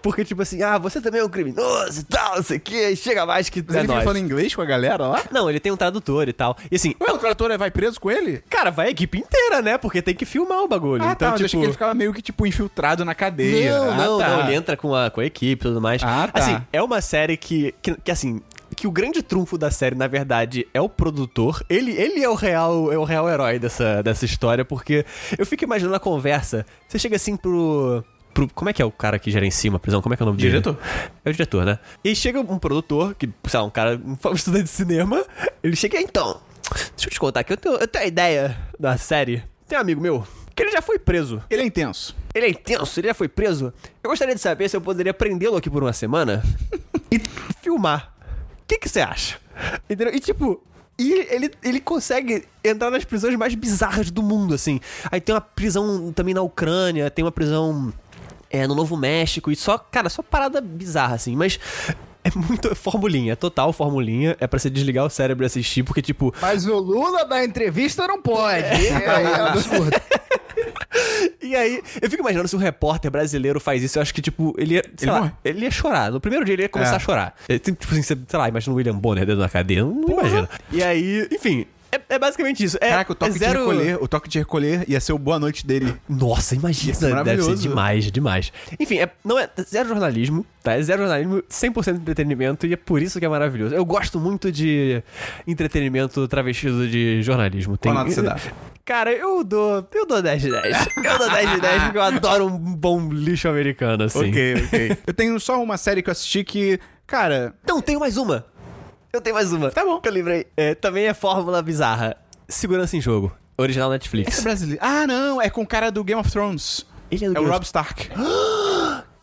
Speaker 3: porque tipo assim, ah, você também é um criminoso e tal, não sei o que, chega mais que
Speaker 1: Mas
Speaker 3: é
Speaker 1: ele fica
Speaker 3: nóis.
Speaker 1: falando inglês com a galera lá?
Speaker 3: Não, ele tem um tradutor e tal. E assim,
Speaker 1: Ué, o trator é, vai preso com ele?
Speaker 3: cara, vai a equipe inteira, né? Porque tem que filmar o bagulho.
Speaker 1: Ah,
Speaker 3: então,
Speaker 1: tá, mas eu
Speaker 3: tipo...
Speaker 1: achei que ele ficava meio que, tipo, infiltrado na cadeia.
Speaker 3: Não,
Speaker 1: Ah,
Speaker 3: não,
Speaker 1: tá.
Speaker 3: não. Ele é- entra com a, com a equipe e tudo mais.
Speaker 1: Ah, tá.
Speaker 3: Assim, é uma série que, que, que, assim. Que o grande trunfo da série, na verdade, é o produtor. Ele, ele é o real é o real herói dessa, dessa história, porque eu fico imaginando a conversa. Você chega assim pro. pro como é que é o cara que gerencia uma prisão? Como é que é o nome dele?
Speaker 1: Diretor.
Speaker 3: É o diretor, né? E chega um produtor, que, sei lá, um cara, um famoso estudante de cinema, ele chega então. Deixa eu te contar aqui, eu tenho, eu tenho a ideia da série. Tem um amigo meu que ele já foi preso.
Speaker 1: Ele é intenso.
Speaker 3: Ele é intenso, ele já foi preso. Eu gostaria de saber se eu poderia prendê-lo aqui por uma semana e filmar. O que que você acha? Entendeu? E tipo, E ele, ele consegue entrar nas prisões mais bizarras do mundo, assim. Aí tem uma prisão também na Ucrânia, tem uma prisão é, no Novo México, e só, cara, só parada bizarra, assim, mas. É muito. É formulinha, é total formulinha. É pra você desligar o cérebro e assistir, porque, tipo,
Speaker 2: Mas o Lula da entrevista não pode. É, é absurdo.
Speaker 3: E aí, eu fico imaginando se um repórter brasileiro faz isso, eu acho que, tipo, ele ia, sei
Speaker 1: Ele
Speaker 3: lá,
Speaker 1: morre.
Speaker 3: ele ia chorar. No primeiro dia ele ia começar
Speaker 1: É.
Speaker 3: a chorar. Ele tem, tipo assim, você, sei lá, imagina o William Bonner dentro da cadeia. eu Não imagino. E aí, enfim, é, é basicamente isso. É,
Speaker 1: Caraca, o toque
Speaker 3: é
Speaker 1: de recolher, o toque de recolher ia ser o boa noite dele.
Speaker 3: Nossa, imagina.
Speaker 1: ser
Speaker 3: Deve ser
Speaker 1: é maravilhoso.
Speaker 3: demais, demais. Enfim, é, não é zero jornalismo, tá? É zero jornalismo, 100% entretenimento e é por isso que é maravilhoso. Eu gosto muito de entretenimento travestido de jornalismo. Tem...
Speaker 1: Qual nota você dá?
Speaker 3: Cara, eu dou, eu dou 10 de 10. Eu dou 10 de 10 porque eu adoro um bom lixo americano, assim.
Speaker 1: ok. eu tenho só uma série que eu assisti que, cara,
Speaker 3: Então, tenho mais uma. Eu tenho mais uma. Tá bom. Que eu lembrei. É, também é fórmula bizarra. Segurança em jogo. Original
Speaker 1: essa é
Speaker 3: Netflix.
Speaker 1: brasileira. Ah, não, é com o cara do Game of Thrones.
Speaker 3: Ele é do
Speaker 1: É o
Speaker 3: Game
Speaker 1: Rob Stark.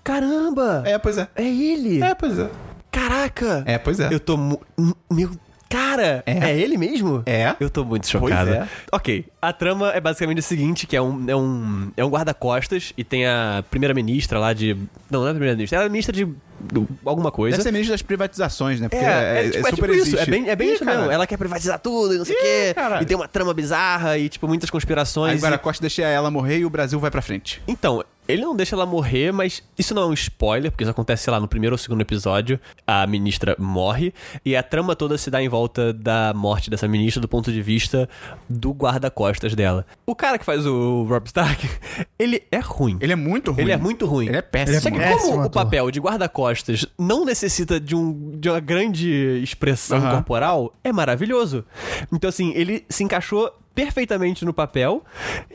Speaker 3: Caramba! É,
Speaker 1: É, pois é.
Speaker 3: ele!
Speaker 1: É, pois é.
Speaker 3: Caraca!
Speaker 1: É, pois é.
Speaker 3: Eu tô. mu- M- Meu. Cara, é.
Speaker 1: É.
Speaker 3: ele mesmo?
Speaker 1: É.
Speaker 3: Eu tô
Speaker 1: Pois
Speaker 3: muito chocado.
Speaker 1: é.
Speaker 3: Ok. A trama é basicamente o seguinte, que é um, é um, é um guarda-costas e tem a primeira-ministra lá de... Não, não é a primeira-ministra, ela é ministra de do- alguma coisa.
Speaker 1: Deve ser ministro das privatizações, né? Porque
Speaker 3: É,
Speaker 1: é,
Speaker 3: é, tipo, é
Speaker 1: super
Speaker 3: tipo isso,
Speaker 1: existe.
Speaker 3: é bem, é bem
Speaker 1: Ih,
Speaker 3: isso
Speaker 1: cara.
Speaker 3: mesmo. Ela quer privatizar tudo e não sei o
Speaker 1: Ih,
Speaker 3: quê.
Speaker 1: caralho.
Speaker 3: E tem uma trama bizarra e, tipo, muitas conspirações.
Speaker 1: Aí
Speaker 3: e-
Speaker 1: agora Costa deixa ela morrer e o Brasil vai pra frente.
Speaker 3: Então, ele não deixa ela morrer, mas isso não é um spoiler, porque isso acontece, sei lá, no primeiro ou segundo episódio, a ministra morre, e a trama toda se dá em volta da morte dessa ministra do ponto de vista do guarda-costas dela. O cara que faz o Rob Stark, ele é ruim.
Speaker 1: Ele é muito ruim.
Speaker 3: Ele é muito ruim.
Speaker 1: Ele é péssimo.
Speaker 3: Só que
Speaker 2: Péssimo
Speaker 3: como o
Speaker 2: ator.
Speaker 3: papel de guarda-costas não necessita de, um, de uma grande expressão
Speaker 1: Aham.
Speaker 3: corporal, é maravilhoso. Então, assim, ele se encaixou perfeitamente no papel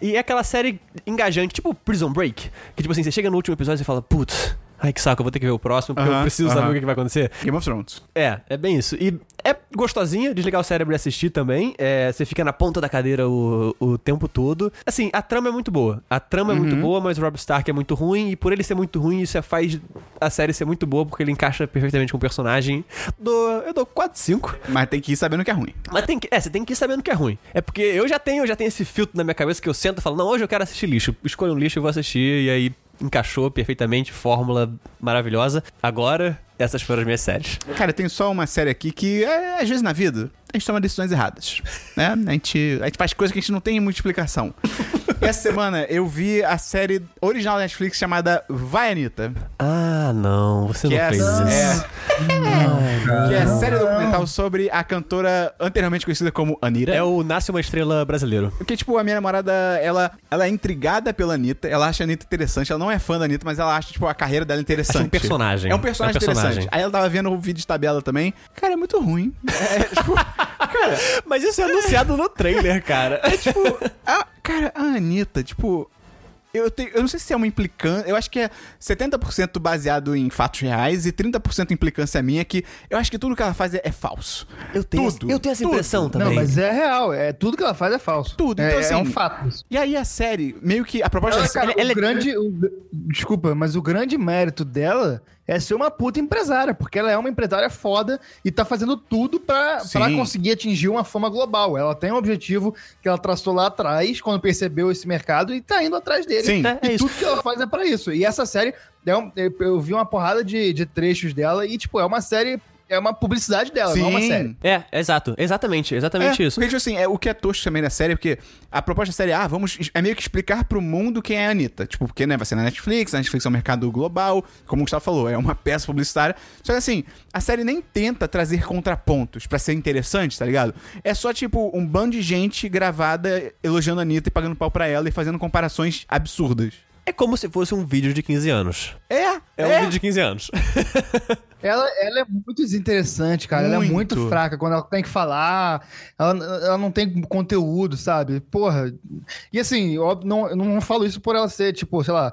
Speaker 3: e é aquela série engajante, tipo Prison Break, que, tipo assim, você chega no último episódio e fala, putz... Ai, que saco, eu vou ter que ver o próximo, porque eu
Speaker 1: Aham,
Speaker 3: preciso saber
Speaker 1: aham.
Speaker 3: o que que vai acontecer.
Speaker 1: Game of Thrones.
Speaker 3: É, é bem isso. E é gostosinha, desligar o cérebro e assistir também. É, você fica na ponta da cadeira o, o tempo todo. Assim, a trama é muito boa. A trama é muito boa, mas o Rob Stark é muito ruim. E por ele ser muito ruim, isso é- faz a série ser muito boa, porque ele encaixa perfeitamente com o personagem. Dou- eu dou 4, 5.
Speaker 1: Mas tem que ir sabendo que é ruim.
Speaker 3: Mas tem que, é, você tem que ir sabendo que é ruim. É porque eu já tenho, eu já tenho esse filtro na minha cabeça que eu sento e falo, não, hoje eu quero assistir lixo. Escolho um lixo e vou assistir. E aí encaixou perfeitamente, fórmula maravilhosa. Agora, essas foram as minhas séries.
Speaker 1: Cara, tem só uma série aqui que, é, às vezes na vida, a gente toma decisões erradas. Né? A gente, a gente faz coisas que a gente não tem muita explicação. Essa semana eu vi a série original da Netflix chamada Vai Anitta.
Speaker 3: Ah, não, você
Speaker 1: Que
Speaker 3: não
Speaker 1: é,
Speaker 3: fez isso.
Speaker 1: é, que é série documental sobre a cantora anteriormente conhecida como Anira.
Speaker 3: É. o Nasce uma Estrela brasileiro.
Speaker 1: Porque, tipo, a minha namorada, ela, ela é intrigada pela Anitta, ela acha a Anitta interessante, ela não é fã da Anitta, mas ela acha, tipo, a carreira dela interessante.
Speaker 3: Acha um personagem.
Speaker 1: É um personagem,
Speaker 3: É um personagem.
Speaker 1: interessante. Aí ela tava vendo o vídeo de tabela também. Cara, é muito ruim. É, tipo, cara,
Speaker 3: Mas isso é anunciado no trailer, cara. É tipo.
Speaker 1: a, cara, a Anitta, tipo. Eu, tenho- eu não sei se é uma implicância. Eu acho que é 70% baseado em fatos reais e 30% implicância minha, que eu acho que tudo que ela faz é, é falso.
Speaker 3: tipo, Eu tenho,
Speaker 1: Tudo,
Speaker 3: eu tenho essa
Speaker 1: tudo.
Speaker 3: impressão também.
Speaker 2: Não, mas é real. É, tudo que ela faz é falso.
Speaker 1: Tudo,
Speaker 2: É,
Speaker 1: então, assim,
Speaker 2: é um fato. isso.
Speaker 1: E aí a série, meio que. A proposta é
Speaker 2: Ela,
Speaker 1: da série.
Speaker 2: cara, o grande. o gr- desculpa, mas o grande mérito dela é ser uma puta empresária, porque ela é uma empresária foda e tá fazendo tudo pra, pra
Speaker 1: Sim.
Speaker 2: conseguir atingir uma fama global. Ela tem um objetivo que ela traçou lá atrás, quando percebeu esse mercado, e tá indo atrás dele.
Speaker 1: Sim.
Speaker 3: É, é
Speaker 2: e
Speaker 3: isso.
Speaker 2: tudo que ela faz é pra isso. E essa série, é um- eu eu vi uma porrada de, de trechos dela e, tipo, é uma série. É uma publicidade dela, não é uma série.
Speaker 3: É, exato. Exatamente, exatamente
Speaker 1: É,
Speaker 3: isso.
Speaker 1: Porque, tipo assim, é, o que é tosco também na série, porque a proposta da série, ah, vamos. É meio que explicar pro mundo quem é a Anitta. Tipo, porque, né, vai ser na Netflix, a Netflix é um mercado global, como o Gustavo falou, é uma peça publicitária. Só que assim, a série nem tenta trazer contrapontos pra ser interessante, tá ligado? É só, tipo, um bando de gente gravada elogiando a Anitta e pagando pau pra ela e fazendo comparações absurdas.
Speaker 3: É como se fosse um vídeo de 15 anos.
Speaker 1: É!
Speaker 3: É, um vídeo de 15 anos.
Speaker 2: Ela, ela é muito desinteressante, cara. Ela é
Speaker 1: Muito.
Speaker 2: muito fraca quando ela tem que falar. Ela, ela não tem conteúdo, sabe? Porra. E assim, eu não, eu não falo isso por ela ser, tipo, sei lá.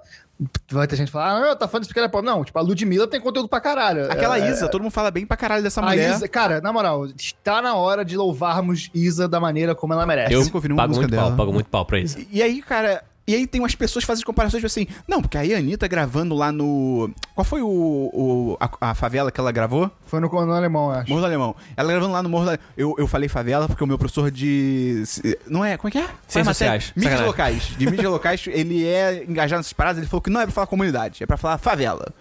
Speaker 2: Vai ter gente que fala, ah, tá falando isso porque ela é pobre. Não, tipo, a Ludmilla tem conteúdo pra caralho.
Speaker 1: Aquela
Speaker 2: Ela-
Speaker 1: Isa, todo mundo fala bem pra caralho dessa
Speaker 2: é, A
Speaker 1: mulher.
Speaker 2: Isa, cara, na moral, está na hora de louvarmos Isa da maneira como ela merece.
Speaker 1: nunca ouvi nenhuma
Speaker 3: pago
Speaker 1: música
Speaker 3: muito pau,
Speaker 1: dela.
Speaker 3: pago muito pau pra isso.
Speaker 1: E aí, cara. E aí tem umas pessoas que fazem comparações tipo assim, não, porque aí a Anitta gravando lá no. Qual foi o, o- a, a favela que ela gravou?
Speaker 2: Foi no Condão Alemão, eu acho.
Speaker 1: Morro do Alemão. Ela gravando lá no Morro do Alemão. Eu, eu falei favela porque o meu professor de. Não é? Como é que é?
Speaker 3: Ciências
Speaker 1: Qual é a matéria?
Speaker 3: sociais.
Speaker 1: Mídias
Speaker 3: Sacanagem.
Speaker 1: locais. De mídias locais, ele é engajado nessas paradas. Ele falou que não é pra falar comunidade, é pra falar favela.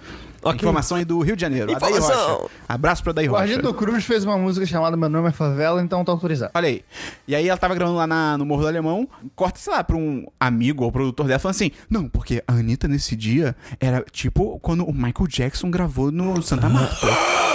Speaker 3: Ok.
Speaker 1: Informações do Rio de Janeiro. A Daí
Speaker 3: Informação.
Speaker 1: Rocha. Abraço pra Daí
Speaker 2: O
Speaker 1: Rocha.
Speaker 2: Arlindo Cruz fez uma música chamada Meu Nome é Favela, então tá autorizado.
Speaker 1: Olha aí. E aí ela tava gravando lá na- no Morro do Alemão, corta, sei lá, pra um amigo ou produtor dela, falando assim, não, porque a Anitta nesse dia era tipo quando o Michael Jackson gravou no Santa Marta.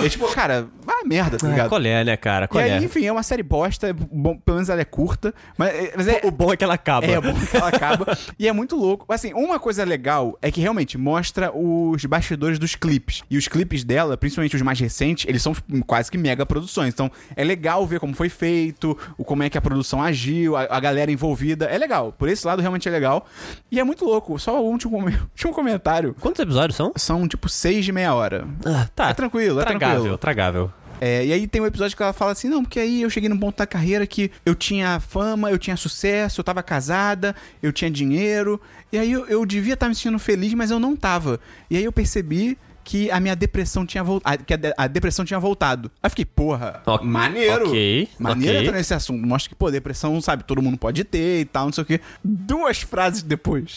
Speaker 1: é tipo, cara, vai merda, tá ligado?
Speaker 3: Colher, né, cara?
Speaker 1: e
Speaker 3: Colher.
Speaker 1: aí, enfim, é uma série bosta, é bom, pelo menos ela é curta, mas, é- mas é,
Speaker 3: O bom é que ela acaba.
Speaker 1: é bom que ela acaba. e é muito louco. Assim, uma coisa legal é que realmente mostra os bastidores dos clipes. E os clipes dela, principalmente os mais recentes, eles são quase que mega produções. Então, é legal ver como foi feito, o, como é que a produção agiu, a, a galera envolvida. É legal. Por esse lado, realmente é legal. E é muito louco. Só o último, com- último comentário.
Speaker 3: Quantos episódios são?
Speaker 1: São, tipo, seis de meia hora.
Speaker 3: Ah, tá.
Speaker 1: É tranquilo, é
Speaker 3: tragável,
Speaker 1: tranquilo.
Speaker 3: tragável.
Speaker 1: É, e aí tem um episódio que ela fala assim, não, porque aí eu cheguei num ponto da carreira que eu tinha fama, eu tinha sucesso, eu tava casada, eu tinha dinheiro, e aí eu, eu devia estar me sentindo feliz, mas eu não tava. E aí eu percebi que a minha depressão tinha voltado, que a, de- a depressão tinha voltado. Aí eu fiquei, porra,
Speaker 3: Ok,
Speaker 1: maneiro.
Speaker 3: ok,
Speaker 1: maneiro
Speaker 3: ok.
Speaker 1: entrar nesse assunto. Mostra que, pô, depressão, sabe, todo mundo pode ter e tal, não sei o quê. Duas frases depois.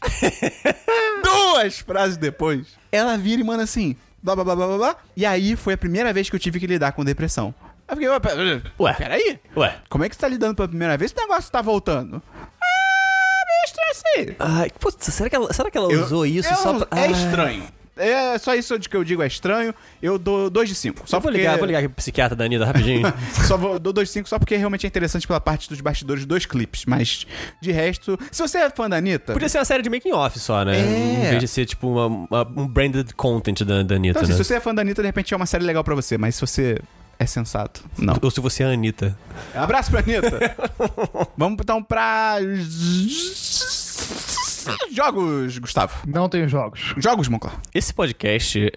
Speaker 1: Duas frases depois, ela vira e manda assim, blá blá blá blá blá, blá. E aí foi a primeira vez que eu tive que lidar com depressão. Aí eu fiquei, ué, pera-
Speaker 3: Ué.
Speaker 1: peraí.
Speaker 3: Ué.
Speaker 1: Como é que você tá lidando pela primeira vez? Esse negócio tá voltando. Ah, meio estranho assim.
Speaker 3: Ai, putz, será que ela, será que ela
Speaker 1: Eu-
Speaker 3: usou isso
Speaker 1: eu
Speaker 3: só
Speaker 1: não-
Speaker 3: pra...
Speaker 1: É
Speaker 3: Ah.
Speaker 1: estranho. É só isso de que eu digo é estranho. Eu dou 2 de 5. Só
Speaker 3: Eu vou
Speaker 1: porque-
Speaker 3: ligar, vou ligar aqui pro psiquiatra da Anitta rapidinho.
Speaker 1: só vou, dou 2.5 só porque realmente é interessante pela parte dos bastidores dos clipes. Mas de resto, se você é fã da Anitta,
Speaker 3: Podia ser uma série de making-off só, né?
Speaker 1: É.
Speaker 3: Em vez de ser, tipo, uma- uma- um branded content da, da Anitta,
Speaker 1: então, assim,
Speaker 3: né?
Speaker 1: se você é fã da Anitta, de repente é uma série legal pra você. Mas se você é sensato, não.
Speaker 3: Ou se você é a Anitta.
Speaker 1: Abraço pra Anitta. Vamos então pra. Jogos, Gustavo.
Speaker 2: Não tenho jogos.
Speaker 1: Jogos, Monclar.
Speaker 3: Esse podcast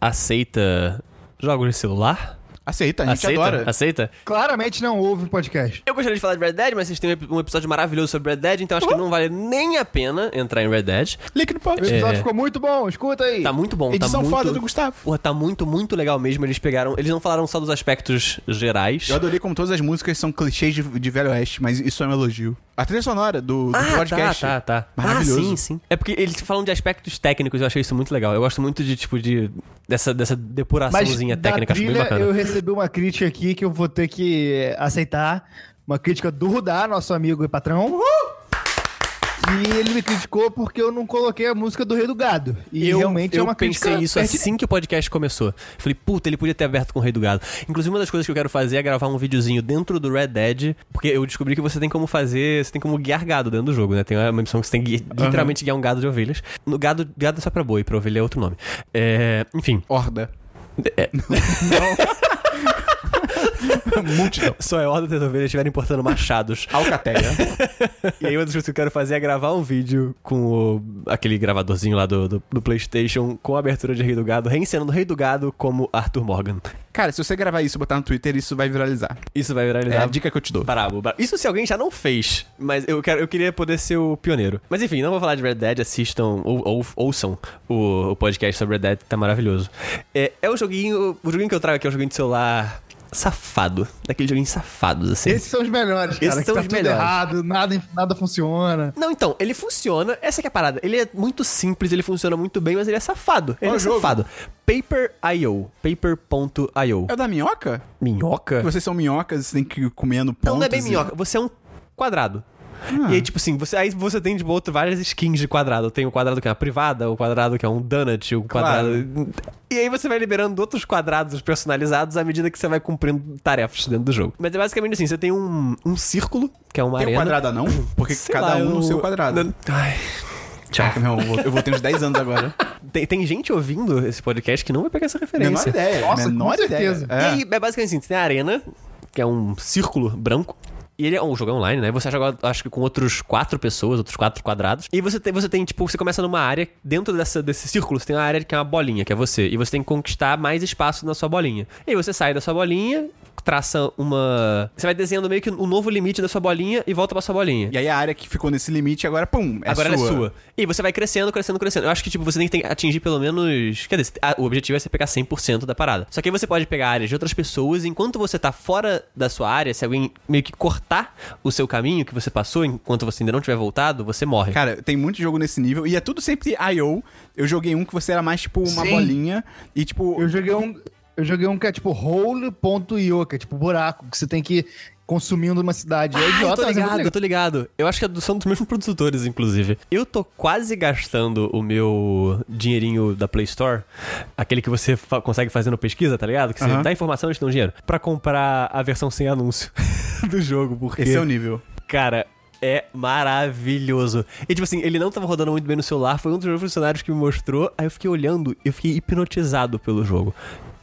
Speaker 3: aceita jogos de celular?
Speaker 1: Aceita, a gente
Speaker 3: aceita?
Speaker 1: adora.
Speaker 3: Aceita?
Speaker 2: Claramente não houve podcast.
Speaker 3: Eu gostaria de falar de Red Dead, mas vocês têm um ep- um episódio maravilhoso sobre Red Dead, então acho que não vale nem a pena entrar em Red Dead.
Speaker 1: Link no post.
Speaker 2: O episódio
Speaker 3: É.
Speaker 2: ficou muito bom, escuta aí.
Speaker 3: Tá muito bom, tá
Speaker 1: Edição
Speaker 3: muito...
Speaker 1: foda do Gustavo.
Speaker 3: Porra, tá muito, muito legal mesmo. Eles pegaram... Eles não falaram só dos aspectos gerais.
Speaker 1: Eu adorei como todas as músicas são clichês de, de Velho Oeste, mas isso é um elogio. A trilha sonora do, do
Speaker 3: Ah,
Speaker 1: podcast.
Speaker 3: tá, tá, tá.
Speaker 1: Maravilhoso.
Speaker 3: Ah, sim, sim. É porque eles falam de aspectos técnicos, eu achei isso muito legal. Eu gosto muito de, tipo, de... Dessa, dessa
Speaker 2: Mas
Speaker 3: depuraçãozinha
Speaker 2: da
Speaker 3: técnica, acho bem
Speaker 2: trilha,
Speaker 3: bacana.
Speaker 2: eu recebi uma crítica aqui que eu vou ter que eh, aceitar. Uma crítica do Rudá, nosso amigo e patrão. E ele me criticou porque eu não coloquei a música do Rei do Gado. E realmente
Speaker 3: eu
Speaker 2: é uma crítica.
Speaker 3: pensei isso
Speaker 2: pertinente.
Speaker 3: assim que o podcast começou. Falei, puta, ele podia ter aberto com o Rei do Gado. Inclusive, uma das coisas que eu quero fazer é gravar um videozinho dentro do Red Dead, porque eu descobri que você tem como fazer, você tem como guiar gado dentro do jogo, né? Tem uma missão que você tem que gui- literalmente guiar um gado de ovelhas. No gado, gado é só pra boi, pra ovelha é outro nome. É, enfim,
Speaker 1: Horda.
Speaker 3: É.
Speaker 1: Multidão.
Speaker 3: só é ordem das ovelhas estiverem importando machados.
Speaker 1: Alcateia.
Speaker 3: E aí, uma das coisas que eu quero fazer é gravar um vídeo com o- aquele gravadorzinho lá do, do, do PlayStation com a abertura de Rei do Gado, reencenando o Rei do Gado como Arthur Morgan.
Speaker 1: Cara, se você gravar isso e botar no Twitter, isso vai viralizar.
Speaker 3: Isso vai
Speaker 1: É a
Speaker 3: viralizar.
Speaker 1: dica que eu te dou.
Speaker 3: Brabo, brabo. Isso se alguém já não fez, mas eu, quero, eu queria poder ser o pioneiro. Mas enfim, não vou falar de Red Dead, assistam ou, ou- ouçam o, o podcast sobre Red Dead, que tá maravilhoso. É, é o joguinho, o joguinho que eu trago aqui é um joguinho de celular safado, daqueles joguinhos safados, assim.
Speaker 2: Esses são os melhores, cara.
Speaker 3: Esses
Speaker 2: que
Speaker 3: são
Speaker 2: tá
Speaker 3: os
Speaker 2: tudo
Speaker 3: melhores.
Speaker 2: errado, nada, nada funciona.
Speaker 3: Não, então, ele funciona, essa que é a parada. Ele é muito simples, ele funciona muito bem, mas ele é safado. Ele
Speaker 1: Qual
Speaker 3: é
Speaker 1: o jogo?
Speaker 3: safado. Paper.io, paper.io.
Speaker 1: É o da minhoca?
Speaker 3: Minhoca?
Speaker 1: Vocês são minhocas, você tem que ir comendo pontos.
Speaker 3: Não, não é bem
Speaker 1: e- Ah.
Speaker 3: minhoca, você é um quadrado. E aí, tipo assim, você, aí você tem de volta várias skins de quadrado. Tem o quadrado que é uma privada, o quadrado que é um donut, o quadrado. E aí você vai liberando outros quadrados personalizados à medida que você vai cumprindo tarefas dentro do jogo. Mas é basicamente assim: você tem um, um círculo, que é uma
Speaker 1: Tem um
Speaker 3: arena.
Speaker 1: quadrado não? Porque
Speaker 3: Sei
Speaker 1: cada
Speaker 3: lá,
Speaker 1: um
Speaker 3: eu- Tá.
Speaker 1: no seu quadrado.
Speaker 3: Não- Ai. Tchau.
Speaker 1: Caraca, meu, eu vou- eu vou ter uns 10 anos agora.
Speaker 3: Tem, tem gente ouvindo esse podcast que não vai pegar essa
Speaker 1: Menor
Speaker 3: referência.
Speaker 1: ideia.
Speaker 2: Nossa,
Speaker 1: menor
Speaker 2: com
Speaker 1: ideia.
Speaker 2: certeza.
Speaker 1: É.
Speaker 3: E aí, é basicamente assim, você tem a arena, que é um círculo branco. E ele é um jogo online, né? Você joga, acho que com outros quatro pessoas, outros quatro quadrados. E você tem, você tem, tipo, você começa numa área, dentro dessa, desse círculo, você tem uma área que é uma bolinha, que é você. E você tem que conquistar mais espaço na sua bolinha. E aí você sai da sua bolinha, traça uma. Você vai desenhando meio que um novo limite da sua bolinha e volta pra sua bolinha.
Speaker 1: E aí a área que ficou nesse limite agora, pum, é
Speaker 3: Agora
Speaker 1: sua.
Speaker 3: ela é sua. E você vai crescendo, crescendo, crescendo. Eu acho que, tipo, você tem que atingir pelo menos. Quer dizer, a- o objetivo é você pegar 100% da parada. Só que aí você pode pegar áreas de outras pessoas. Enquanto você tá fora da sua área, se alguém meio que cortar o seu caminho que você passou, enquanto você ainda não tiver voltado, você morre.
Speaker 1: Cara, tem muito jogo nesse nível. E é tudo sempre I.O. Eu joguei um que você era mais, tipo, uma
Speaker 2: Sim.
Speaker 1: bolinha. E, tipo,
Speaker 2: Eu joguei um. Eu joguei um que é tipo hole.io, que é tipo buraco, que você tem que ir consumindo uma cidade. É
Speaker 3: Ah, eu
Speaker 1: tá
Speaker 2: idiota,
Speaker 3: tô
Speaker 2: mas é muito
Speaker 3: ligado, eu tô ligado. Eu acho que é do- são dos mesmos produtores, inclusive. Eu tô quase gastando o meu dinheirinho da Play Store, aquele que você fa- consegue fazendo pesquisa, tá ligado? Que você
Speaker 1: Aham.
Speaker 3: dá informação e te dá um dinheiro, pra comprar a versão sem anúncio do jogo, porque,
Speaker 1: esse é o nível.
Speaker 3: cara... É maravilhoso. E tipo assim, ele não tava rodando muito bem no celular, foi um dos meus funcionários que me mostrou, aí eu fiquei olhando, eu fiquei hipnotizado pelo jogo.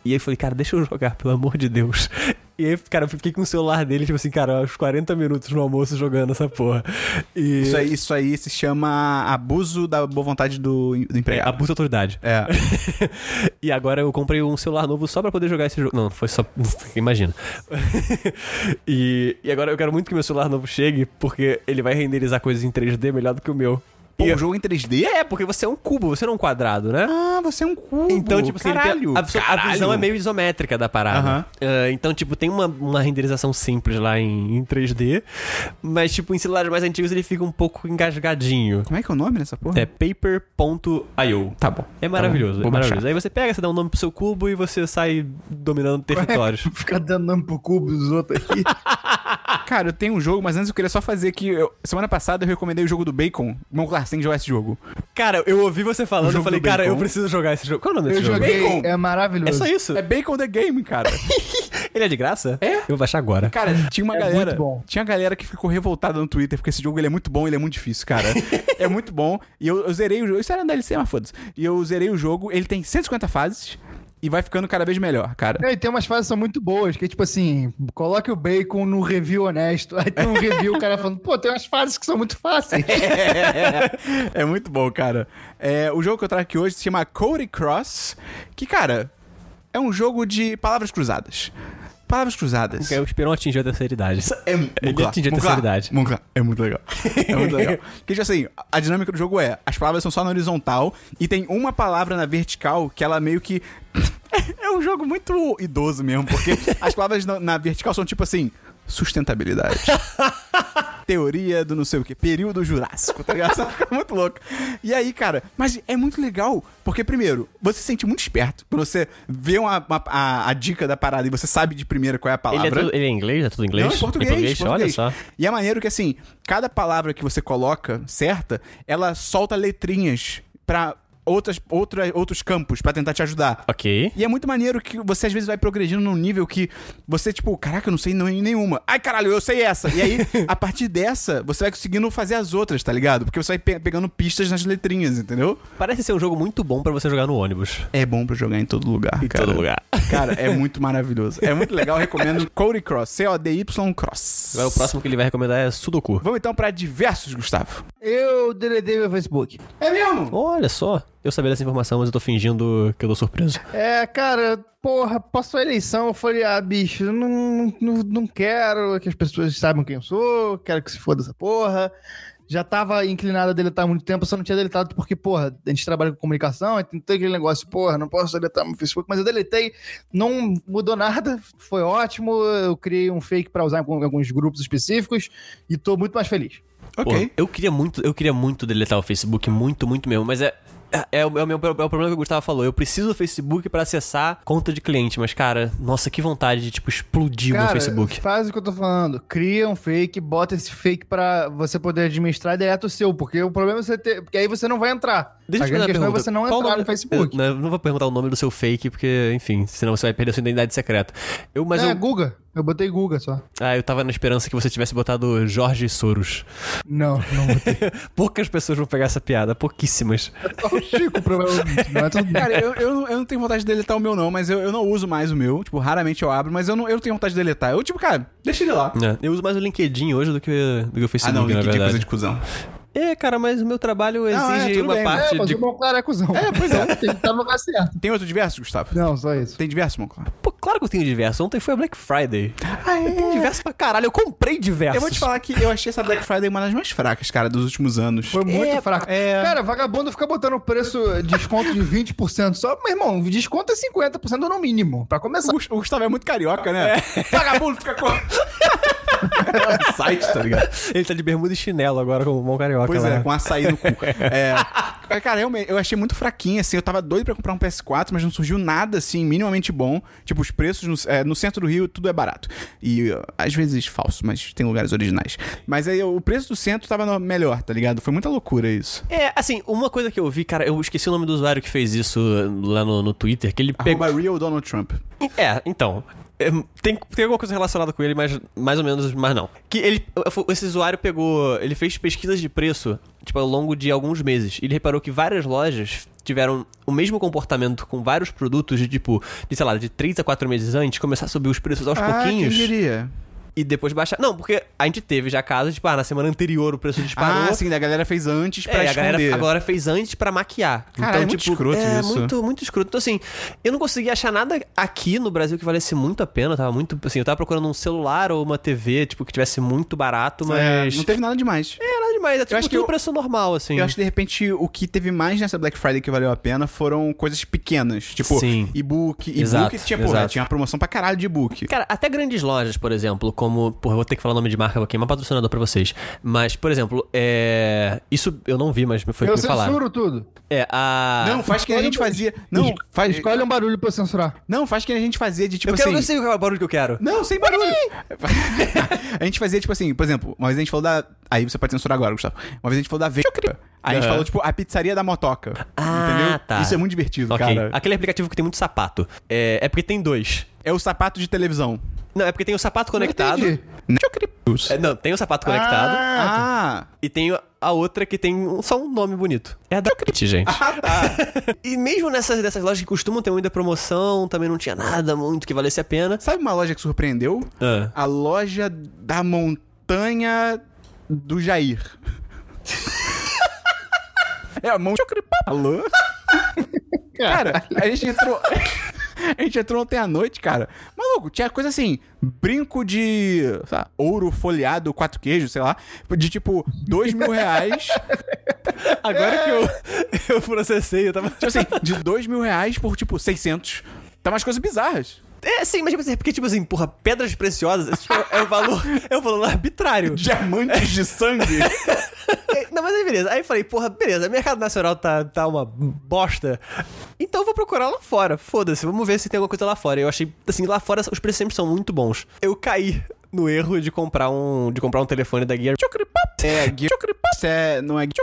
Speaker 3: E aí eu falei, cara, deixa eu jogar, pelo amor de Deus. E aí, cara, eu fiquei com o celular dele, tipo assim, cara, uns 40 minutos no almoço jogando essa porra. E.
Speaker 1: Isso aí, isso aí se chama abuso da boa vontade do, do
Speaker 3: É,
Speaker 1: empregado.
Speaker 3: abuso de autoridade.
Speaker 1: É.
Speaker 3: e agora eu comprei um celular novo só pra poder jogar esse jogo. Não, foi só. Imagina. e, e agora eu quero muito que meu celular novo chegue, porque ele vai renderizar coisas em 3D melhor do que o meu.
Speaker 1: Pô,
Speaker 3: E-
Speaker 1: o jogo em 3D?
Speaker 3: É, porque você é um cubo, você não é um quadrado, né?
Speaker 1: Ah, você é um cubo.
Speaker 3: Então, tipo, assim, ele tem-
Speaker 1: caralho.
Speaker 3: a, visão- a
Speaker 1: caralho.
Speaker 3: visão é meio isométrica da parada.
Speaker 1: Aham.
Speaker 3: Ah, então, tipo, tem uma, uma renderização simples lá em, em 3D, mas, tipo, em celulares mais antigos ele fica um pouco engasgadinho.
Speaker 1: Como é que é o nome dessa porra?
Speaker 3: É paper.io.
Speaker 1: Tá bom.
Speaker 3: É
Speaker 1: Tá
Speaker 3: maravilhoso,
Speaker 1: bom, vou
Speaker 3: é maravilhoso.
Speaker 1: baixar.
Speaker 3: Aí você pega, você dá um nome pro seu cubo e você sai dominando territórios.
Speaker 2: Vou Ficar dando nome pro cubo dos outros aqui.
Speaker 1: Cara, eu tenho um jogo, mas antes eu queria só fazer que... eu- semana passada eu recomendei o jogo do Bacon. Meu claro, tem que jogar esse jogo.
Speaker 3: Cara, eu ouvi você falando, eu
Speaker 1: jogo
Speaker 3: falei,
Speaker 1: do
Speaker 3: cara, eu
Speaker 1: Bacon.
Speaker 3: preciso jogar esse jogo. Qual é o nome
Speaker 2: eu
Speaker 3: desse jogo?
Speaker 2: joguei,
Speaker 1: Bacon.
Speaker 2: é
Speaker 3: É
Speaker 2: maravilhoso.
Speaker 3: só isso?
Speaker 1: É Bacon the Game, cara.
Speaker 3: Ele é de graça?
Speaker 1: É.
Speaker 3: Eu vou baixar agora.
Speaker 1: Cara, tinha uma
Speaker 2: É
Speaker 1: galera.
Speaker 2: muito bom.
Speaker 1: Tinha galera que ficou revoltada no Twitter, porque esse jogo ele é muito bom, ele é muito difícil, cara. é muito bom. E eu, eu zerei o jogo. Isso era na DLC, mas foda-se. E eu zerei o jogo, ele tem 150 fases e vai ficando cada vez melhor, cara.
Speaker 2: Não, e tem umas fases que são muito boas, que é tipo assim, coloque o bacon no review honesto. Aí tem um review, o cara falando, pô, tem umas fases que são muito fáceis.
Speaker 1: É, muito bom, cara. É, o jogo que eu trago aqui hoje se chama Cody Cross, que, cara, é um jogo de palavras cruzadas. Palavras cruzadas.
Speaker 3: É, O Esperon atingiu a terceira idade.
Speaker 1: É,
Speaker 3: Ele
Speaker 1: Monclar,
Speaker 3: atingiu a terceira
Speaker 1: Monclar,
Speaker 3: idade.
Speaker 1: Monclar, é muito legal. É muito legal. Porque, tipo assim, a dinâmica do jogo é: as palavras são só na horizontal e tem uma palavra na vertical que ela meio que. é um jogo muito idoso mesmo, porque as palavras na, na vertical são tipo assim: sustentabilidade. Teoria do não sei o que, período jurássico, tá ligado? Essa coisa é muito louco. E aí, cara, mas é muito legal, porque primeiro, você se sente muito esperto. Quando você vê uma, uma- a, a dica da parada e você sabe de primeira qual é a palavra.
Speaker 3: Ele é, tudo, ele é inglês? É tudo inglês?
Speaker 1: Não, em português,
Speaker 3: Em
Speaker 1: português.
Speaker 3: Olha só.
Speaker 1: E é maneiro que, assim, cada palavra que você coloca certa, ela solta letrinhas pra outras, outra, outros campos pra tentar te ajudar.
Speaker 3: Ok.
Speaker 1: E é muito maneiro que você às vezes vai progredindo num nível que você, tipo, caraca, eu não sei não- nenhuma. Ai, caralho, eu sei essa. E aí, a partir dessa, você vai conseguindo fazer as outras, tá ligado? Porque você vai pe- pegando pistas nas letrinhas, entendeu?
Speaker 3: Parece ser um jogo muito bom pra você jogar no ônibus.
Speaker 1: É bom pra jogar em todo lugar, cara.
Speaker 3: lugar.
Speaker 1: Cara, é muito maravilhoso. É muito legal, recomendo Cody Cross, C-O-D-Y Cross.
Speaker 3: Agora o próximo que ele vai recomendar é Sudoku.
Speaker 1: Vamos então pra diversos, Gustavo.
Speaker 2: Eu deletei meu Facebook.
Speaker 1: É mesmo?
Speaker 3: Olha só. Eu sabia dessa informação, mas eu tô fingindo que eu tô surpreso.
Speaker 2: É, cara, porra, passou a eleição, eu falei, ah, bicho, eu não, não, não quero que as pessoas saibam quem eu sou, quero que se foda essa porra. Já tava inclinado a deletar há muito tempo, só não tinha deletado porque, porra, a gente trabalha com comunicação, então tem aquele negócio, porra, não posso deletar meu Facebook, mas eu deletei, não mudou nada, foi ótimo, eu criei um fake pra usar em alguns grupos específicos e tô muito mais feliz.
Speaker 1: Ok.
Speaker 3: Pô, eu queria muito, eu queria muito deletar o Facebook, muito, muito mesmo, mas é é o, é o meu, é o problema que o Gustavo falou. Eu preciso do Facebook pra acessar conta de cliente, mas cara, nossa, que vontade de tipo explodir o meu
Speaker 2: Cara,
Speaker 3: Facebook.
Speaker 2: Faz o que eu tô falando. Cria um fake, bota esse fake pra você poder administrar e deleta o seu, porque o problema é você ter. Porque aí você não vai entrar.
Speaker 3: Deixa
Speaker 2: a
Speaker 3: eu te
Speaker 2: grande
Speaker 3: fazer uma
Speaker 2: questão
Speaker 3: pergunta.
Speaker 2: é você não
Speaker 3: Qual o
Speaker 2: entrar
Speaker 3: nome-
Speaker 2: no Facebook.
Speaker 3: Eu- não, eu não vou perguntar o nome do seu fake, porque, enfim, senão você vai perder a sua identidade secreta. Eu, mas
Speaker 2: é,
Speaker 3: eu,
Speaker 2: Guga. Eu botei Guga só.
Speaker 3: ah, eu tava na esperança que você tivesse botado Jorge Soros.
Speaker 2: Não, não botei. É
Speaker 3: Poucas pessoas vão pegar essa piada, pouquíssimas.
Speaker 2: Só o Chico, provavelmente. Não é todo mundo.
Speaker 1: Cara, eu, eu, não, eu não tenho vontade de deletar o meu, não, mas eu, eu não uso mais o meu. Tipo, raramente eu abro, mas eu não, eu não tenho vontade de deletar. Eu, tipo, cara, deixa ele lá.
Speaker 3: É, Eu uso mais o LinkedIn hoje do que, do que o
Speaker 1: Ah,
Speaker 3: Facebook,
Speaker 1: não,
Speaker 3: na
Speaker 1: LinkedIn é
Speaker 3: verdade.
Speaker 1: coisa de cuzão.
Speaker 3: É, cara, mas o meu trabalho
Speaker 1: Não, é,
Speaker 3: exige
Speaker 1: tudo
Speaker 3: uma
Speaker 1: bem,
Speaker 2: É,
Speaker 3: parte
Speaker 2: mas
Speaker 3: de.
Speaker 2: o Monclar é cuzão. É, pois é. Tem que estar no lugar certo.
Speaker 1: Tem outro diverso, Gustavo?
Speaker 2: Não, só isso.
Speaker 1: Tem diverso, Monclar?
Speaker 3: Pô, claro que eu tenho diverso. Ontem foi a Black Friday.
Speaker 1: Ah,
Speaker 2: É.
Speaker 3: Tem diverso pra caralho. Eu comprei diversos.
Speaker 1: Eu vou te falar que eu achei essa Black Friday uma das mais fracas, cara, dos últimos anos.
Speaker 2: Foi muito
Speaker 3: É,
Speaker 2: fraco.
Speaker 1: é.
Speaker 2: Cara, vagabundo fica botando preço, desconto de 20% só. Meu irmão, desconto é 50% no mínimo, pra
Speaker 1: O
Speaker 2: começar.
Speaker 1: Gus- o Gustavo é muito carioca, né? Vagabundo fica com. É um site, tá ligado?
Speaker 3: Ele tá de bermuda e chinelo agora com o mão carioca.
Speaker 1: Pois
Speaker 3: lá.
Speaker 1: é, com açaí no cu. É, Mas, cara, eu, eu achei muito fraquinho, assim. Eu tava doido pra comprar um PS4, mas não surgiu nada, assim, minimamente bom. Tipo, os preços no, é, no centro do Rio, tudo é barato. E ó, às vezes falso, mas tem lugares originais. Mas aí o preço do centro tava no- melhor, tá ligado? Foi muita loucura isso.
Speaker 3: É, assim, uma coisa que eu vi, cara, eu esqueci o nome do usuário que fez isso uh, lá no, no Twitter, que ele pegou.
Speaker 1: Arroba real Donald Trump.
Speaker 3: É, então. é, Tem, tem alguma coisa relacionada com ele, mas mais ou menos, mas não. Que ele. Esse usuário pegou. Ele fez pesquisas de preço, tipo, ao longo de alguns meses. E ele reparou que várias lojas tiveram o mesmo comportamento com vários produtos de tipo, de, sei lá, de 3 a 4 meses antes, começar a subir os preços aos pouquinhos
Speaker 1: Ah, quem diria?
Speaker 3: e depois baixar. Não, porque a gente teve já casos, tipo, ah, na semana anterior o preço disparou.
Speaker 1: Ah, sim, a galera fez antes pra
Speaker 3: É, a
Speaker 1: esconder.
Speaker 3: galera agora fez antes pra maquiar.
Speaker 1: Cara, é muito escroto
Speaker 3: é
Speaker 1: isso.
Speaker 3: muito, muito escroto. Então, assim, eu não consegui achar nada aqui no Brasil que valesse muito a pena. Eu Tava muito, assim, eu tava procurando um celular ou uma TV, tipo, que tivesse muito barato, mas...
Speaker 1: É, não teve nada demais.
Speaker 3: É, nada demais. É, tipo,
Speaker 1: acho que
Speaker 3: tudo
Speaker 1: eu-
Speaker 3: preço normal, assim.
Speaker 1: Eu acho que de repente o que teve mais nessa Black Friday que valeu a pena foram coisas pequenas, tipo
Speaker 3: Sim.
Speaker 1: e-book,
Speaker 3: Exato,
Speaker 1: e-book tinha, porra,
Speaker 3: exato.
Speaker 1: tinha uma promoção pra caralho de e-book.
Speaker 3: Cara, até grandes lojas, por exemplo, como. Porra, eu vou ter que falar o nome de marca aqui, uma patrocinador pra vocês. Mas, por exemplo, é. Isso eu não vi, mas foi o
Speaker 2: Eu
Speaker 3: que me falaram.
Speaker 2: censuro tudo.
Speaker 3: É, a.
Speaker 1: Não, faz que nem a gente fazia. Não, faz
Speaker 2: Escolhe um barulho pra eu censurar.
Speaker 1: Não, faz que nem a gente fazia de tipo
Speaker 3: eu quero
Speaker 1: assim.
Speaker 3: eu sei é o barulho que eu quero.
Speaker 1: Não, sem barulho. a gente fazia tipo assim, por exemplo, uma vez a gente falou da aí você pode censurar agora, Gustavo. Uma vez a gente falou da Ve- Aí a gente
Speaker 3: Aham.
Speaker 1: falou, tipo, a pizzaria da motoca.
Speaker 3: Ah,
Speaker 1: entendeu?
Speaker 3: tá.
Speaker 1: Isso é muito divertido,
Speaker 3: Ok.
Speaker 1: cara.
Speaker 3: Aquele aplicativo que tem muito sapato. É, é porque tem dois.
Speaker 1: É o sapato de televisão. né?
Speaker 3: Não, é porque tem o sapato conectado.
Speaker 2: entendi.
Speaker 3: É, não, tem o sapato conectado.
Speaker 1: Ah,
Speaker 3: E tem a outra que tem um- só um nome bonito. É a da Crit, gente.
Speaker 1: ah, tá.
Speaker 3: e mesmo nessas dessas lojas que costumam ter muita promoção, também não tinha nada muito que valesse a pena.
Speaker 1: sabe uma loja que surpreendeu?
Speaker 3: Ah.
Speaker 1: A loja da montanha do Jair. é a mão. Alô? Cara, a gente entrou. A gente entrou ontem à noite, cara. Maluco, tinha coisa assim, brinco de sei lá, ouro folheado, quatro queijos, sei lá, de tipo, dois mil reais.
Speaker 3: Agora que eu, eu processei, eu tava.
Speaker 1: tipo assim, de dois mil reais por tipo 600. Tá umas coisas bizarras.
Speaker 3: É, sim, mas tipo assim, é porque, tipo assim, porra, pedras preciosas esse tipo, é, o valor, é o valor arbitrário.
Speaker 1: Diamantes de sangue.
Speaker 3: É, Não, mas aí beleza. Aí eu falei, porra, beleza, mercado nacional tá, tá uma bosta. Então eu vou procurar lá fora. Foda-se, vamos ver se tem alguma coisa lá fora. Eu achei, assim, lá fora os preços sempre são muito bons. Eu caí no erro de comprar um, de comprar um telefone da Gear.
Speaker 1: É, gui- Isso é, não é gui-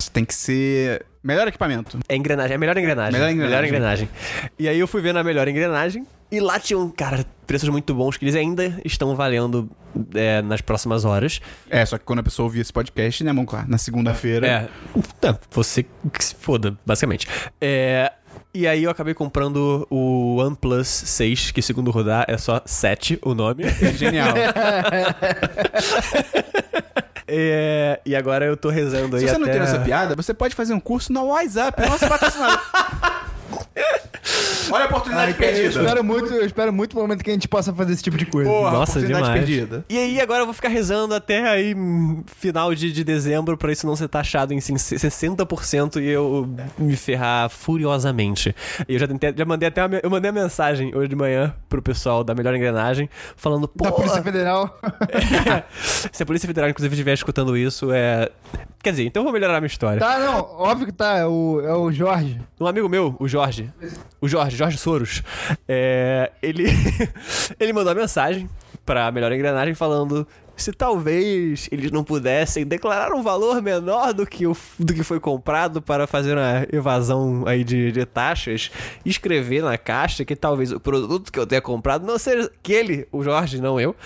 Speaker 1: Isso tem que ser melhor equipamento.
Speaker 3: É engrenagem, é a melhor engrenagem.
Speaker 1: Melhor engrenagem.
Speaker 3: engrenagem. E aí eu fui vendo a melhor engrenagem. E lá tinham, cara, preços muito bons que eles ainda estão valendo é, nas próximas horas.
Speaker 1: É, só que quando a pessoa ouvir esse podcast, né, Monclar? Na segunda-feira.
Speaker 3: É. Tá, você que se foda, basicamente. É. E aí eu acabei comprando o OnePlus 6, que segundo rodar é só 7 o nome.
Speaker 1: É Genial.
Speaker 3: É, e agora eu tô rezando aí
Speaker 1: Se você não
Speaker 3: até...
Speaker 1: tem essa piada, você pode fazer um curso no WhatsApp, nosso patrocinador. Olha a oportunidade
Speaker 2: Eu espero muito, eu espero muito o momento que a gente possa fazer esse tipo de coisa.
Speaker 1: Porra,
Speaker 3: Nossa,
Speaker 1: oportunidade
Speaker 3: demais.
Speaker 1: perdida.
Speaker 3: E aí agora eu vou ficar rezando até aí hum, final de, de dezembro pra isso não ser taxado em cin- 60% e eu me ferrar furiosamente. E eu já tentei, já mandei até uma, me- eu mandei uma mensagem hoje de manhã pro pessoal da Melhor Engrenagem falando, pô,
Speaker 2: Da Tá Polícia Federal.
Speaker 3: Se a Polícia Federal, inclusive, estiver escutando isso, é. Quer dizer, então eu vou melhorar a minha história.
Speaker 2: Tá, não, óbvio que tá, é o, é o Jorge.
Speaker 3: Um amigo meu, o Jorge. O Jorge, Jorge Soros. é, ele. ele mandou uma mensagem pra melhor engrenagem falando. Se talvez eles não pudessem declarar um valor menor do que, o, do que foi comprado para fazer uma evasão aí de, de taxas, escrever na caixa que talvez o produto que eu tenha comprado não seja aquele, o Jorge, não eu,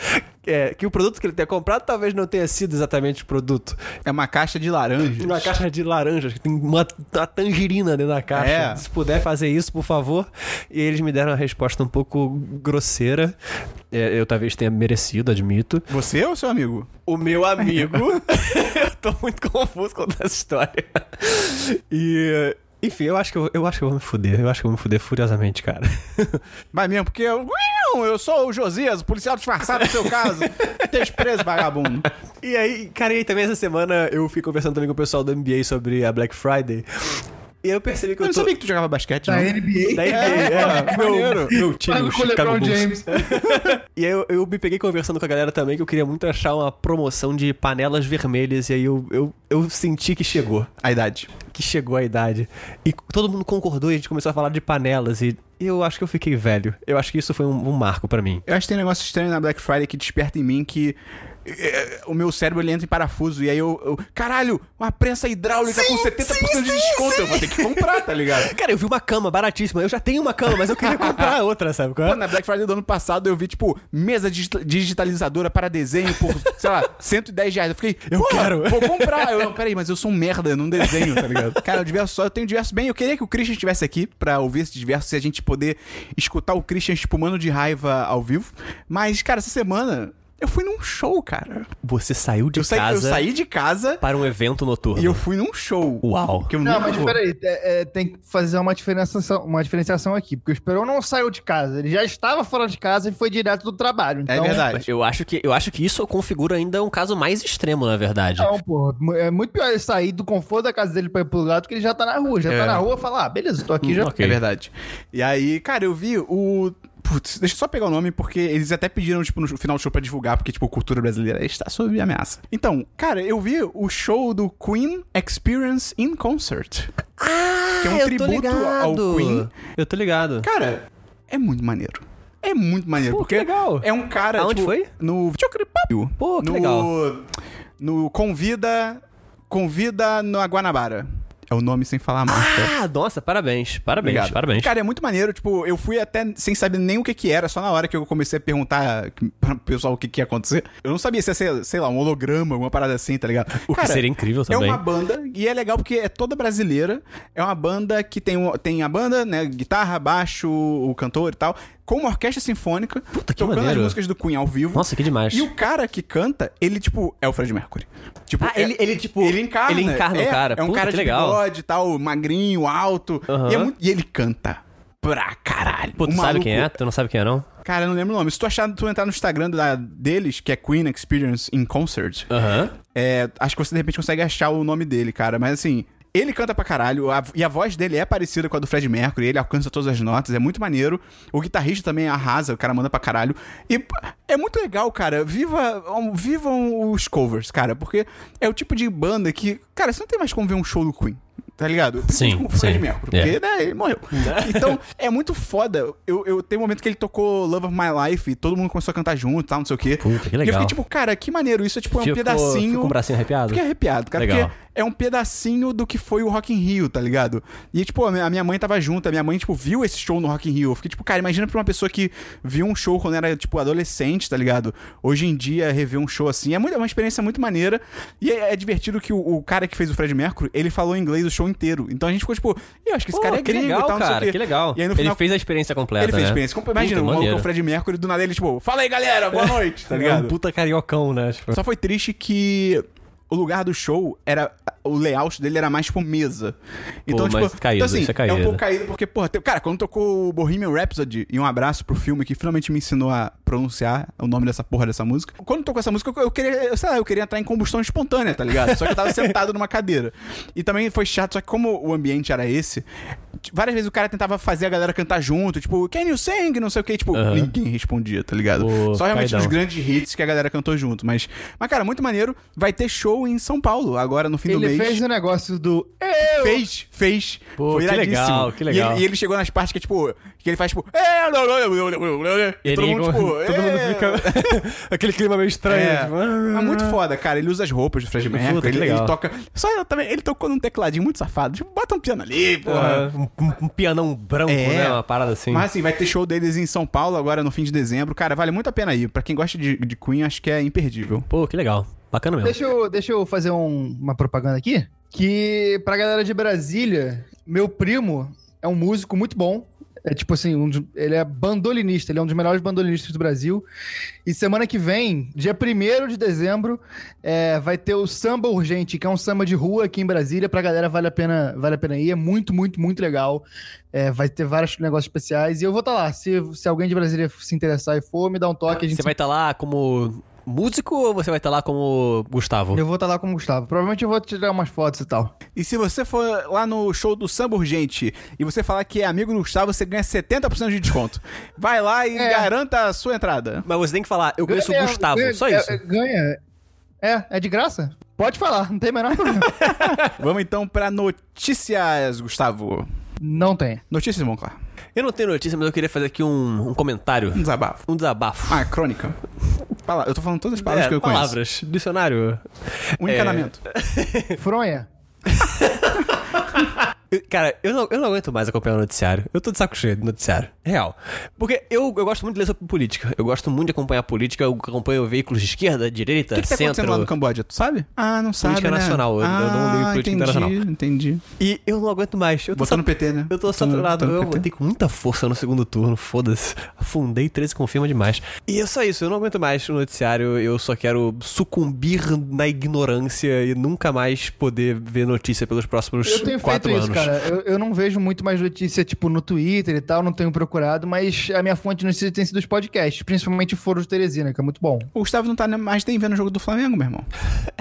Speaker 3: é, que o produto que ele tenha comprado talvez não tenha sido exatamente o produto.
Speaker 1: É uma caixa de laranjas.
Speaker 3: Uma caixa de laranjas, que tem uma, uma tangerina dentro da caixa.
Speaker 1: É.
Speaker 3: Se puder fazer isso, por favor. E eles me deram uma resposta um pouco grosseira. É, eu talvez tenha merecido, admito.
Speaker 1: Você ou seu amigo?
Speaker 3: O meu amigo. eu tô muito confuso com essa história. E. Enfim, eu acho, que eu, eu acho que eu vou me fuder. Eu acho que eu vou me fuder furiosamente, cara.
Speaker 1: Vai mesmo, porque eu. Uiu, Eu sou o Josias, o policial disfarçado no seu caso. Esteja preso, vagabundo.
Speaker 3: E aí, cara, e aí também essa semana eu fui conversando também com o pessoal do NBA sobre a Black Friday. E eu percebi que
Speaker 1: Eu
Speaker 3: eu
Speaker 1: não
Speaker 3: tô... Tá
Speaker 1: sabia que tu jogava basquete,
Speaker 2: Da
Speaker 1: não.
Speaker 2: NBA.
Speaker 3: Da NBA, é, meu, meu time,
Speaker 2: Pago
Speaker 3: o
Speaker 2: Tá com o
Speaker 3: Tá Chicago
Speaker 2: LeBron
Speaker 3: Bulls.
Speaker 2: James.
Speaker 3: E aí eu, eu me peguei conversando com a galera também que eu queria muito achar uma promoção de panelas vermelhas. E aí eu, eu, eu senti que chegou.
Speaker 1: A idade.
Speaker 3: Que chegou a idade. E todo mundo concordou e a gente começou a falar de panelas. E eu acho que eu fiquei velho. Eu acho que isso foi um, um marco pra mim.
Speaker 1: Eu acho que tem um negócio estranho na Black Friday que desperta em mim que. é, O meu cérebro ele entra em parafuso e aí eu. eu- caralho, uma prensa hidráulica
Speaker 3: Sim,
Speaker 1: com 70%
Speaker 3: sim,
Speaker 1: de
Speaker 3: sim,
Speaker 1: desconto.
Speaker 3: sim.
Speaker 1: Eu vou ter que comprar, tá ligado?
Speaker 3: Cara, eu vi uma cama baratíssima. Eu já tenho uma cama, mas eu queria comprar outra, sabe? qual é?
Speaker 1: Pô, na Black Friday do ano passado eu vi, tipo, mesa digita- digitalizadora para desenho por, sei lá, 110 reais. Eu fiquei,
Speaker 3: Eu
Speaker 1: "Porra,
Speaker 3: quero."
Speaker 1: Vou comprar. Eu, não, peraí, mas eu sou um merda num desenho, tá ligado? Cara, eu diverso só, eu tenho diverso bem. Eu queria que o Christian estivesse aqui pra ouvir esse diverso e a gente poder escutar o Christian espumando de raiva ao vivo. Mas, cara, essa semana eu fui num show, cara.
Speaker 3: Você saiu de
Speaker 1: Eu, saí, eu
Speaker 3: casa
Speaker 1: saí de casa
Speaker 3: para um evento noturno.
Speaker 1: e eu fui num show.
Speaker 3: Uau.
Speaker 1: Que eu
Speaker 2: Não,
Speaker 1: nunca
Speaker 2: mas
Speaker 1: vou.
Speaker 2: peraí, é, é, tem que fazer uma diferenciação, uma diferenciação aqui, porque o Esperon não saiu de casa, ele já estava fora de casa e foi direto do trabalho. Então,
Speaker 1: É verdade.
Speaker 3: Mas Eu acho, que, eu acho que isso configura ainda um caso mais extremo, na verdade.
Speaker 2: Não, pô, mu- é muito pior ele sair do conforto da casa dele pra ir pro lado que ele já tá na rua, já
Speaker 3: É.
Speaker 2: tá na rua, fala, ah, beleza, tô aqui
Speaker 3: Hum,
Speaker 2: já.
Speaker 3: ok.
Speaker 1: É verdade. E aí, cara, eu vi o. Putz, deixa eu só pegar o nome, porque eles até pediram, tipo, no final do show pra divulgar, porque, tipo, cultura brasileira está sob ameaça. Então, cara, eu vi o show do Queen Experience in Concert.
Speaker 3: Ah,
Speaker 1: Que é um tributo ao Queen.
Speaker 3: Eu tô ligado.
Speaker 1: Cara, é muito maneiro. É muito maneiro,
Speaker 3: Pô, que
Speaker 1: porque
Speaker 3: legal.
Speaker 1: é um cara.
Speaker 3: Aonde
Speaker 1: tipo,
Speaker 3: foi?
Speaker 1: No Tchocrepápio.
Speaker 3: Pô, que
Speaker 1: no...
Speaker 3: legal.
Speaker 1: No Convida. Convida na Guanabara. É o nome sem falar a marca.
Speaker 3: Ah, nossa, parabéns. Parabéns,
Speaker 1: Obrigado.
Speaker 3: parabéns.
Speaker 1: Cara, é muito maneiro. Tipo, eu fui até sem saber nem o que que era, só na hora que eu comecei a perguntar pro pessoal o que que ia acontecer. Eu não sabia se ia ser, sei lá, um holograma, alguma parada assim, tá ligado?
Speaker 3: O que seria incrível
Speaker 1: É
Speaker 3: também.
Speaker 1: uma banda, e é legal porque é toda brasileira. É uma banda que tem, um- tem a banda, né? Guitarra, baixo, o cantor e tal, com uma orquestra sinfônica,
Speaker 3: Puta, que
Speaker 1: tocando
Speaker 3: maneiro.
Speaker 1: as músicas do Queen ao vivo.
Speaker 3: Nossa, que demais.
Speaker 1: E o cara que canta, ele, tipo, é o Fred Mercury. Tipo,
Speaker 3: Ah,
Speaker 1: é-
Speaker 3: ele- ele, tipo,
Speaker 1: Ele encarna.
Speaker 3: ele encarna o
Speaker 1: é,
Speaker 3: cara.
Speaker 1: É um
Speaker 3: Puta,
Speaker 1: cara
Speaker 3: que
Speaker 1: de
Speaker 3: legal.
Speaker 1: bigode e tal, magrinho, alto.
Speaker 3: Aham.
Speaker 1: E, é muito- e ele canta pra caralho.
Speaker 3: Pô, tu
Speaker 1: O
Speaker 3: sabe
Speaker 1: um maluco-
Speaker 3: quem é? Tu não sabe quem é, não?
Speaker 1: Cara, eu não lembro o nome. Se tu achar, tu entrar no Instagram da- deles, que é Queen Experience in Concert,
Speaker 3: Aham.
Speaker 1: é, acho que você, de repente, consegue achar o nome dele, cara. Mas, assim... Ele canta pra caralho, a- e a voz dele é parecida com a do Fred Mercury, ele alcança todas as notas, é muito maneiro. O guitarrista também arrasa, o cara manda pra caralho. E pô, é muito legal, cara. Viva, um, vivam os covers, cara, porque é o tipo de banda que, cara, você não tem mais como ver um show do Queen. Tá ligado?
Speaker 3: Sim,
Speaker 1: Com o Fred
Speaker 3: sim. é.
Speaker 1: Mercury, porque, né, ele morreu. Então, é muito foda. Eu, eu tem um momento que ele tocou Love of My Life e todo mundo começou a cantar junto, tal, não sei o quê.
Speaker 3: Puta, que
Speaker 1: E eu
Speaker 3: legal.
Speaker 1: fiquei tipo, cara, que maneiro. Isso é tipo é um
Speaker 3: Ficou-
Speaker 1: pedacinho.
Speaker 3: ficou com o bracinho arrepiado?
Speaker 1: Fiquei arrepiado, cara.
Speaker 3: Legal.
Speaker 1: Porque é um pedacinho do que foi o Rock in Rio, tá ligado? E, tipo, a minha a minha mãe tava junto, a minha mãe, tipo, viu esse show no Rock in Rio. Eu fiquei, tipo, cara, imagina pra uma pessoa que viu um show quando era, tipo, adolescente, tá ligado? Hoje em dia, rever um show assim é, muito, é uma experiência muito maneira. E é, é divertido que o, o cara que fez o Fred Mercury, ele falou inglês o show inteiro. Então a gente ficou, tipo, eu acho que esse
Speaker 3: Pô,
Speaker 1: cara é
Speaker 3: que
Speaker 1: gringo
Speaker 3: legal,
Speaker 1: e tal, não sei o
Speaker 3: cara,
Speaker 1: quê.
Speaker 3: que legal.
Speaker 1: E aí, no final,
Speaker 3: Ele fez a experiência completa,
Speaker 1: ele fez
Speaker 3: né?
Speaker 1: experiência. Como- Imagina,
Speaker 3: Puta,
Speaker 1: o maluco,
Speaker 3: maneiro.
Speaker 1: o Fred Mercury, do nada ele, tipo, fala aí, galera, boa noite, tá
Speaker 3: É um
Speaker 1: ligado?
Speaker 3: puta cariocão, né? Tipo,
Speaker 1: Só foi triste que o lugar do show era. O layout dele era mais tipo mesa. Então,
Speaker 3: mas
Speaker 1: tipo,
Speaker 3: caído,
Speaker 1: então, assim,
Speaker 3: isso é caído.
Speaker 1: um pouco caído porque, porra, tem- cara, quando tocou o Bohemian Rhapsody, e um abraço pro filme que finalmente me ensinou a pronunciar o nome dessa porra dessa música. Quando tocou essa música, eu- eu queria, eu, sei lá, eu queria entrar em combustão espontânea, tá ligado? Só que eu tava sentado numa cadeira. E também foi chato, só que como o ambiente era esse, t- várias vezes o cara tentava fazer a galera cantar junto, tipo, can you sing? Não sei o que, tipo,
Speaker 3: Aham.
Speaker 1: ninguém respondia, tá ligado?
Speaker 3: Pô,
Speaker 1: Só realmente
Speaker 3: caidão.
Speaker 1: os grandes hits que a galera cantou junto. Mas, mas cara, muito maneiro. Vai ter show em São Paulo agora no fim do
Speaker 2: Ele
Speaker 1: mês.
Speaker 2: fez o negócio do eu,
Speaker 1: Fez, fez.
Speaker 3: Pô,
Speaker 1: Foi
Speaker 3: que
Speaker 1: iradíssimo.
Speaker 3: legal, que legal.
Speaker 1: E ele, e ele chegou nas partes que, é tipo, que ele faz, tipo. "É, blá, blá, blá, blá, blá, blá", E todo mundo, tipo.
Speaker 3: todo mundo
Speaker 1: "É".
Speaker 3: fica. Aquele clima meio estranho.
Speaker 1: É.
Speaker 3: tipo,
Speaker 1: É muito foda, cara. Ele usa as roupas do Fred
Speaker 3: Puta,
Speaker 1: Mercury.
Speaker 3: que
Speaker 1: Ele, ele
Speaker 3: legal.
Speaker 1: toca. Só ele também. Ele tocou num tecladinho muito safado. Tipo, bota um piano ali, porra.
Speaker 3: Porra, um um, um- um pianão branco,
Speaker 1: É.
Speaker 3: né? Uma parada assim.
Speaker 1: Mas assim, vai ter show deles em São Paulo agora no fim de dezembro. Cara, vale muito a pena ir. Pra quem gosta de, de Queen, acho que é imperdível.
Speaker 3: Pô, que legal. Bacana mesmo.
Speaker 2: Deixa eu, deixa eu fazer um- uma propaganda aqui. Que pra galera de Brasília, meu primo é um músico muito bom. É tipo assim, um dos- ele é bandolinista, ele é um dos melhores bandolinistas do Brasil. E semana que vem, dia 1 de dezembro, é, vai ter o Samba Urgente, que é um samba de rua aqui em Brasília. Pra galera, vale a pena, vale a pena ir. É muito, muito, muito legal. É, vai ter vários negócios especiais. E eu vou estar lá. Se, se alguém de Brasília se interessar e for, me dá um toque. A gente
Speaker 3: Você
Speaker 2: se
Speaker 3: vai estar lá como músico ou você vai estar lá como Gustavo?
Speaker 2: Eu vou estar lá com o Gustavo. Provavelmente eu vou tirar umas fotos e tal.
Speaker 1: E se você for lá no show do Samba Urgente e você falar que é amigo do Gustavo, você ganha 70% de desconto. Vai lá e
Speaker 2: É.
Speaker 1: garanta a sua entrada.
Speaker 3: Mas você tem que falar, eu conheço o
Speaker 2: Ganha-
Speaker 3: Gustavo,
Speaker 2: ganha-
Speaker 3: só
Speaker 2: é-
Speaker 3: isso.
Speaker 2: é- Ganha. É, é de graça? Pode falar, não tem o menor problema.
Speaker 1: Vamos então pra notícias, Gustavo.
Speaker 2: não tem.
Speaker 1: Notícias vão, claro.
Speaker 3: Eu não tenho notícia, mas eu queria fazer aqui um, um comentário,
Speaker 1: Um desabafo.
Speaker 3: um desabafo.
Speaker 1: Ah, crônica. Fala- Eu tô falando todas as palavras
Speaker 3: É,
Speaker 1: que eu conheço.
Speaker 3: palavras, dicionário.
Speaker 1: Um encanamento.
Speaker 2: Fronha.
Speaker 3: Eu- Cara, eu não, eu não aguento mais acompanhar o noticiário. Eu tô de saco cheio do noticiário. Real. Porque eu, eu gosto muito de ler sobre política. Eu gosto muito de acompanhar política. Eu acompanho veículos de esquerda, direita,
Speaker 1: O que, que tá acontecendo
Speaker 3: centro.
Speaker 1: lá no Camboja, tu sabe? Ah, não sabe,
Speaker 3: Política
Speaker 1: né?
Speaker 3: nacional, eu- eu não ligo
Speaker 1: Ah,
Speaker 3: política
Speaker 1: entendi,
Speaker 3: internacional.
Speaker 1: entendi.
Speaker 3: E eu não aguento mais. Eu tô
Speaker 1: Botou no
Speaker 3: sat-
Speaker 1: PT, né?
Speaker 3: Eu tô
Speaker 1: Botou no-
Speaker 3: saturado.
Speaker 1: botou no
Speaker 3: Eu
Speaker 1: PT.
Speaker 3: botei com muita força no segundo turno, foda-se. Afundei 13 confirma demais. E é só isso, eu não aguento mais o noticiário. Eu só quero sucumbir na ignorância e nunca mais poder ver notícia pelos próximos
Speaker 2: Eu tenho feito
Speaker 3: quatro anos.
Speaker 2: isso, cara. Eu, eu não vejo muito mais notícia, tipo, no Twitter e tal, não tenho procurado, mas a minha fonte de notícia tem sido os podcasts, principalmente o Foro de Teresina, que é muito bom.
Speaker 1: O Gustavo não tá nem- mais nem vendo o jogo do Flamengo, meu irmão.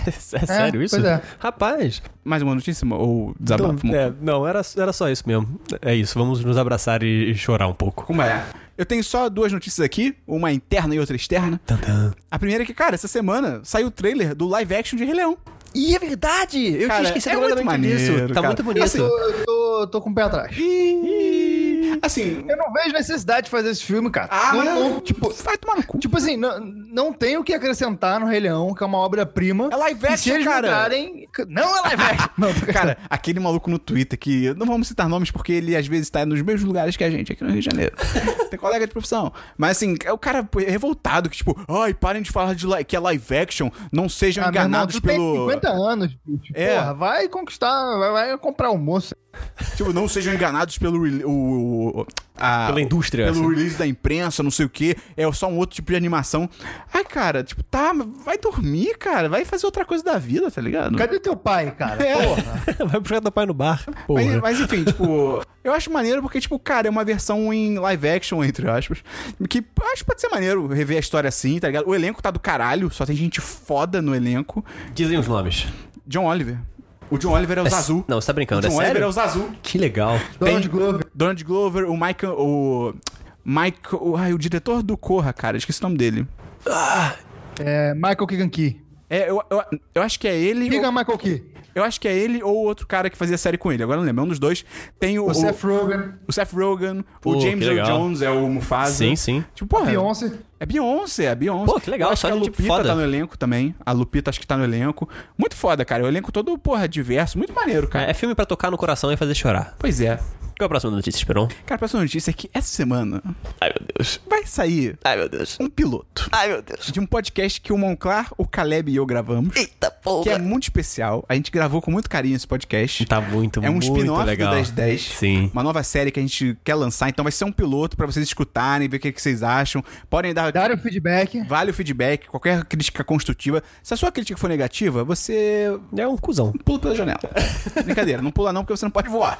Speaker 3: É, sério isso?
Speaker 2: Pois é.
Speaker 3: Rapaz,
Speaker 1: Mais uma notícia ou
Speaker 3: então,
Speaker 1: desabafo?
Speaker 3: é, não, era, era só isso mesmo. É isso, vamos nos abraçar e, e chorar um pouco.
Speaker 1: Como é? Eu tenho só duas notícias aqui, uma interna e outra externa. A primeira é que, cara, essa semana saiu o trailer do live action de Rei Leão.
Speaker 3: E é verdade! Eu
Speaker 1: Cara,
Speaker 3: tinha esquecido
Speaker 1: é muito
Speaker 3: completamente disso.
Speaker 1: maneiro,
Speaker 3: Tá
Speaker 1: cara.
Speaker 3: muito bonito.
Speaker 2: Assim, eu, eu tô, eu tô com o pé atrás.
Speaker 1: Assim,
Speaker 2: Eu não vejo necessidade de fazer esse filme, cara.
Speaker 1: ah,
Speaker 2: não,
Speaker 1: mas,
Speaker 2: não-
Speaker 1: tipo, vai tomar no cu.
Speaker 2: Tipo assim, não, não tem o que acrescentar no Rei Leão, que é uma obra-prima.
Speaker 1: É live
Speaker 2: E se
Speaker 1: action,
Speaker 2: eles
Speaker 1: cara.
Speaker 2: mudarem- Não é live action. Não, tô
Speaker 1: Cara, aquele maluco no Twitter que. Não vamos citar nomes porque ele às vezes tá nos mesmos lugares que a gente aqui no Rio de Janeiro. Tem colega de profissão. Mas assim, é o cara é revoltado que, tipo, ai, parem de falar de li- que é live action, não sejam
Speaker 2: Ah, meu irmão,
Speaker 1: enganados
Speaker 2: tu
Speaker 1: pelo.
Speaker 2: Tem 50 anos, bicho.
Speaker 1: É.
Speaker 2: Porra, vai conquistar, vai, vai comprar almoço.
Speaker 1: Tipo, não sejam enganados pelo. rele- Ah, o- o- a-
Speaker 3: Pela indústria.
Speaker 1: Pelo
Speaker 3: assim.
Speaker 1: release da imprensa, não sei o que. É só um outro tipo de animação. Ai, cara, tipo, tá, mas vai dormir, cara. Vai fazer outra coisa da vida, tá ligado?
Speaker 2: Cadê teu pai, cara?
Speaker 1: É.
Speaker 2: Porra.
Speaker 3: Vai puxar teu pai no bar. Porra.
Speaker 1: Mas, mas, enfim, tipo, eu acho maneiro porque, tipo, cara, é uma versão em live action, entre aspas. Que acho que pode ser maneiro rever a história assim, tá ligado? O elenco tá do caralho, só tem gente foda no elenco.
Speaker 3: Dizem os nomes.
Speaker 1: John Oliver. O John Oliver é o
Speaker 3: É-
Speaker 1: Zazu.
Speaker 3: Não, você tá
Speaker 1: o
Speaker 3: brincando, é
Speaker 1: John Oliver é
Speaker 3: sério?
Speaker 1: o Zazu.
Speaker 3: Que legal.
Speaker 2: Donald Glover.
Speaker 1: Donald Glover, o Michael. O. Mike. O, ai, o diretor do Corra, cara, esqueci o nome dele.
Speaker 2: É, Michael Keegan Key.
Speaker 1: É, eu, eu, eu acho que é ele.
Speaker 2: Keegan
Speaker 1: ou-
Speaker 2: Michael Key.
Speaker 1: eu acho que é ele ou outro cara que fazia série com ele. Agora eu não lembro. É um dos dois. Tem o,
Speaker 2: O
Speaker 1: o,
Speaker 2: Seth Rogen.
Speaker 1: o Seth Rogen,
Speaker 3: Pô,
Speaker 1: o
Speaker 3: que
Speaker 1: James Earl
Speaker 3: legal.
Speaker 1: Jones é o Mufasa.
Speaker 3: Sim, sim.
Speaker 1: Tipo, porra.
Speaker 2: Beyoncé.
Speaker 1: É Beyoncé, é Beyoncé.
Speaker 3: Pô, que legal,
Speaker 1: Eu acho
Speaker 3: só
Speaker 1: que a
Speaker 3: gente
Speaker 1: Lupita
Speaker 3: foda.
Speaker 1: tá no elenco também. A Lupita acho que tá no elenco. Muito foda, cara. O elenco todo, porra, diverso. Muito maneiro, cara.
Speaker 3: É filme pra tocar no coração e fazer chorar.
Speaker 1: Pois é.
Speaker 3: Qual é a próxima notícia, Esperon?
Speaker 1: Cara, a próxima notícia é que essa semana
Speaker 3: Ai, meu Deus.
Speaker 1: vai sair
Speaker 3: Ai, meu Deus.
Speaker 1: um piloto
Speaker 3: Ai, meu Deus.
Speaker 1: de um podcast que o Monclar, o Caleb e eu gravamos.
Speaker 3: Eita porra.
Speaker 1: Que é muito especial. A gente gravou com muito carinho esse podcast.
Speaker 3: Tá muito,
Speaker 1: É um
Speaker 3: muito
Speaker 1: spin-off do
Speaker 3: legal.
Speaker 1: 1010.
Speaker 3: Sim.
Speaker 1: Uma nova série que a gente quer lançar. Então vai ser um piloto pra vocês escutarem, ver o que, que vocês acham. Podem dar.
Speaker 2: Dar o feedback.
Speaker 1: Vale o feedback, qualquer crítica construtiva. Se a sua crítica for negativa, você
Speaker 3: É um cuzão.
Speaker 1: pula pela janela. Brincadeira, não pula não porque você não pode voar.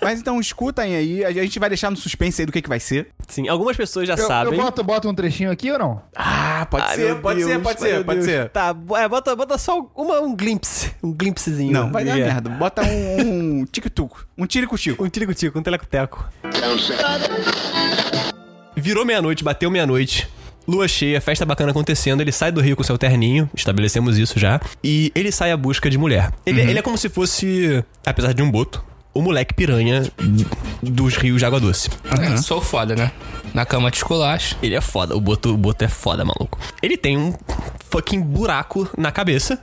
Speaker 1: Mas então escutem aí, a gente vai deixar no suspense aí do que, que vai ser.
Speaker 3: Sim, algumas pessoas já
Speaker 2: Eu,
Speaker 3: sabem.
Speaker 2: eu boto, boto um trechinho aqui ou não?
Speaker 1: Ah, pode
Speaker 3: Ai,
Speaker 1: ser,
Speaker 3: meu
Speaker 1: pode ser,
Speaker 3: Deus,
Speaker 1: pode
Speaker 3: meu
Speaker 1: ser, pode
Speaker 3: Deus.
Speaker 1: ser.
Speaker 3: Tá, bo- é, bota, bota só uma, um glimpse. Um glimpsezinho.
Speaker 1: Não, vai dar
Speaker 3: É.
Speaker 1: merda. Bota um, um tic-tuco, um tirico-tico.
Speaker 3: Um tirico-tico, um telecoteco. Virou meia-noite, bateu meia-noite. Lua cheia, festa bacana acontecendo. Ele sai do rio com seu terninho, estabelecemos isso já. E ele sai à busca de mulher. Ele, ele é como se fosse, apesar de um boto, o moleque piranha dos rios de água doce.
Speaker 4: É, Sou foda, né? Na cama de esculacho.
Speaker 3: Ele é foda, o boto, o boto é foda, maluco. Ele tem um fucking buraco na cabeça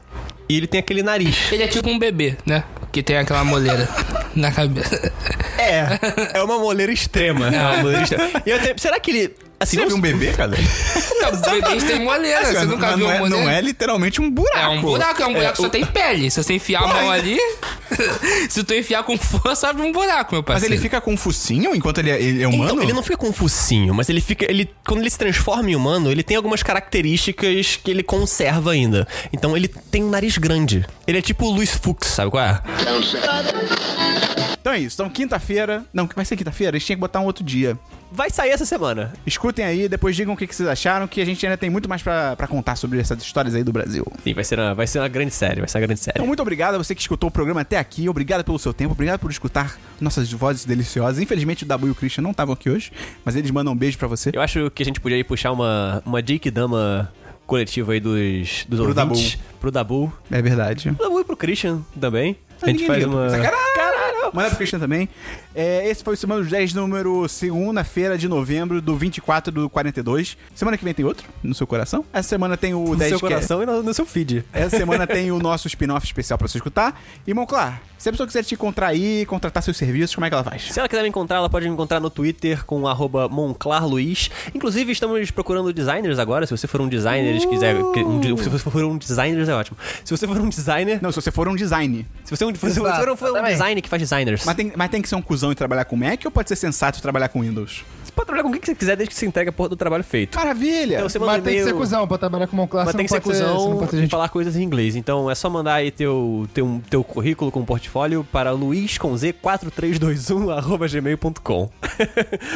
Speaker 3: e ele tem aquele nariz.
Speaker 4: Ele é tipo um bebê, né? Que tem aquela moleira na cabeça.
Speaker 3: É. É uma moleira extrema. É uma moleira extrema. E até, será que ele. Assim,
Speaker 5: Você
Speaker 3: não-
Speaker 5: viu um bebê, cara?
Speaker 4: Não, bebês tem moleira. Você
Speaker 5: Mas
Speaker 4: nunca
Speaker 5: não,
Speaker 4: viu
Speaker 5: é,
Speaker 4: um moleira?
Speaker 5: não é literalmente um buraco.
Speaker 4: É um buraco, é um buraco que
Speaker 5: É,
Speaker 4: só tem pele. Se você enfiar a mão ali, se tu enfiar com força, abre um buraco, meu
Speaker 5: Mas
Speaker 4: parceiro.
Speaker 5: ele fica com um focinho enquanto ele é, ele é humano?
Speaker 3: Então, ele não fica com um focinho, mas ele fica. Ele, quando ele se transforma em humano, ele tem algumas características que ele conserva ainda. Então ele tem um nariz grande. Ele é tipo o Luiz Fux, sabe qual é?
Speaker 1: Então é isso. Então, quinta-feira. Não, que vai ser quinta-feira? A gente tinha que botar um outro dia.
Speaker 3: Vai sair essa semana.
Speaker 1: Escutem aí, depois digam o que, que vocês acharam, que a gente ainda tem muito mais pra pra contar sobre essas histórias aí do Brasil.
Speaker 3: Sim, vai ser uma, vai ser uma grande série, vai ser uma grande série.
Speaker 1: Então, muito obrigado a você que escutou o programa até aqui. Obrigado pelo seu tempo. Obrigado por escutar nossas vozes deliciosas. Infelizmente, o Dabu e o Christian não estavam aqui hoje, mas eles mandam um beijo pra você.
Speaker 3: Eu acho que a gente podia aí puxar uma, uma Jake Dama coletiva aí dos, dos
Speaker 1: Pro
Speaker 3: ouvintes. Pro Dabu.
Speaker 1: É verdade.
Speaker 3: Pro Dabu e pro Christian também. A gente
Speaker 1: Ninguém
Speaker 3: faz
Speaker 1: liga.
Speaker 3: uma.
Speaker 1: Sacanagem! Manda pro Christian também. É, esse foi o Semana dos 10, número segunda-feira de novembro, do 24 do 42. Semana que vem tem outro, no seu coração. Essa semana tem o
Speaker 3: No
Speaker 1: 10
Speaker 3: seu
Speaker 1: que- é-
Speaker 3: coração e no, no seu feed.
Speaker 1: Essa semana tem o nosso spin-off especial pra você escutar. E, Monclar, se a pessoa quiser te encontrar aí, contratar seus serviços, como é que ela faz?
Speaker 3: Se ela quiser me encontrar, ela pode me encontrar no Twitter com arroba monclarluiz. Inclusive, estamos procurando designers agora. Se você for um designer e quiser... que- um de- se você for um designer, é ótimo. Se você for um designer...
Speaker 1: Não, se você for um design.
Speaker 3: Se você, é um- se você
Speaker 2: Exato,
Speaker 3: for um, for um
Speaker 2: também.
Speaker 3: designer que faz designers,
Speaker 1: Mas tem, mas tem que ser um cuzão e trabalhar com Mac ou pode ser sensato e trabalhar com Windows?
Speaker 3: você pode trabalhar com o que você quiser desde que você entregue a porra do trabalho feito.
Speaker 1: Maravilha!
Speaker 3: Então você manda um
Speaker 2: Mas tem que ser
Speaker 3: e-mail-
Speaker 2: cuzão pra trabalhar com mão classe.
Speaker 3: Mas tem que ser
Speaker 2: Não
Speaker 3: cuzão
Speaker 2: pode ser
Speaker 3: e
Speaker 2: gente.
Speaker 3: falar coisas em inglês. Então é só mandar aí teu, teu, teu currículo com portfólio para luiz com z 4321 arroba gmail.com.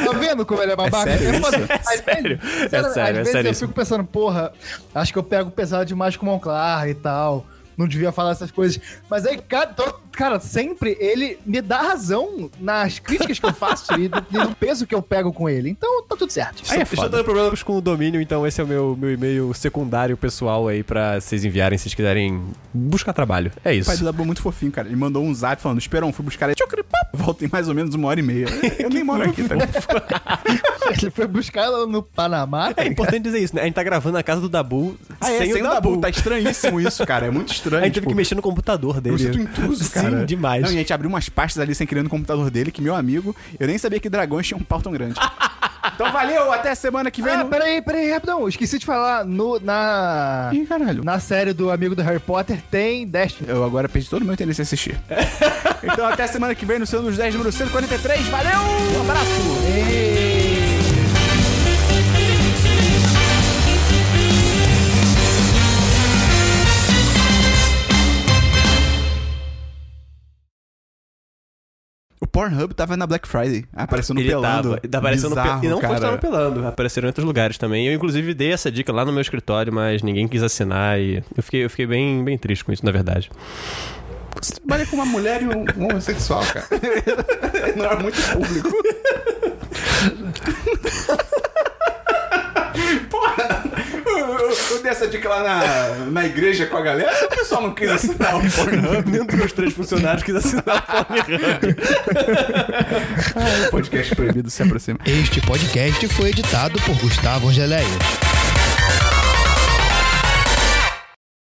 Speaker 2: Tá vendo como ele é babaca?
Speaker 1: sério
Speaker 2: Eu falo-
Speaker 1: isso?
Speaker 2: às vezes-
Speaker 3: sério, é sério,
Speaker 2: sério,
Speaker 3: é
Speaker 2: Às vezes
Speaker 3: sério
Speaker 2: eu
Speaker 3: isso.
Speaker 2: fico pensando, porra, acho que eu pego pesado demais com o Monclar e tal. Não devia falar essas coisas. Mas aí, cara, tô- cara, sempre ele me dá razão nas críticas que eu faço e do, e do peso que eu pego com ele. Então tá tudo certo.
Speaker 3: Aí
Speaker 1: é
Speaker 3: Estou dando problemas com o domínio, então esse é o meu, meu e-mail secundário pessoal aí pra vocês enviarem se vocês quiserem buscar trabalho. É
Speaker 1: O pai do
Speaker 3: isso.
Speaker 1: Dabu é muito fofinho, cara. Ele mandou um zap falando: Esperão, fui buscar ele. Volta em mais ou menos uma hora e meia. Eu nem moro aqui, tá ligado?
Speaker 2: Ele foi buscar ela no Panamá. tá
Speaker 3: tá. É
Speaker 2: ligado?
Speaker 3: importante dizer isso, né? A gente tá gravando na casa do Dabu
Speaker 1: Ah, é, sem, o Dabu. Tá estranhíssimo isso, cara. É muito estranho.
Speaker 3: A gente teve
Speaker 1: tipo,
Speaker 3: que mexer no computador dele.
Speaker 1: Eu sinto um intruso,
Speaker 3: Sim,
Speaker 1: cara.
Speaker 3: demais.
Speaker 1: Não, e a gente abriu umas pastas ali sem querer no computador dele, que meu amigo, eu nem sabia que dragões tinham um pau tão grande. então valeu, até semana que vem.
Speaker 2: Ah,
Speaker 1: no-
Speaker 2: peraí, peraí, rapidão. Esqueci de falar. No, na,
Speaker 1: Ih, caralho.
Speaker 2: na série do amigo do Harry Potter tem Destiny.
Speaker 1: Eu agora perdi todo o meu interesse em assistir. então até semana que vem no Sendo dos 10, número 143. Valeu! Um abraço! O Pornhub tava na Black Friday. Apareceu no
Speaker 3: Ele
Speaker 1: Pelando.
Speaker 3: tava, tá aparecendo
Speaker 1: Bizarro,
Speaker 3: pe- E não foi só
Speaker 1: cara.
Speaker 3: no pelando, apareceram em outros lugares também. Eu, inclusive, dei essa dica lá no meu escritório, mas ninguém quis assinar e eu fiquei, eu fiquei bem, bem triste com isso, na verdade.
Speaker 1: Você trabalha com uma mulher e um um homossexual, cara. Não é muito público. Porra, eu, eu, eu dei essa dica lá na, na igreja com a galera, o pessoal não quis assinar o Pornhub.
Speaker 3: Nenhum dos meus três funcionários quis assinar o Pornhub.
Speaker 1: O podcast proibido se aproxima.
Speaker 6: Este podcast foi editado por Gustavo Angeléia.